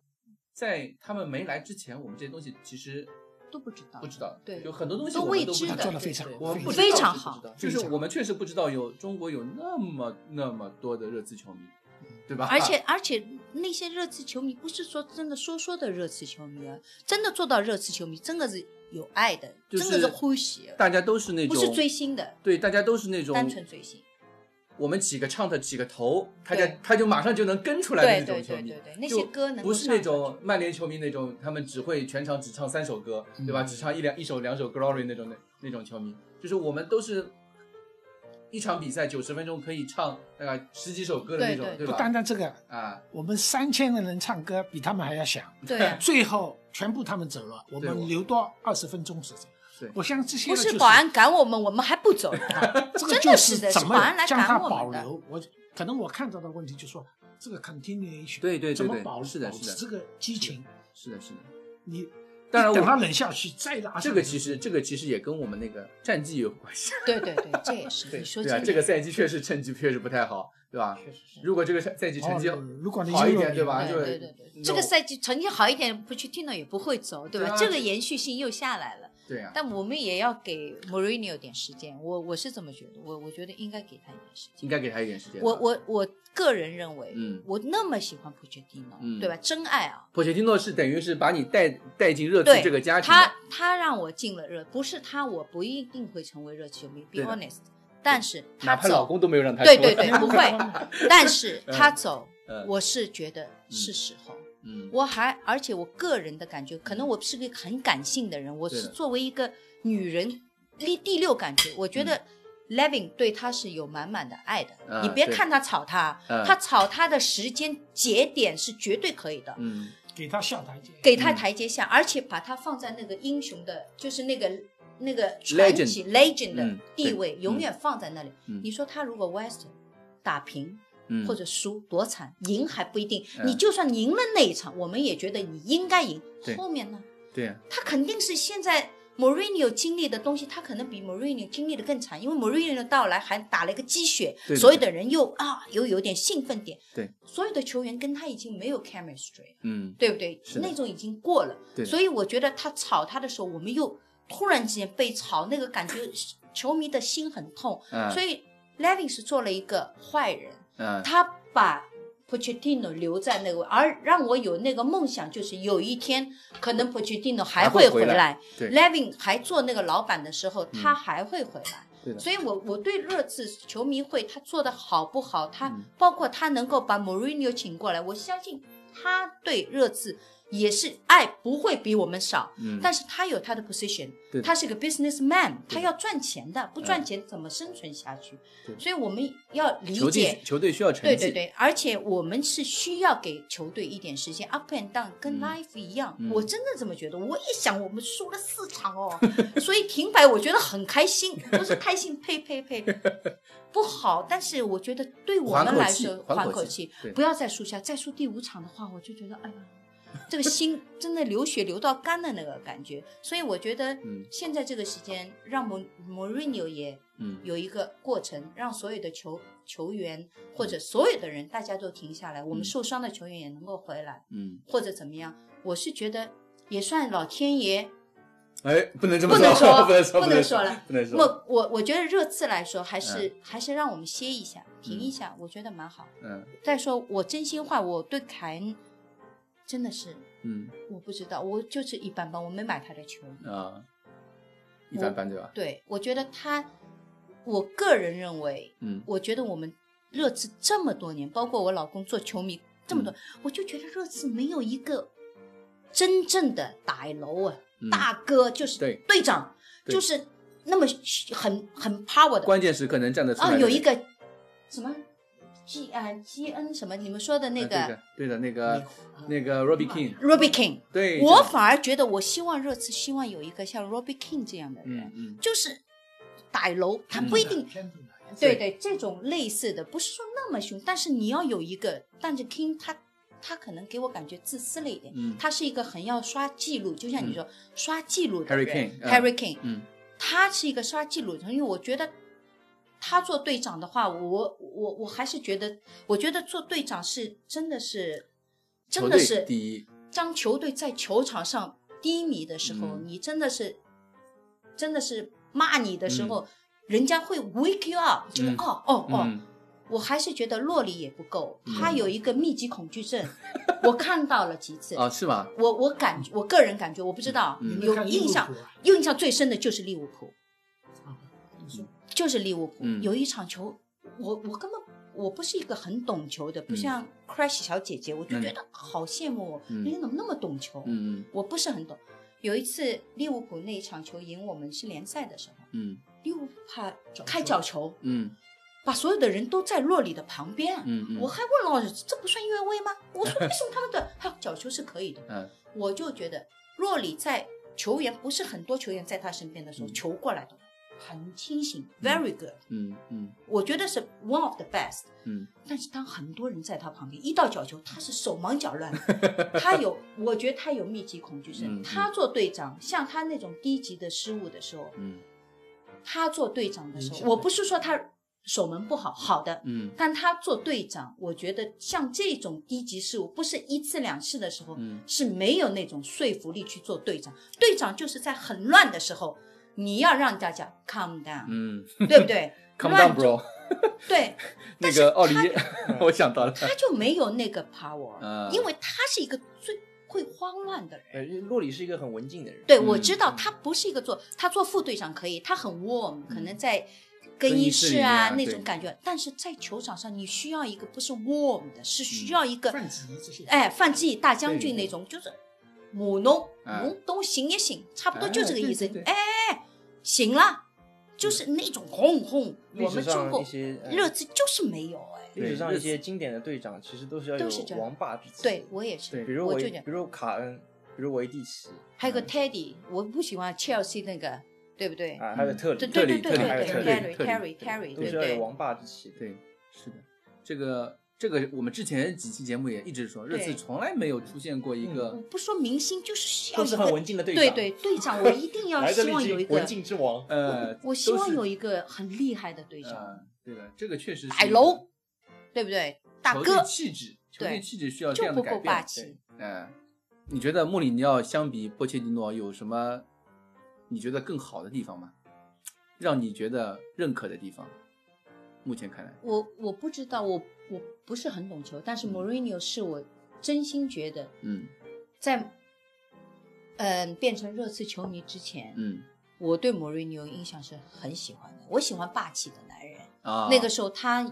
B: 在他们没来之前，我们这些东西其实
C: 都不知道，
B: 不知道，
C: 对
B: 有很多东西
C: 都
B: 我们
C: 未
B: 都不
C: 知
B: 知
C: 的，
B: 道
D: 他做得
C: 对
D: 非常
C: 对
B: 我
D: 非
B: 不知道
D: 常
C: 非常
B: 是不
C: 好
B: 知道就是我们确实不知道有中国有那么那么多的热刺球迷，对
D: 啊
B: 吧？
C: 而且而且那些热刺球迷不是说真的说说的热刺球迷啊，真的做到热刺球迷，真的是有爱的，
B: 就
C: 真的
B: 是
C: 是欢喜，
B: *laughs* 大家都是那种
C: 不是追星的，
B: 对，大家都是那种
C: 单纯追星。
B: 我们起个唱的起个头，他就
C: 对
B: 他就马上就能跟出来
C: 对
B: 的那
C: 对
B: 种球
C: 对
B: 迷
C: 对。对，那
B: 就
C: 些歌能够
B: 不是
C: 上
B: 那
C: 上
B: 种曼联球迷那种，他们只会全场只唱三首歌，对吧？
D: 嗯
B: 只唱一两一首两首 Glory 那种的那种球迷，就是我们都是一场比赛九十分钟可以唱大概十几首歌的那种，
C: 对
B: 对
D: 不单
B: 吧？
D: 单这个，
B: 啊，
D: 我们三千个人唱歌比他们还要响。，
C: 去对
B: *laughs*
C: 啊
D: 最后全部他们走了，我
B: 对我
D: 们留多二十分钟时间。
B: 对
D: 我想这些
C: 不
D: 呢
C: 是
D: 就
C: 保安赶我们，我们还不走，
D: 这个
C: 真
D: 就
C: 的是的
D: 怎
C: 是
D: 么
C: 保安来
D: 将
C: 赶
D: 它
C: 我们
D: 保
C: 的
D: 留。我可能我看到的问题就是说，这个 continuation
B: 对对
D: 怎
B: 对
D: 么
B: 对
D: 保
B: 是的
D: 保
B: 是的
D: 持这个激情？
B: 是的，是的。
D: 你
B: 当然
D: 一等它
B: 我，
D: 冷下去再拉上
B: 这个
D: 去
B: 其实这个其实也跟我们那个战绩有关系，
C: 对对对，这也是你说
B: 对啊，
C: 真
B: 这个
C: 的
B: 赛季确实成绩确实不太好，对吧？
E: 确实是。
B: 如果这个赛季成绩
D: 哦如果你
B: 好一点，
D: 有
B: 对吧？
C: 对
B: 就
C: 对对对，这个赛季成绩好一点，不去听了也不会走，对
B: 对
C: 吧？
B: 啊
C: 这个延续性又下来了，
B: 对啊呀，
C: 但我们也要给 Mourinho 点时间，我我是这么觉得，我我觉得应该给他一点时间。
B: 应该给他一点时间吧。
C: 我我我个人认为，
B: 嗯
C: 我那么喜欢普切蒂诺，
B: 嗯
C: 对吧？真爱啊，
B: 波切蒂诺是等于是把你带带进热刺
C: 对
B: 这个家庭的，
C: 他他让我进了热，不是他，我不一定会成为热球迷，be
B: 对的
C: honest。但是他
B: 哪怕老
C: 走，
B: 公都没有让他
C: 对
B: 说
C: 对对，不会。
B: *laughs*
C: 但是
B: 嗯
C: 他走，
B: 嗯
C: 我是觉得是时候。
B: 嗯
C: 我还而且我个人的感觉，可能我是个很感性的人，我
B: 对的
C: 是作为一个女人，第第六感觉，我觉得 Levin 对他是有满满的爱的。
B: 嗯啊
C: 你别
B: 对
C: 看他炒他，
B: 嗯
C: 他炒他的时间节点是绝对可以的。
B: 嗯
D: 给他下台阶。
C: 给他台阶下，而且把他放在那个英雄的，就是那个那个
B: Legend
C: 传奇 legend
B: 嗯
C: 的地位，
B: 对
C: 永远放在那里。
B: 嗯
C: 你说他如果 West 打平
B: 嗯，
C: 或者输多惨，赢还不一定。
B: 嗯
C: 你就算赢了那一场，我们也觉得你应该赢
B: 对。
C: 后面呢，
B: 对啊呀
C: 他肯定是现在 Mourinho 经历的东西，他可能比 Mourinho 经历的更惨，因为 Mourinho 的到来还打了一个鸡血
B: 对，的
C: 所有的人又啊又有点兴奋点。
B: 对，
C: 所有的球员跟他已经没有 chemistry 了。
B: 嗯
C: 对不对？
B: 是的
C: 那种已经过了，
B: 对的
C: 所以我觉得他炒他的时候，我们又突然之间被炒，那个感觉，球迷的心很痛。
B: 嗯
C: 所以 Levin 是做了一个坏人，
B: 嗯
C: 他把 Pochettino 留在那个位，而让我有那个梦想，就是有一天可能 Pochettino 还
B: 会
C: 会
B: 回来
C: 来。
B: 对嗯
C: Levin 还做那个老板的时候，他还会回来。
B: 对的
C: 所以我，我对热刺球迷会他做的好不好，他、
B: 嗯
C: 包括他能够把 Mourinho 请过来，我相信他对热刺也是爱不会比我们少，
B: 嗯，
C: 但是他有他的 position，
B: 对的
C: 他是个 businessman，
B: 对的嗯
C: 他要赚钱的，不赚钱怎么生存下去
B: 对？的
C: 所以我们要理
B: 球
C: 解
B: 队球队需要成
C: 对
B: 绩，
C: 对对，而且我们是需要给球队一点时间，up and down，跟
B: 嗯
C: life 一样，
B: 嗯
C: 我真的这么觉得。我一想，我们输了四场哦， *laughs* 所以停摆，我觉得很开心，不是开心，呸呸呸，不好。但是我觉得对我
B: 缓
C: 们
B: 口
C: 来
B: 气
C: 说，
B: 缓
C: 缓
B: 口
C: 口
B: 气
C: 气
B: 对，
C: 不要再输下，再输第五场的话，我就觉得哎呀。这个心真的流血流到干的那个感觉，所以我觉得
B: 嗯
C: 现在这个时间让莫莫瑞纽也
B: 嗯
C: 有一个过程，让所有的球球员或者所有的人，大家都停下来，我们受伤的球员也能够回来，
B: 嗯，
C: 或者怎么样？我是觉得也算老天爷，
B: 哎，不能这么
C: 不能
B: 说，
C: 说不
B: *laughs* 不能说，能
C: 能说了，
B: 不能说，
C: 我我我觉得热刺来说，还是、还是让我们歇一下，停一下，我觉得蛮好。
B: 嗯
C: 再说，我真心话，我对凯恩真的是
B: 嗯
C: 我不知道，我就是一般般，我没买他的球。
B: 啊，一般般对吧？
C: 对，我觉得他，我个人认为
B: 嗯
C: 我觉得我们热刺这么多年，包括我老公做球迷这
B: 嗯
C: 么多，我就觉得热刺没有一个真正的歹楼啊，
B: 嗯，
C: 大哥就是
B: 对
C: 队长，
B: 对
C: 就是那么很很 power 的
B: 关键时刻能站得出来
C: 啊，
B: 的
C: 有一个什么 G 啊 G N 什么你们说的那
B: 呃
C: 个
B: 对的对的那个那个 Robbie King，
C: Robbie King，
B: 对，
C: 我
B: 这种
C: 反而觉得我希望热刺希望有一个像 Robbie King 这样的人，
B: 嗯嗯
C: 就是歹楼，他不一定。
D: 偏不难
C: 对对，这种类似的不是说那么凶，但是你要有一个，但是 King 他他可能给我感觉自私了一点，
B: 嗯
C: 他是一个很要刷记录，就像你说、刷记录的
B: Harry
C: 人
B: Kane，嗯
C: Harry Kane，
B: 嗯
C: 他是一个刷记录的人，因为我觉得他做队长的话，我我我还是觉得，我觉得做队长是真的是真的
B: 球
C: 是
B: 队第一，
C: 当球队在球场上低迷的时候，
B: 嗯
C: 你真的是，真的是骂你的时候，人家会 wake you up，就是、
B: 嗯
C: 哦哦哦，
B: 嗯
C: 我还是觉得洛里也不够，
B: 嗯
C: 他有一个密集恐惧
B: *laughs*
C: 症，我看到了几次，
B: 啊是吗？
C: 我我感觉我个人感觉我不知道，
B: 嗯
C: 有印象，，
D: 啊
C: 印象最深的就是利物浦，就是利物浦、
B: 嗯
C: 有一场球。我我根本我不是一个很懂球
B: 嗯
C: 的，不像 Crash 小姐姐，我就觉得好羡慕哦，
B: 嗯
C: 人家怎么那么懂球？
B: 嗯
C: 我不是很懂。有一次利物浦那一场球赢我们是联赛的时候，
B: 嗯
C: 利物浦怕开角球，
B: 嗯
C: 把所有的人都在洛里的旁边。
B: 嗯嗯，
C: 我还问老师，这不算越位吗？我
B: *laughs*
C: 说为什么他们的还有角球是可以的？
B: 嗯
C: 我就觉得洛里在球员不是很多球员在他身边的时候，
B: 嗯
C: 球过来的很清醒
B: 嗯
C: ，very good，
B: 嗯嗯
C: 我觉得是 one of the best。
B: 嗯
C: 但是当很多人在他旁边，一到角球，他是手忙脚乱，
B: *laughs*
C: 他有，我觉得他有密集恐惧症。
B: 嗯嗯
C: 他做队长，像他那种低级的失误的时候，
B: 嗯
C: 他做队长的时
E: 影
C: 候，
E: 响
C: 我不是说他守门不好，好的，
B: 嗯
C: 但他做队长，我觉得像这种低级事务，不是一次两次的时候，
B: 嗯
C: 是没有那种说服力去做队长。队长就是在很乱的时候，你要让大家 calm down，、
B: 嗯
C: 对不
B: *laughs*
C: 对
B: ，come
C: 乱
B: down bro， *laughs*
C: 对，
B: 那个奥利，我想到了，
C: 他就没有那个 power，、
B: *laughs* 嗯
C: 因为他是一个最会慌乱的人。
E: 呃，因为洛里是一个很文静的人，
C: 对，
B: 嗯
C: 我知道他不是一个做，他做副队长可以，他很 warm，可能在更
B: 嗯更衣
C: 衣
B: 室
C: 室啊
B: 里面啊
C: 那
B: 对
C: 种感觉，但是在球场上你需要一个不是 warm 的，是需要一个
D: 范子怡这些，
C: 哎，范志毅大将军
B: 嗯对
C: 那种，就是母侬
B: 啊
C: 侬懂行一行，差不多就这个意思
B: 哎对对对。嗯
C: 哎，行了，就是那种轰轰，
E: 历
C: 我
E: 史
C: 们中
E: 上
C: 国
E: 一些
B: 哎
E: 呃
C: 热刺就是没有哎。
E: 历史上
B: 对
E: 一些经典的队长，其实都是要
C: 都
E: 有
C: 是这样
E: 王霸之气。
C: 对，我也
B: 对
C: 是，
E: 比如
C: 我
E: 维，
C: 就讲
E: 比如卡恩，比如维蒂奇
C: 还有个 Teddy，我不喜欢 Chelsea 那个，对不对？
E: 啊，还有特里，
C: 对
B: 特
C: 对
B: 里
C: 对对对
E: 特里特
C: 对
B: 特
E: 里
C: ，Terry Terry
B: 里特
C: Terry，
E: 都
C: 对不
E: 是要有
C: 对？
E: 王霸之气的。
B: 对，是的，这个这个我们之前几期节目也一直说，热刺
C: 对
B: 从来没有出现过一
C: 我
B: 个
C: 不说明星，就是要
E: 都
C: 一
E: 是很
C: 个
E: 文静的队
C: 对
E: 长。
C: 对，队长，我一
E: *laughs*
C: 定要
E: 来自
C: 希
E: 利
C: 望
E: 兹
C: 有一
E: 文
C: 个，
E: 静之王。
B: 呃，
C: 我希望有
B: 一
C: 一个很厉害的队长，
B: 呃，对的，这个确实是
C: 摆楼，对不对？大
B: 球
C: 哥
B: 队气质，球队
C: 对
B: 气质需要这
C: 就
B: 样的
C: 不
B: 改
C: 够
B: 变
C: 霸。气。
B: 嗯，你觉得穆里尼奥相比波切蒂诺有什么你觉得更好的地方吗？让你觉得认可的地方？目前看来，
C: 我我不知道，我我不是很懂球，但是
B: 嗯
C: Mourinho 是我真心觉得
B: 嗯
C: 在，嗯、变成热刺球迷之前，
B: 嗯
C: 我对 Mourinho 印象是很喜欢的。我喜欢霸气的男人。
B: 啊，
C: 那个时候他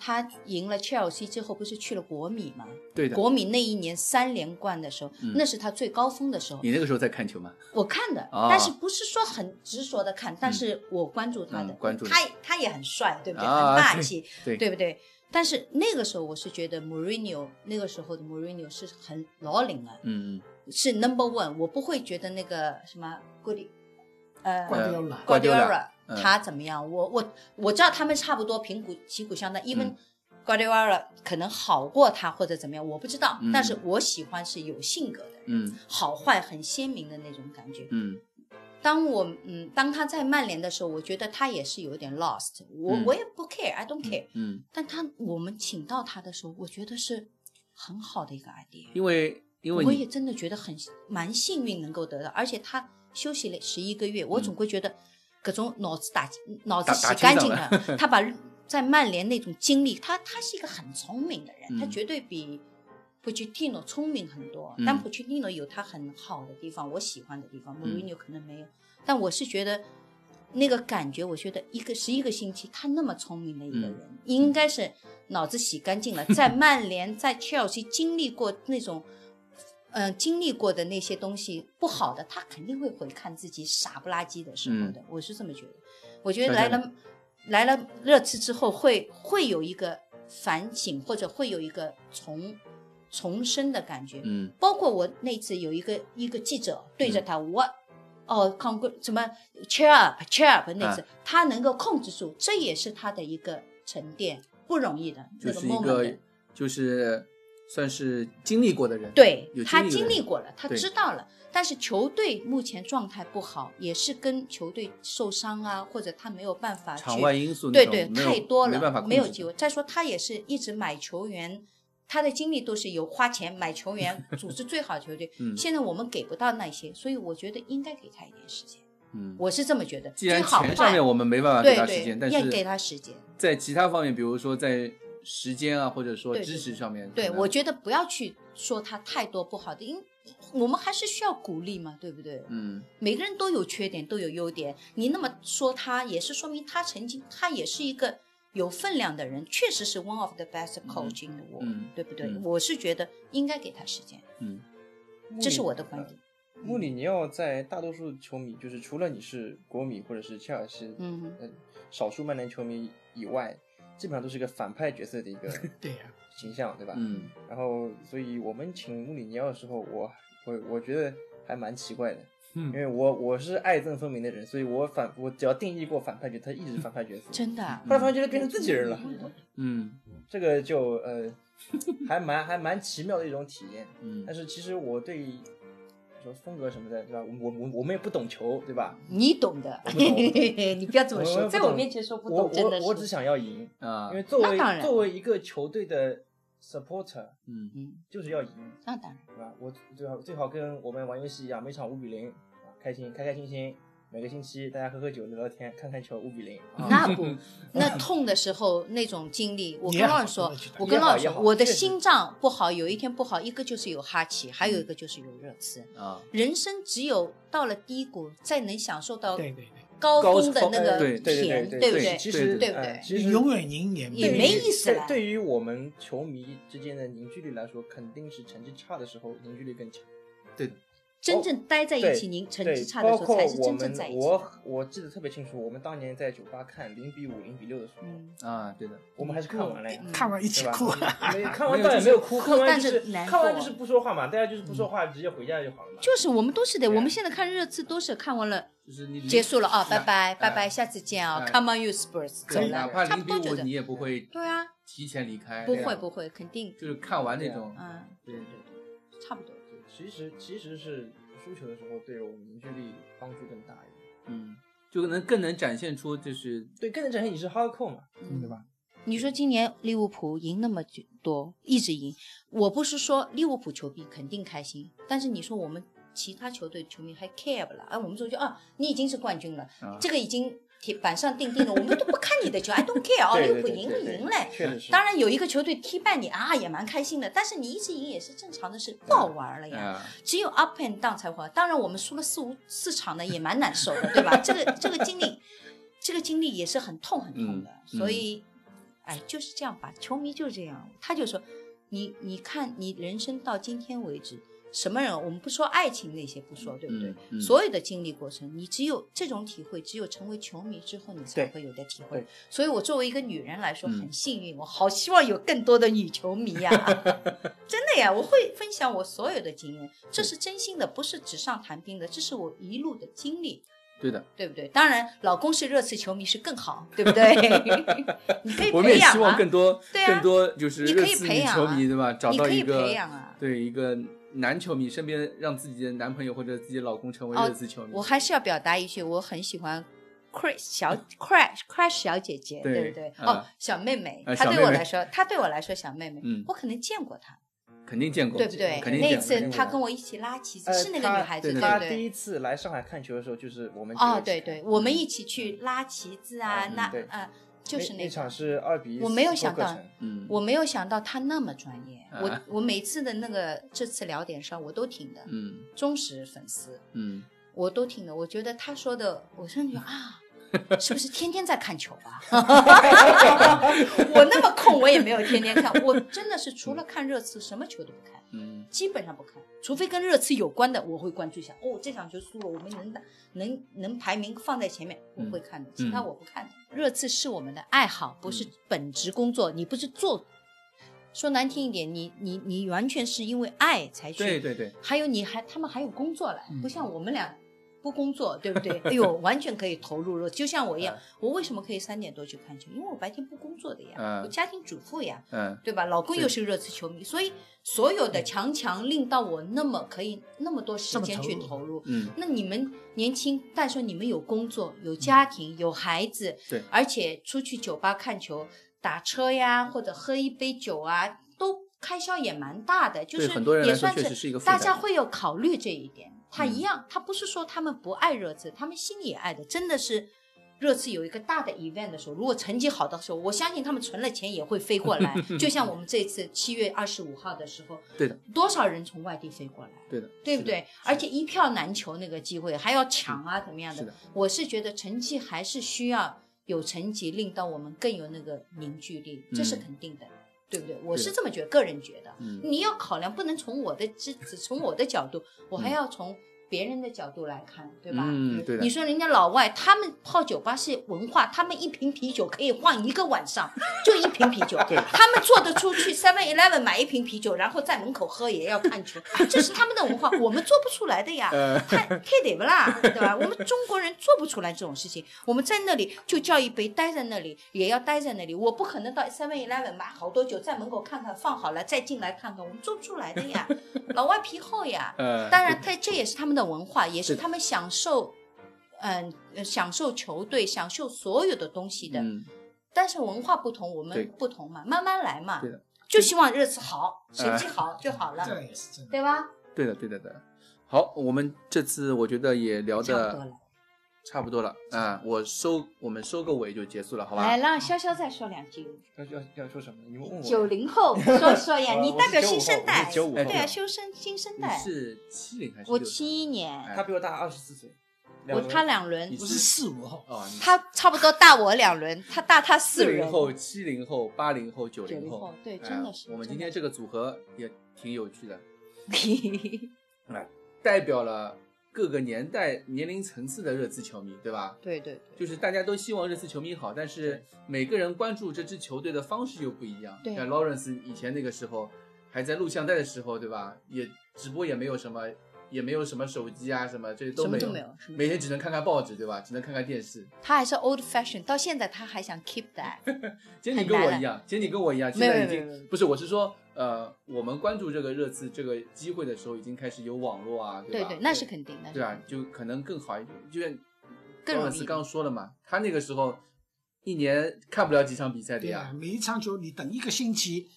C: 他赢了切尔西之后，不是去了国米吗？
B: 对的，
C: 国米那一年三连冠的时候，
B: 嗯
C: 那是他最高峰的时候。
B: 你那个时候在看球吗？
C: 我看的，
B: 啊
C: 但是不是说很执着的看，但是我关注他的，
B: 嗯关注的
C: 他他也很帅，对不对？
B: 啊
C: 很霸气，
B: 对
C: 对不对？但是那个时候我是觉得 Mourinho 那个时候的 Mourinho 是很老领了，
B: 嗯，
C: 是 number one，我不会觉得那个什么 Good，呃
D: 瓜迪奥拉，
B: 瓜迪奥拉
C: Guardiola
B: 嗯
C: 他怎么样？我我我知道他们差不多平谷旗鼓相当，因
B: 嗯
C: 为 Guardiola 可能好过他或者怎么样，我不知道
B: 嗯。
C: 但是我喜欢是有性格的人，
B: 嗯
C: 好坏很鲜明的那种感觉。
B: 嗯
C: 当我嗯，当他在曼联的时候，我觉得他也是有点 lost，我、
B: 嗯
C: 我也不 care，I don't care、
B: 嗯，
C: 但他我们请到他的时候，我觉得是很好的一个 idea，
B: 因为因为
C: 我
B: 你
C: 也真的觉得很蛮幸运能够得到，而且他休息了十一个月，我总归觉得各种脑子打脑子
B: 嗯打打
C: 洗
B: 清
C: 干净
B: 爽
C: 了，
B: *laughs*
C: 他把在曼联那种经历，他他是一个很聪明的人，
B: 嗯
C: 他绝对比。普切蒂诺聪明很多，
B: 嗯
C: 但普切蒂诺有他很好的地方，我喜欢的地方，穆
B: 嗯
C: 里尼奥可能没有。但我是觉得那个感觉，我觉得一个十一个星期，他那么聪明的一个人，应该是脑子洗干净了。在曼联，在切尔西经历过那种，嗯、经历过的那些东西不好的，他肯定会回看自己傻不拉几的时候的。我是这么觉得。我觉得
B: 大
C: 来
B: 家
C: 了来了热刺之后会，会有一个反省，或者会有一个重重生的感觉。
B: 嗯
C: 包括我那次有一个一个记者对着他，我哦抗过什么 cheer up cheer up 那
B: 啊
C: 次，他能够控制住，这也是他的一个沉淀，不容易的那
B: 就是一
C: moment
B: 个。就是算是经历过的人，
C: 对
B: 有
C: 他
B: 经
C: 经
B: 历
C: 历
B: 过
C: 过了，他
B: 对
C: 知道了。但是球队目前状态不好，也是跟球队受伤啊，或者他没有办法
B: 的人
C: 去
B: 场外因素
C: 对
B: 那种
C: 对，
B: 没有
C: 太多了，
B: 没办法控制
C: 机会。再说他也是一直买球员，他的精力都是由花钱买球员，
B: *laughs*
C: 组织最好的球队。
B: 嗯
C: 现在我们给不到那些，所以我觉得应该给他一点时间，
B: 嗯，
C: 我是这么觉得。
B: 既然
C: 最好
B: 钱上
C: 坏
B: 面我们没办法给
C: 对
B: 他
C: 对
B: 时间，但
C: 要
B: 是
C: 给他时间。
B: 在其他方面，比如说在时间啊，或者说
C: 对对
B: 支持上面，
C: 对，
B: 可能
C: 我觉得不要去说他太多不好的，因我们还是需要鼓励嘛，对不对？
B: 嗯
C: 每个人都有缺点，都有优点。你那么说他，也是说明他曾经他也是一个有分量的人，确实是 one of the best coach in the world，、
B: 嗯
C: 对不对？
B: 嗯
C: 我是觉得应该给他时间，
B: 嗯
C: 这是我的观点。
E: 穆里尼奥在大多数球迷，就是除了你是国米或者是切尔西，
C: 嗯，
E: 呃，少数曼联球迷以外，基本上都是个反派角色的一个
D: 对啊呀、
E: 形象，对吧？
B: 嗯
E: 然后，所以我们请穆里尼奥的时候，我我我觉得还蛮奇怪的，因
D: 嗯，
E: 为我我是爱憎分明的人，所以我反我只要定义过反派角色，他一直是反派角色。
C: 真的啊、
E: 后来发现觉嗯得变成自己人了，
B: 嗯
E: 这个就呃，还蛮还蛮奇妙的一种体验。
B: 嗯
E: 但是其实我对说风格什么的，对吧？我我我们也不懂球，对吧？
C: 你懂的，
E: 我不懂
C: *laughs* 你不要这么
E: 我
C: 说，
E: 不懂
C: 在我面前说不
E: 我
C: 懂，真的
E: 我
C: 是。
E: 我只想要赢，
B: 啊
E: 因为作
C: 那
E: 为
C: 当然
E: 作为一个球队的 supporter，
B: 嗯
C: 嗯，
E: 就是要赢，
C: 那当然，
E: 对吧？我最好最好跟我们玩游戏一样，每场五比零，啊，开心开开心心。每个星期大家喝喝酒聊聊天，看看球五比零。啊
C: 那不，
E: *laughs*
C: 那痛的时候那种经历，我
D: 你
C: 跟
D: 也好
C: 老师说
D: 我知道，
C: 我跟老师说，
E: 也好也好
C: 我的
E: 确实
C: 心脏不好，有一天不好，一个就是有哈气，还
E: 嗯
C: 有一个就是有热刺。
B: 啊
C: 人生只有到了低谷，才能享受到
D: 对对
C: 高
B: 高
C: 峰的
B: 峰
C: 那
B: 哎
C: 个
B: 对
C: 甜，
E: 对对
C: 不
E: 对
C: 对？
E: 其实
B: 对
C: 不对
E: 呃其
D: 对，
E: 实
D: 永远赢也没
C: 也
E: 对于
C: 没意思了
E: 对，对于我们球迷之间的凝聚力来说，肯定是成绩差的时候凝聚力更强。
C: 真正待在一起，
E: 对
C: 您成
E: 对，
C: 绩差的时
E: 包
C: 候
E: 括
C: 才是
E: 我
C: 真正
E: 们
C: 在一起。
E: 我我记得特别清楚，我们当年在酒吧看零比五、零比六的时候，
C: 嗯，
B: 啊，对的，
E: 我们还是看完了呀。
C: 嗯
D: 对，看完一
E: 对
D: 起
E: 吧
D: 哭啊！ *laughs*
E: 没看完倒也没有哭，看完就
C: 但
E: 是
C: 是难过
E: 看完就是不说话嘛，大家就是不说话，直接回家就好了嘛。
C: 就是我们都是的，
E: 对啊
C: 我们现在看热刺都是看完了，
B: 就是
E: 嗯
B: 你
C: 结束了啊，拜拜
B: 哎
C: 拜拜，下次见啊
B: 哎
C: ，Come on you Spurs，走
B: 对，
E: 真的
B: 哪
C: 了，
B: 怕
C: 差
B: 零
C: 不
B: 比
C: 多就
B: 五
C: 是
B: 你也不会
C: 对啊，
B: 提前离
E: 哎
B: 开，
C: 不
B: 对
C: 会
B: 啊
C: 不会，肯定，
B: 就是看完那种，
C: 嗯，
B: 对对
C: 差不多。
E: 对其实其实是输球的时候，对我们凝聚力帮助更大一点。
B: 嗯，就能更能展现出就是
E: 对，更能展现你是 hardcore 嘛，
C: 嗯
E: 对吧？
C: 你说今年利物浦赢那么久多，一直赢，我不是说利物浦球迷肯定开心，但是你说我们其他球队球迷还 care 不了？啊，我们说就啊，你已经是冠军了，
B: 啊
C: 这个已经铁板上钉钉了，我们都不看你的球，I *laughs* don't care 哦，利
E: 对
C: 物
E: 对
C: 浦
E: 对
C: 赢不
E: 对对
C: 赢嘞？
E: 确实是。
C: 当然有一个球队踢败你啊，也蛮开心的，但是你一直赢也是正常的事，不好玩了呀。
B: 啊，
C: 只有 up and down 才会。当然，我们输了四五四场呢，也蛮难受的，对吧？这个这个经历，这个经历也是很痛很痛的。
B: 嗯
C: 所以，哎，就是这样吧，球迷就是这样。他就说，你你看，你人生到今天为止，什么人？我们不说爱情那些，不说，对不对？
B: 嗯嗯
C: 所有的经历过程，你只有这种体会，只有成为球迷之后，你才
E: 对
C: 会有的体会
E: 对。
C: 所以我作为一个女人来说，
B: 嗯
C: 很幸运，我好希望有更多的女球迷
B: *laughs*
C: 呀、真的呀，我会分享我所有的经验，这是真心的，不是纸上谈兵的，这是我一路的经历，
B: 对的，
C: 对不对？当然，老公是热刺球迷是更好，对不
B: *laughs*
C: 对？你可以
B: 我们也
C: 培养
B: 希望
C: 啊，
B: 更多
C: 对啊
B: 更多就是
C: 你
B: 热
C: 可以
B: 刺
C: 培
B: 女
C: 养
B: 球
C: 啊
B: 迷对吧？找
C: 你
B: 到
C: 可
B: 一
C: 以培
B: 个
C: 养啊。
B: 对一个男球迷身边，让自己的男朋友或者自己老公成为
C: 哦
B: 热刺球迷
C: 我，还是要表达一句，我很喜欢
B: *laughs*
C: Chris 小 Crash Crash 小姐姐，
B: 对
C: 不对？
B: 嗯
C: 哦，小妹妹，
B: 呃
C: 她
B: 小
C: 对
B: 妹
C: 我
B: 妹
C: 来说，她对我来说小妹妹
B: 嗯，
C: 我可能见过她，
B: 肯定见过，
C: 对不对？
B: 肯定
C: 那
B: 见过，
E: 肯
C: 次
E: 定
C: 她
E: 的
C: 跟我一起拉旗子，
E: 呃
C: 是那个
E: 他
C: 女孩子，
B: 对
C: 对
E: 他
C: 不
E: 第
C: 对？
E: 一次来上海看球的时候，就是我们
C: 哦，
E: 几个
C: 对
E: 人
C: 对，我们一起去拉旗子啊，
B: 嗯
C: 那
E: 对
C: 呃，就是
E: 那
C: 那
E: 那场
C: 个。
E: 是二比
C: 我没有
E: 斯托
C: 想
E: 克
C: 到
E: 城
B: 嗯，
C: 我没有想到她那么专业，我
B: 啊
C: 我每次的那个这次聊点事儿我都听的，
B: 嗯
C: 忠实粉丝，
B: 嗯
C: 我都听的。我觉得他说的，我甚至觉得啊，是不是天天在看球啊？ *laughs* 我那么空，我也没有天天看，我真的是除了看热刺，什么球都不看，
B: 嗯
C: 基本上不看，除非跟热刺有关的，我会关注一下。哦，这场球输了，我们能打，能能排名放在前面，我
B: 嗯
C: 会看的，其他我不看的。热刺是我们的爱好，不是
B: 嗯
C: 本职工作，你不是做。说难听一点，你你你完全是因为爱才去
B: 对对对，
C: 还有你还他们还有工作了，
B: 嗯
C: 不像我们俩不工作，对不
B: *laughs*
C: 对？哎呦，完全可以投入了，就像我一样，我为什么可以三点多去看球？因为我白天不工作的呀，
B: 嗯
C: 我家庭主妇呀，
B: 嗯
C: 对吧？老公
B: 对
C: 又是热刺球迷，所以所有
B: 嗯
C: 的强强令到我那么可以那么多时间去
D: 这么投
C: 投入。
B: 嗯
C: 那你们年轻，但是你们有工作、有家庭、有孩子，
B: 嗯对
C: 而且出去酒吧看球、打车呀，或者喝一杯酒啊，都开销也蛮大的，就
B: 对
C: 是
B: 很多人来
C: 也
B: 说
C: 算
B: 确实是一个负
C: 大
B: 担
C: 家会有考虑这一点。他
B: 嗯
C: 一样，他不是说他们不爱热刺，他们心里也爱的，真的是。热刺有一个大的 event 的时候，如果成绩好的时候，我相信他们存了钱也会飞过
B: *laughs*
C: 来。就像我们这次七月二十五号的时候，
B: 对的，
C: 多少人从外地飞过来，
B: 对的，
C: 对
B: 是
C: 不
B: 的？
C: 对？而且一票难求那个机会，还要抢啊，怎么样
B: 是
C: 的？
B: 的，
C: 我是觉得成绩还是需要有成绩，令到我们更有那个凝聚力，这是
B: 嗯
C: 肯定的，对不对？我
B: 是
C: 是
B: 的
C: 这么觉个人觉得。
B: 嗯
C: 你要考量，不能从我的只只从我的角度，我还要从别人的角度来看，对吧？
B: 嗯，对的
C: 你，说人家老外，他们泡酒吧是文化，他们一瓶啤酒可以换一个晚上，就一瓶啤酒。他们做得出去 Seven Eleven 买一瓶啤酒，然后在门口喝也要看球，这是他们的文化，我们做不出来的呀。
B: 呃，
C: 看 K 得不啦，对吧？我们中国人做不出来这种事情，我们在那里就叫一杯，待在那里也要待在那里。我不可能到 Seven Eleven 买好多酒，在门口看看放好了再进来看看，我们做不出来的
B: *laughs*
C: 呀。老外皮厚呀，
B: 呃，
C: 当然，他这也是他们的文化，也是
B: 对的
C: 他们享受，嗯、呃享受球队、享受所有的东西的。
B: 嗯，
C: 但是文化不同，我
B: 对
C: 们不同嘛，慢慢来嘛
B: 对的。
C: 就希望热刺好，
B: 哎
C: 成绩好就好
D: 这
C: 了，
D: 样也是真的。
C: 对吧？
B: 对的，对的，对的。好，我们这次我觉得也聊
C: 差不多
B: 的
C: 了。
B: 差不多了啊、我收我们收个尾就结束了，好吧？
C: 来，让潇潇再说两句。
E: 要要要说什么？你们问我。
C: 九零后说说呀，
E: 呃
C: 你
E: 我
C: 代
E: 是
C: 表
E: 95
C: 新生
E: 后我
C: 代，
E: 是95
C: 对
E: 后
C: 啊，
E: 的
C: 修身新生
B: 你
C: 代。
B: 是七零还是
C: 我
B: 60
C: 七一年，
E: 他比我大二十四岁，两
C: 我
E: 轮
C: 他两轮
B: 你，
D: 我是四五后，
B: 哦，
C: *laughs*
B: 你
C: 他差不多大我两轮，他大他四
B: 四
C: 轮 *laughs*
B: 零。后、七零后、八零后、九
C: 90
B: 零
C: 后对
B: 哎
C: 真的是
B: 我们
C: 真
B: 今
C: 的
B: 天这个组合也挺有趣的，哎，代表了各个年代、年龄层次的热刺球迷，对吧？
C: 对对
B: 就是大家都希望热刺球迷好，但是每个人关注这支球队的方式又不一样。
C: 对
B: 像 Lawrence 以前那个时候还在录像带的时候，对吧？也直播也没有什么，也没有什么手机啊什么，这些
C: 什么
B: 没
C: 都
B: 有。
C: 没有，什么
B: 每天只能看看报纸，对吧？只能看看电视。
C: 他还是 old fashion，到现在他还想 keep that。
B: 其实你
C: 很
B: 跟
C: 难
B: 我
C: 了
B: 一样，其实你跟我一样，现
C: 没有
B: 在已
C: 没有没有没
B: 经不是，我是说，呃，我们关注这个热刺这个机会的时候，已经开始有网络啊，
C: 对
B: 吧？
C: 对，那是肯定的。
B: 对啊，就可能更好一点。就像
C: 更
B: 高
C: 容
B: 尔
C: 易
B: 斯刚说了嘛，他那个时候一年看不了几场比赛的
D: 对啊，
B: 呀，
D: 每一场球你等一个星期，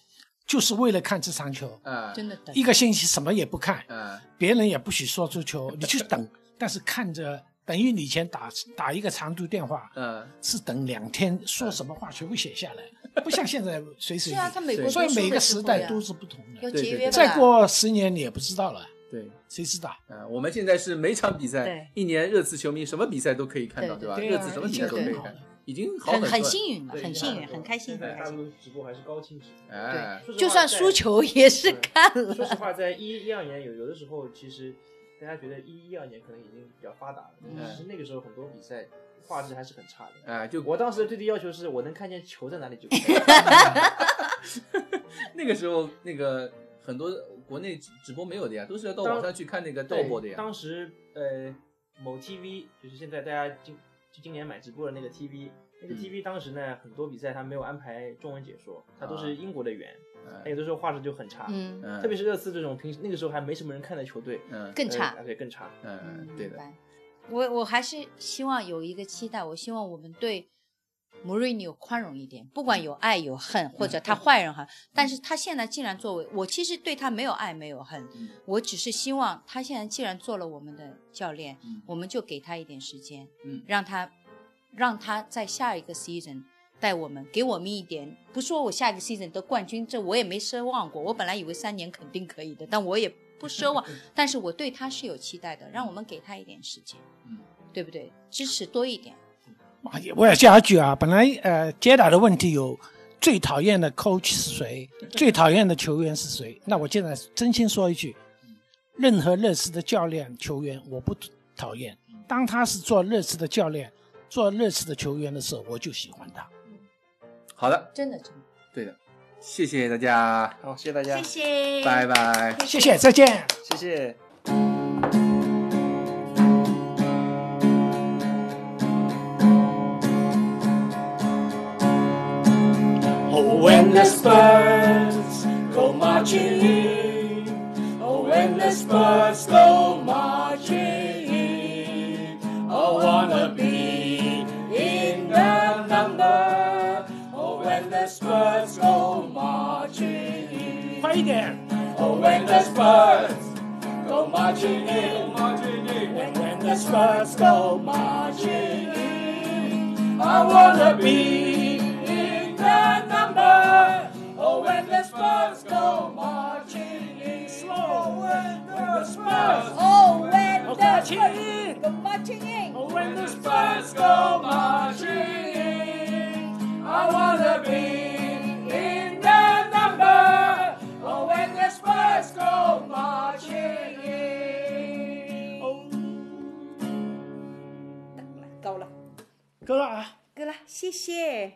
D: 就是为了看这场球，
B: 啊，
C: 真的等
D: 一个星期什么也不看，
B: 啊，
D: 别人也不许说足球，你去等， *laughs* 但是看着等于你以前打打一个长途电话，
B: 嗯，
D: 是等两天，说什么话全部写下 *laughs* 来，不像现在随时
C: 对啊，他美国
B: 对
D: 所
C: 读
D: 以
C: 书
D: 每
C: 的
D: 个
C: 时
D: 时
C: 候
D: 代
C: 呀
D: 都是不同
C: 要
D: 的。
B: 对
C: 节
B: 对
C: 约
B: 对
C: 吧。
D: 再过十年你也不知道了，
B: 对。
D: 谁知道？
B: 啊，我们现在是每场比赛
C: 对，
B: 一年热刺球迷什么比赛都可以看到，
C: 对
B: 吧？
D: 对
B: 热
D: 啊
B: 刺什么比
D: 已
B: 赛
D: 经
B: 都
D: 很
B: 可以
D: 好
B: 看
D: 了，
B: 已经好
C: 很
B: 多
C: 很
B: 了
C: 幸运了，
E: 对
C: 很
E: 已经
C: 幸
E: 好
C: 运，
E: 很
C: 很
E: 多
C: 开
E: 现
C: 心，
E: 在
C: 很开
E: 大
C: 心。
E: 陆直播还是高清直播，
B: 哎，
E: 说实
C: 就
E: 话
C: 算
E: 在
C: 输球也是
E: 对
C: 看
E: *laughs* 说实
C: 了。
E: 话，在一一二年有有的时候，其实大家觉得一一二年可能已经比较发达了，
C: 嗯
E: 其实那个时候很多比赛画质还是很差的。
B: 啊，就
E: 我当时对的要求是我能看见球在哪里就可以了。
B: 那个时候那个很多国内直直播没有的呀，都是要到
E: 当
B: 网上去看那个盗
E: 对
B: 播的呀。
E: 当时呃，某 TV 就是现在大家今就今年买直播的那个 TV，那个
B: 嗯
E: TV 当时呢很多比赛它没有安排中文解说，它都
B: 啊
E: 是英国的源，
B: 哎
E: 那有的时候画质就很差。
C: 嗯，
B: 嗯，
E: 特别是热刺这种平时那个时候还没什么人看的球队，
B: 嗯
C: 更差
E: 呃，。而且更差。
B: 嗯，
C: 嗯
B: 对。
C: 明
B: 的，
C: 白我我还是希望有一个期待，我希望我们对穆瑞纽宽容一点，不管有爱有恨，或者他坏人哈，但是他现在既然作为我，其实对他没有爱没有恨
B: 嗯，
C: 我只是希望他现在既然做了我们的教练
B: 嗯，
C: 我们就给他一点时间
B: 嗯，
C: 让他让他在下一个 season。带我们，给我们一点，不说我下一个 season 得冠军，这我也没奢望过。我本来以为三年肯定可以的，但我也不奢
B: *laughs*
C: 望。但是我对他是有期待的，让我们给他一点时间，
B: 嗯，
C: 对不对？支持多一点，
D: 啊也我要加一句啊，本来呃接打的问题有最讨厌的 coach 是谁，最讨厌的球员是谁。那我现在真心说一句，任何热刺的教练、球员我不讨厌。当他是做热刺的教练、做热刺的球员的时候，我就喜欢他。
B: 好的，
C: 真的真的。
B: 对的，谢谢大家，
E: 好，谢谢大家，
F: 谢
B: 拜拜。
D: 谢谢，再见。
E: 谢谢。
G: Oh, when the Spurs go marching in. Oh, when the Spurs go marching in. I wanna be in the number. Oh, when the Spurs go marching in.
D: 快一点。
G: Oh, when the Spurs go marching in, And when the Spurs go marching in, I wanna be in the number. Oh, when the Spurs go marching in, slow. When the Spurs,
C: Oh, when
G: go marching in.
C: the marching in.
G: Oh, when the Spurs go marching in. Oh,
C: Oh.
H: 够了啊。
D: 够了，谢谢。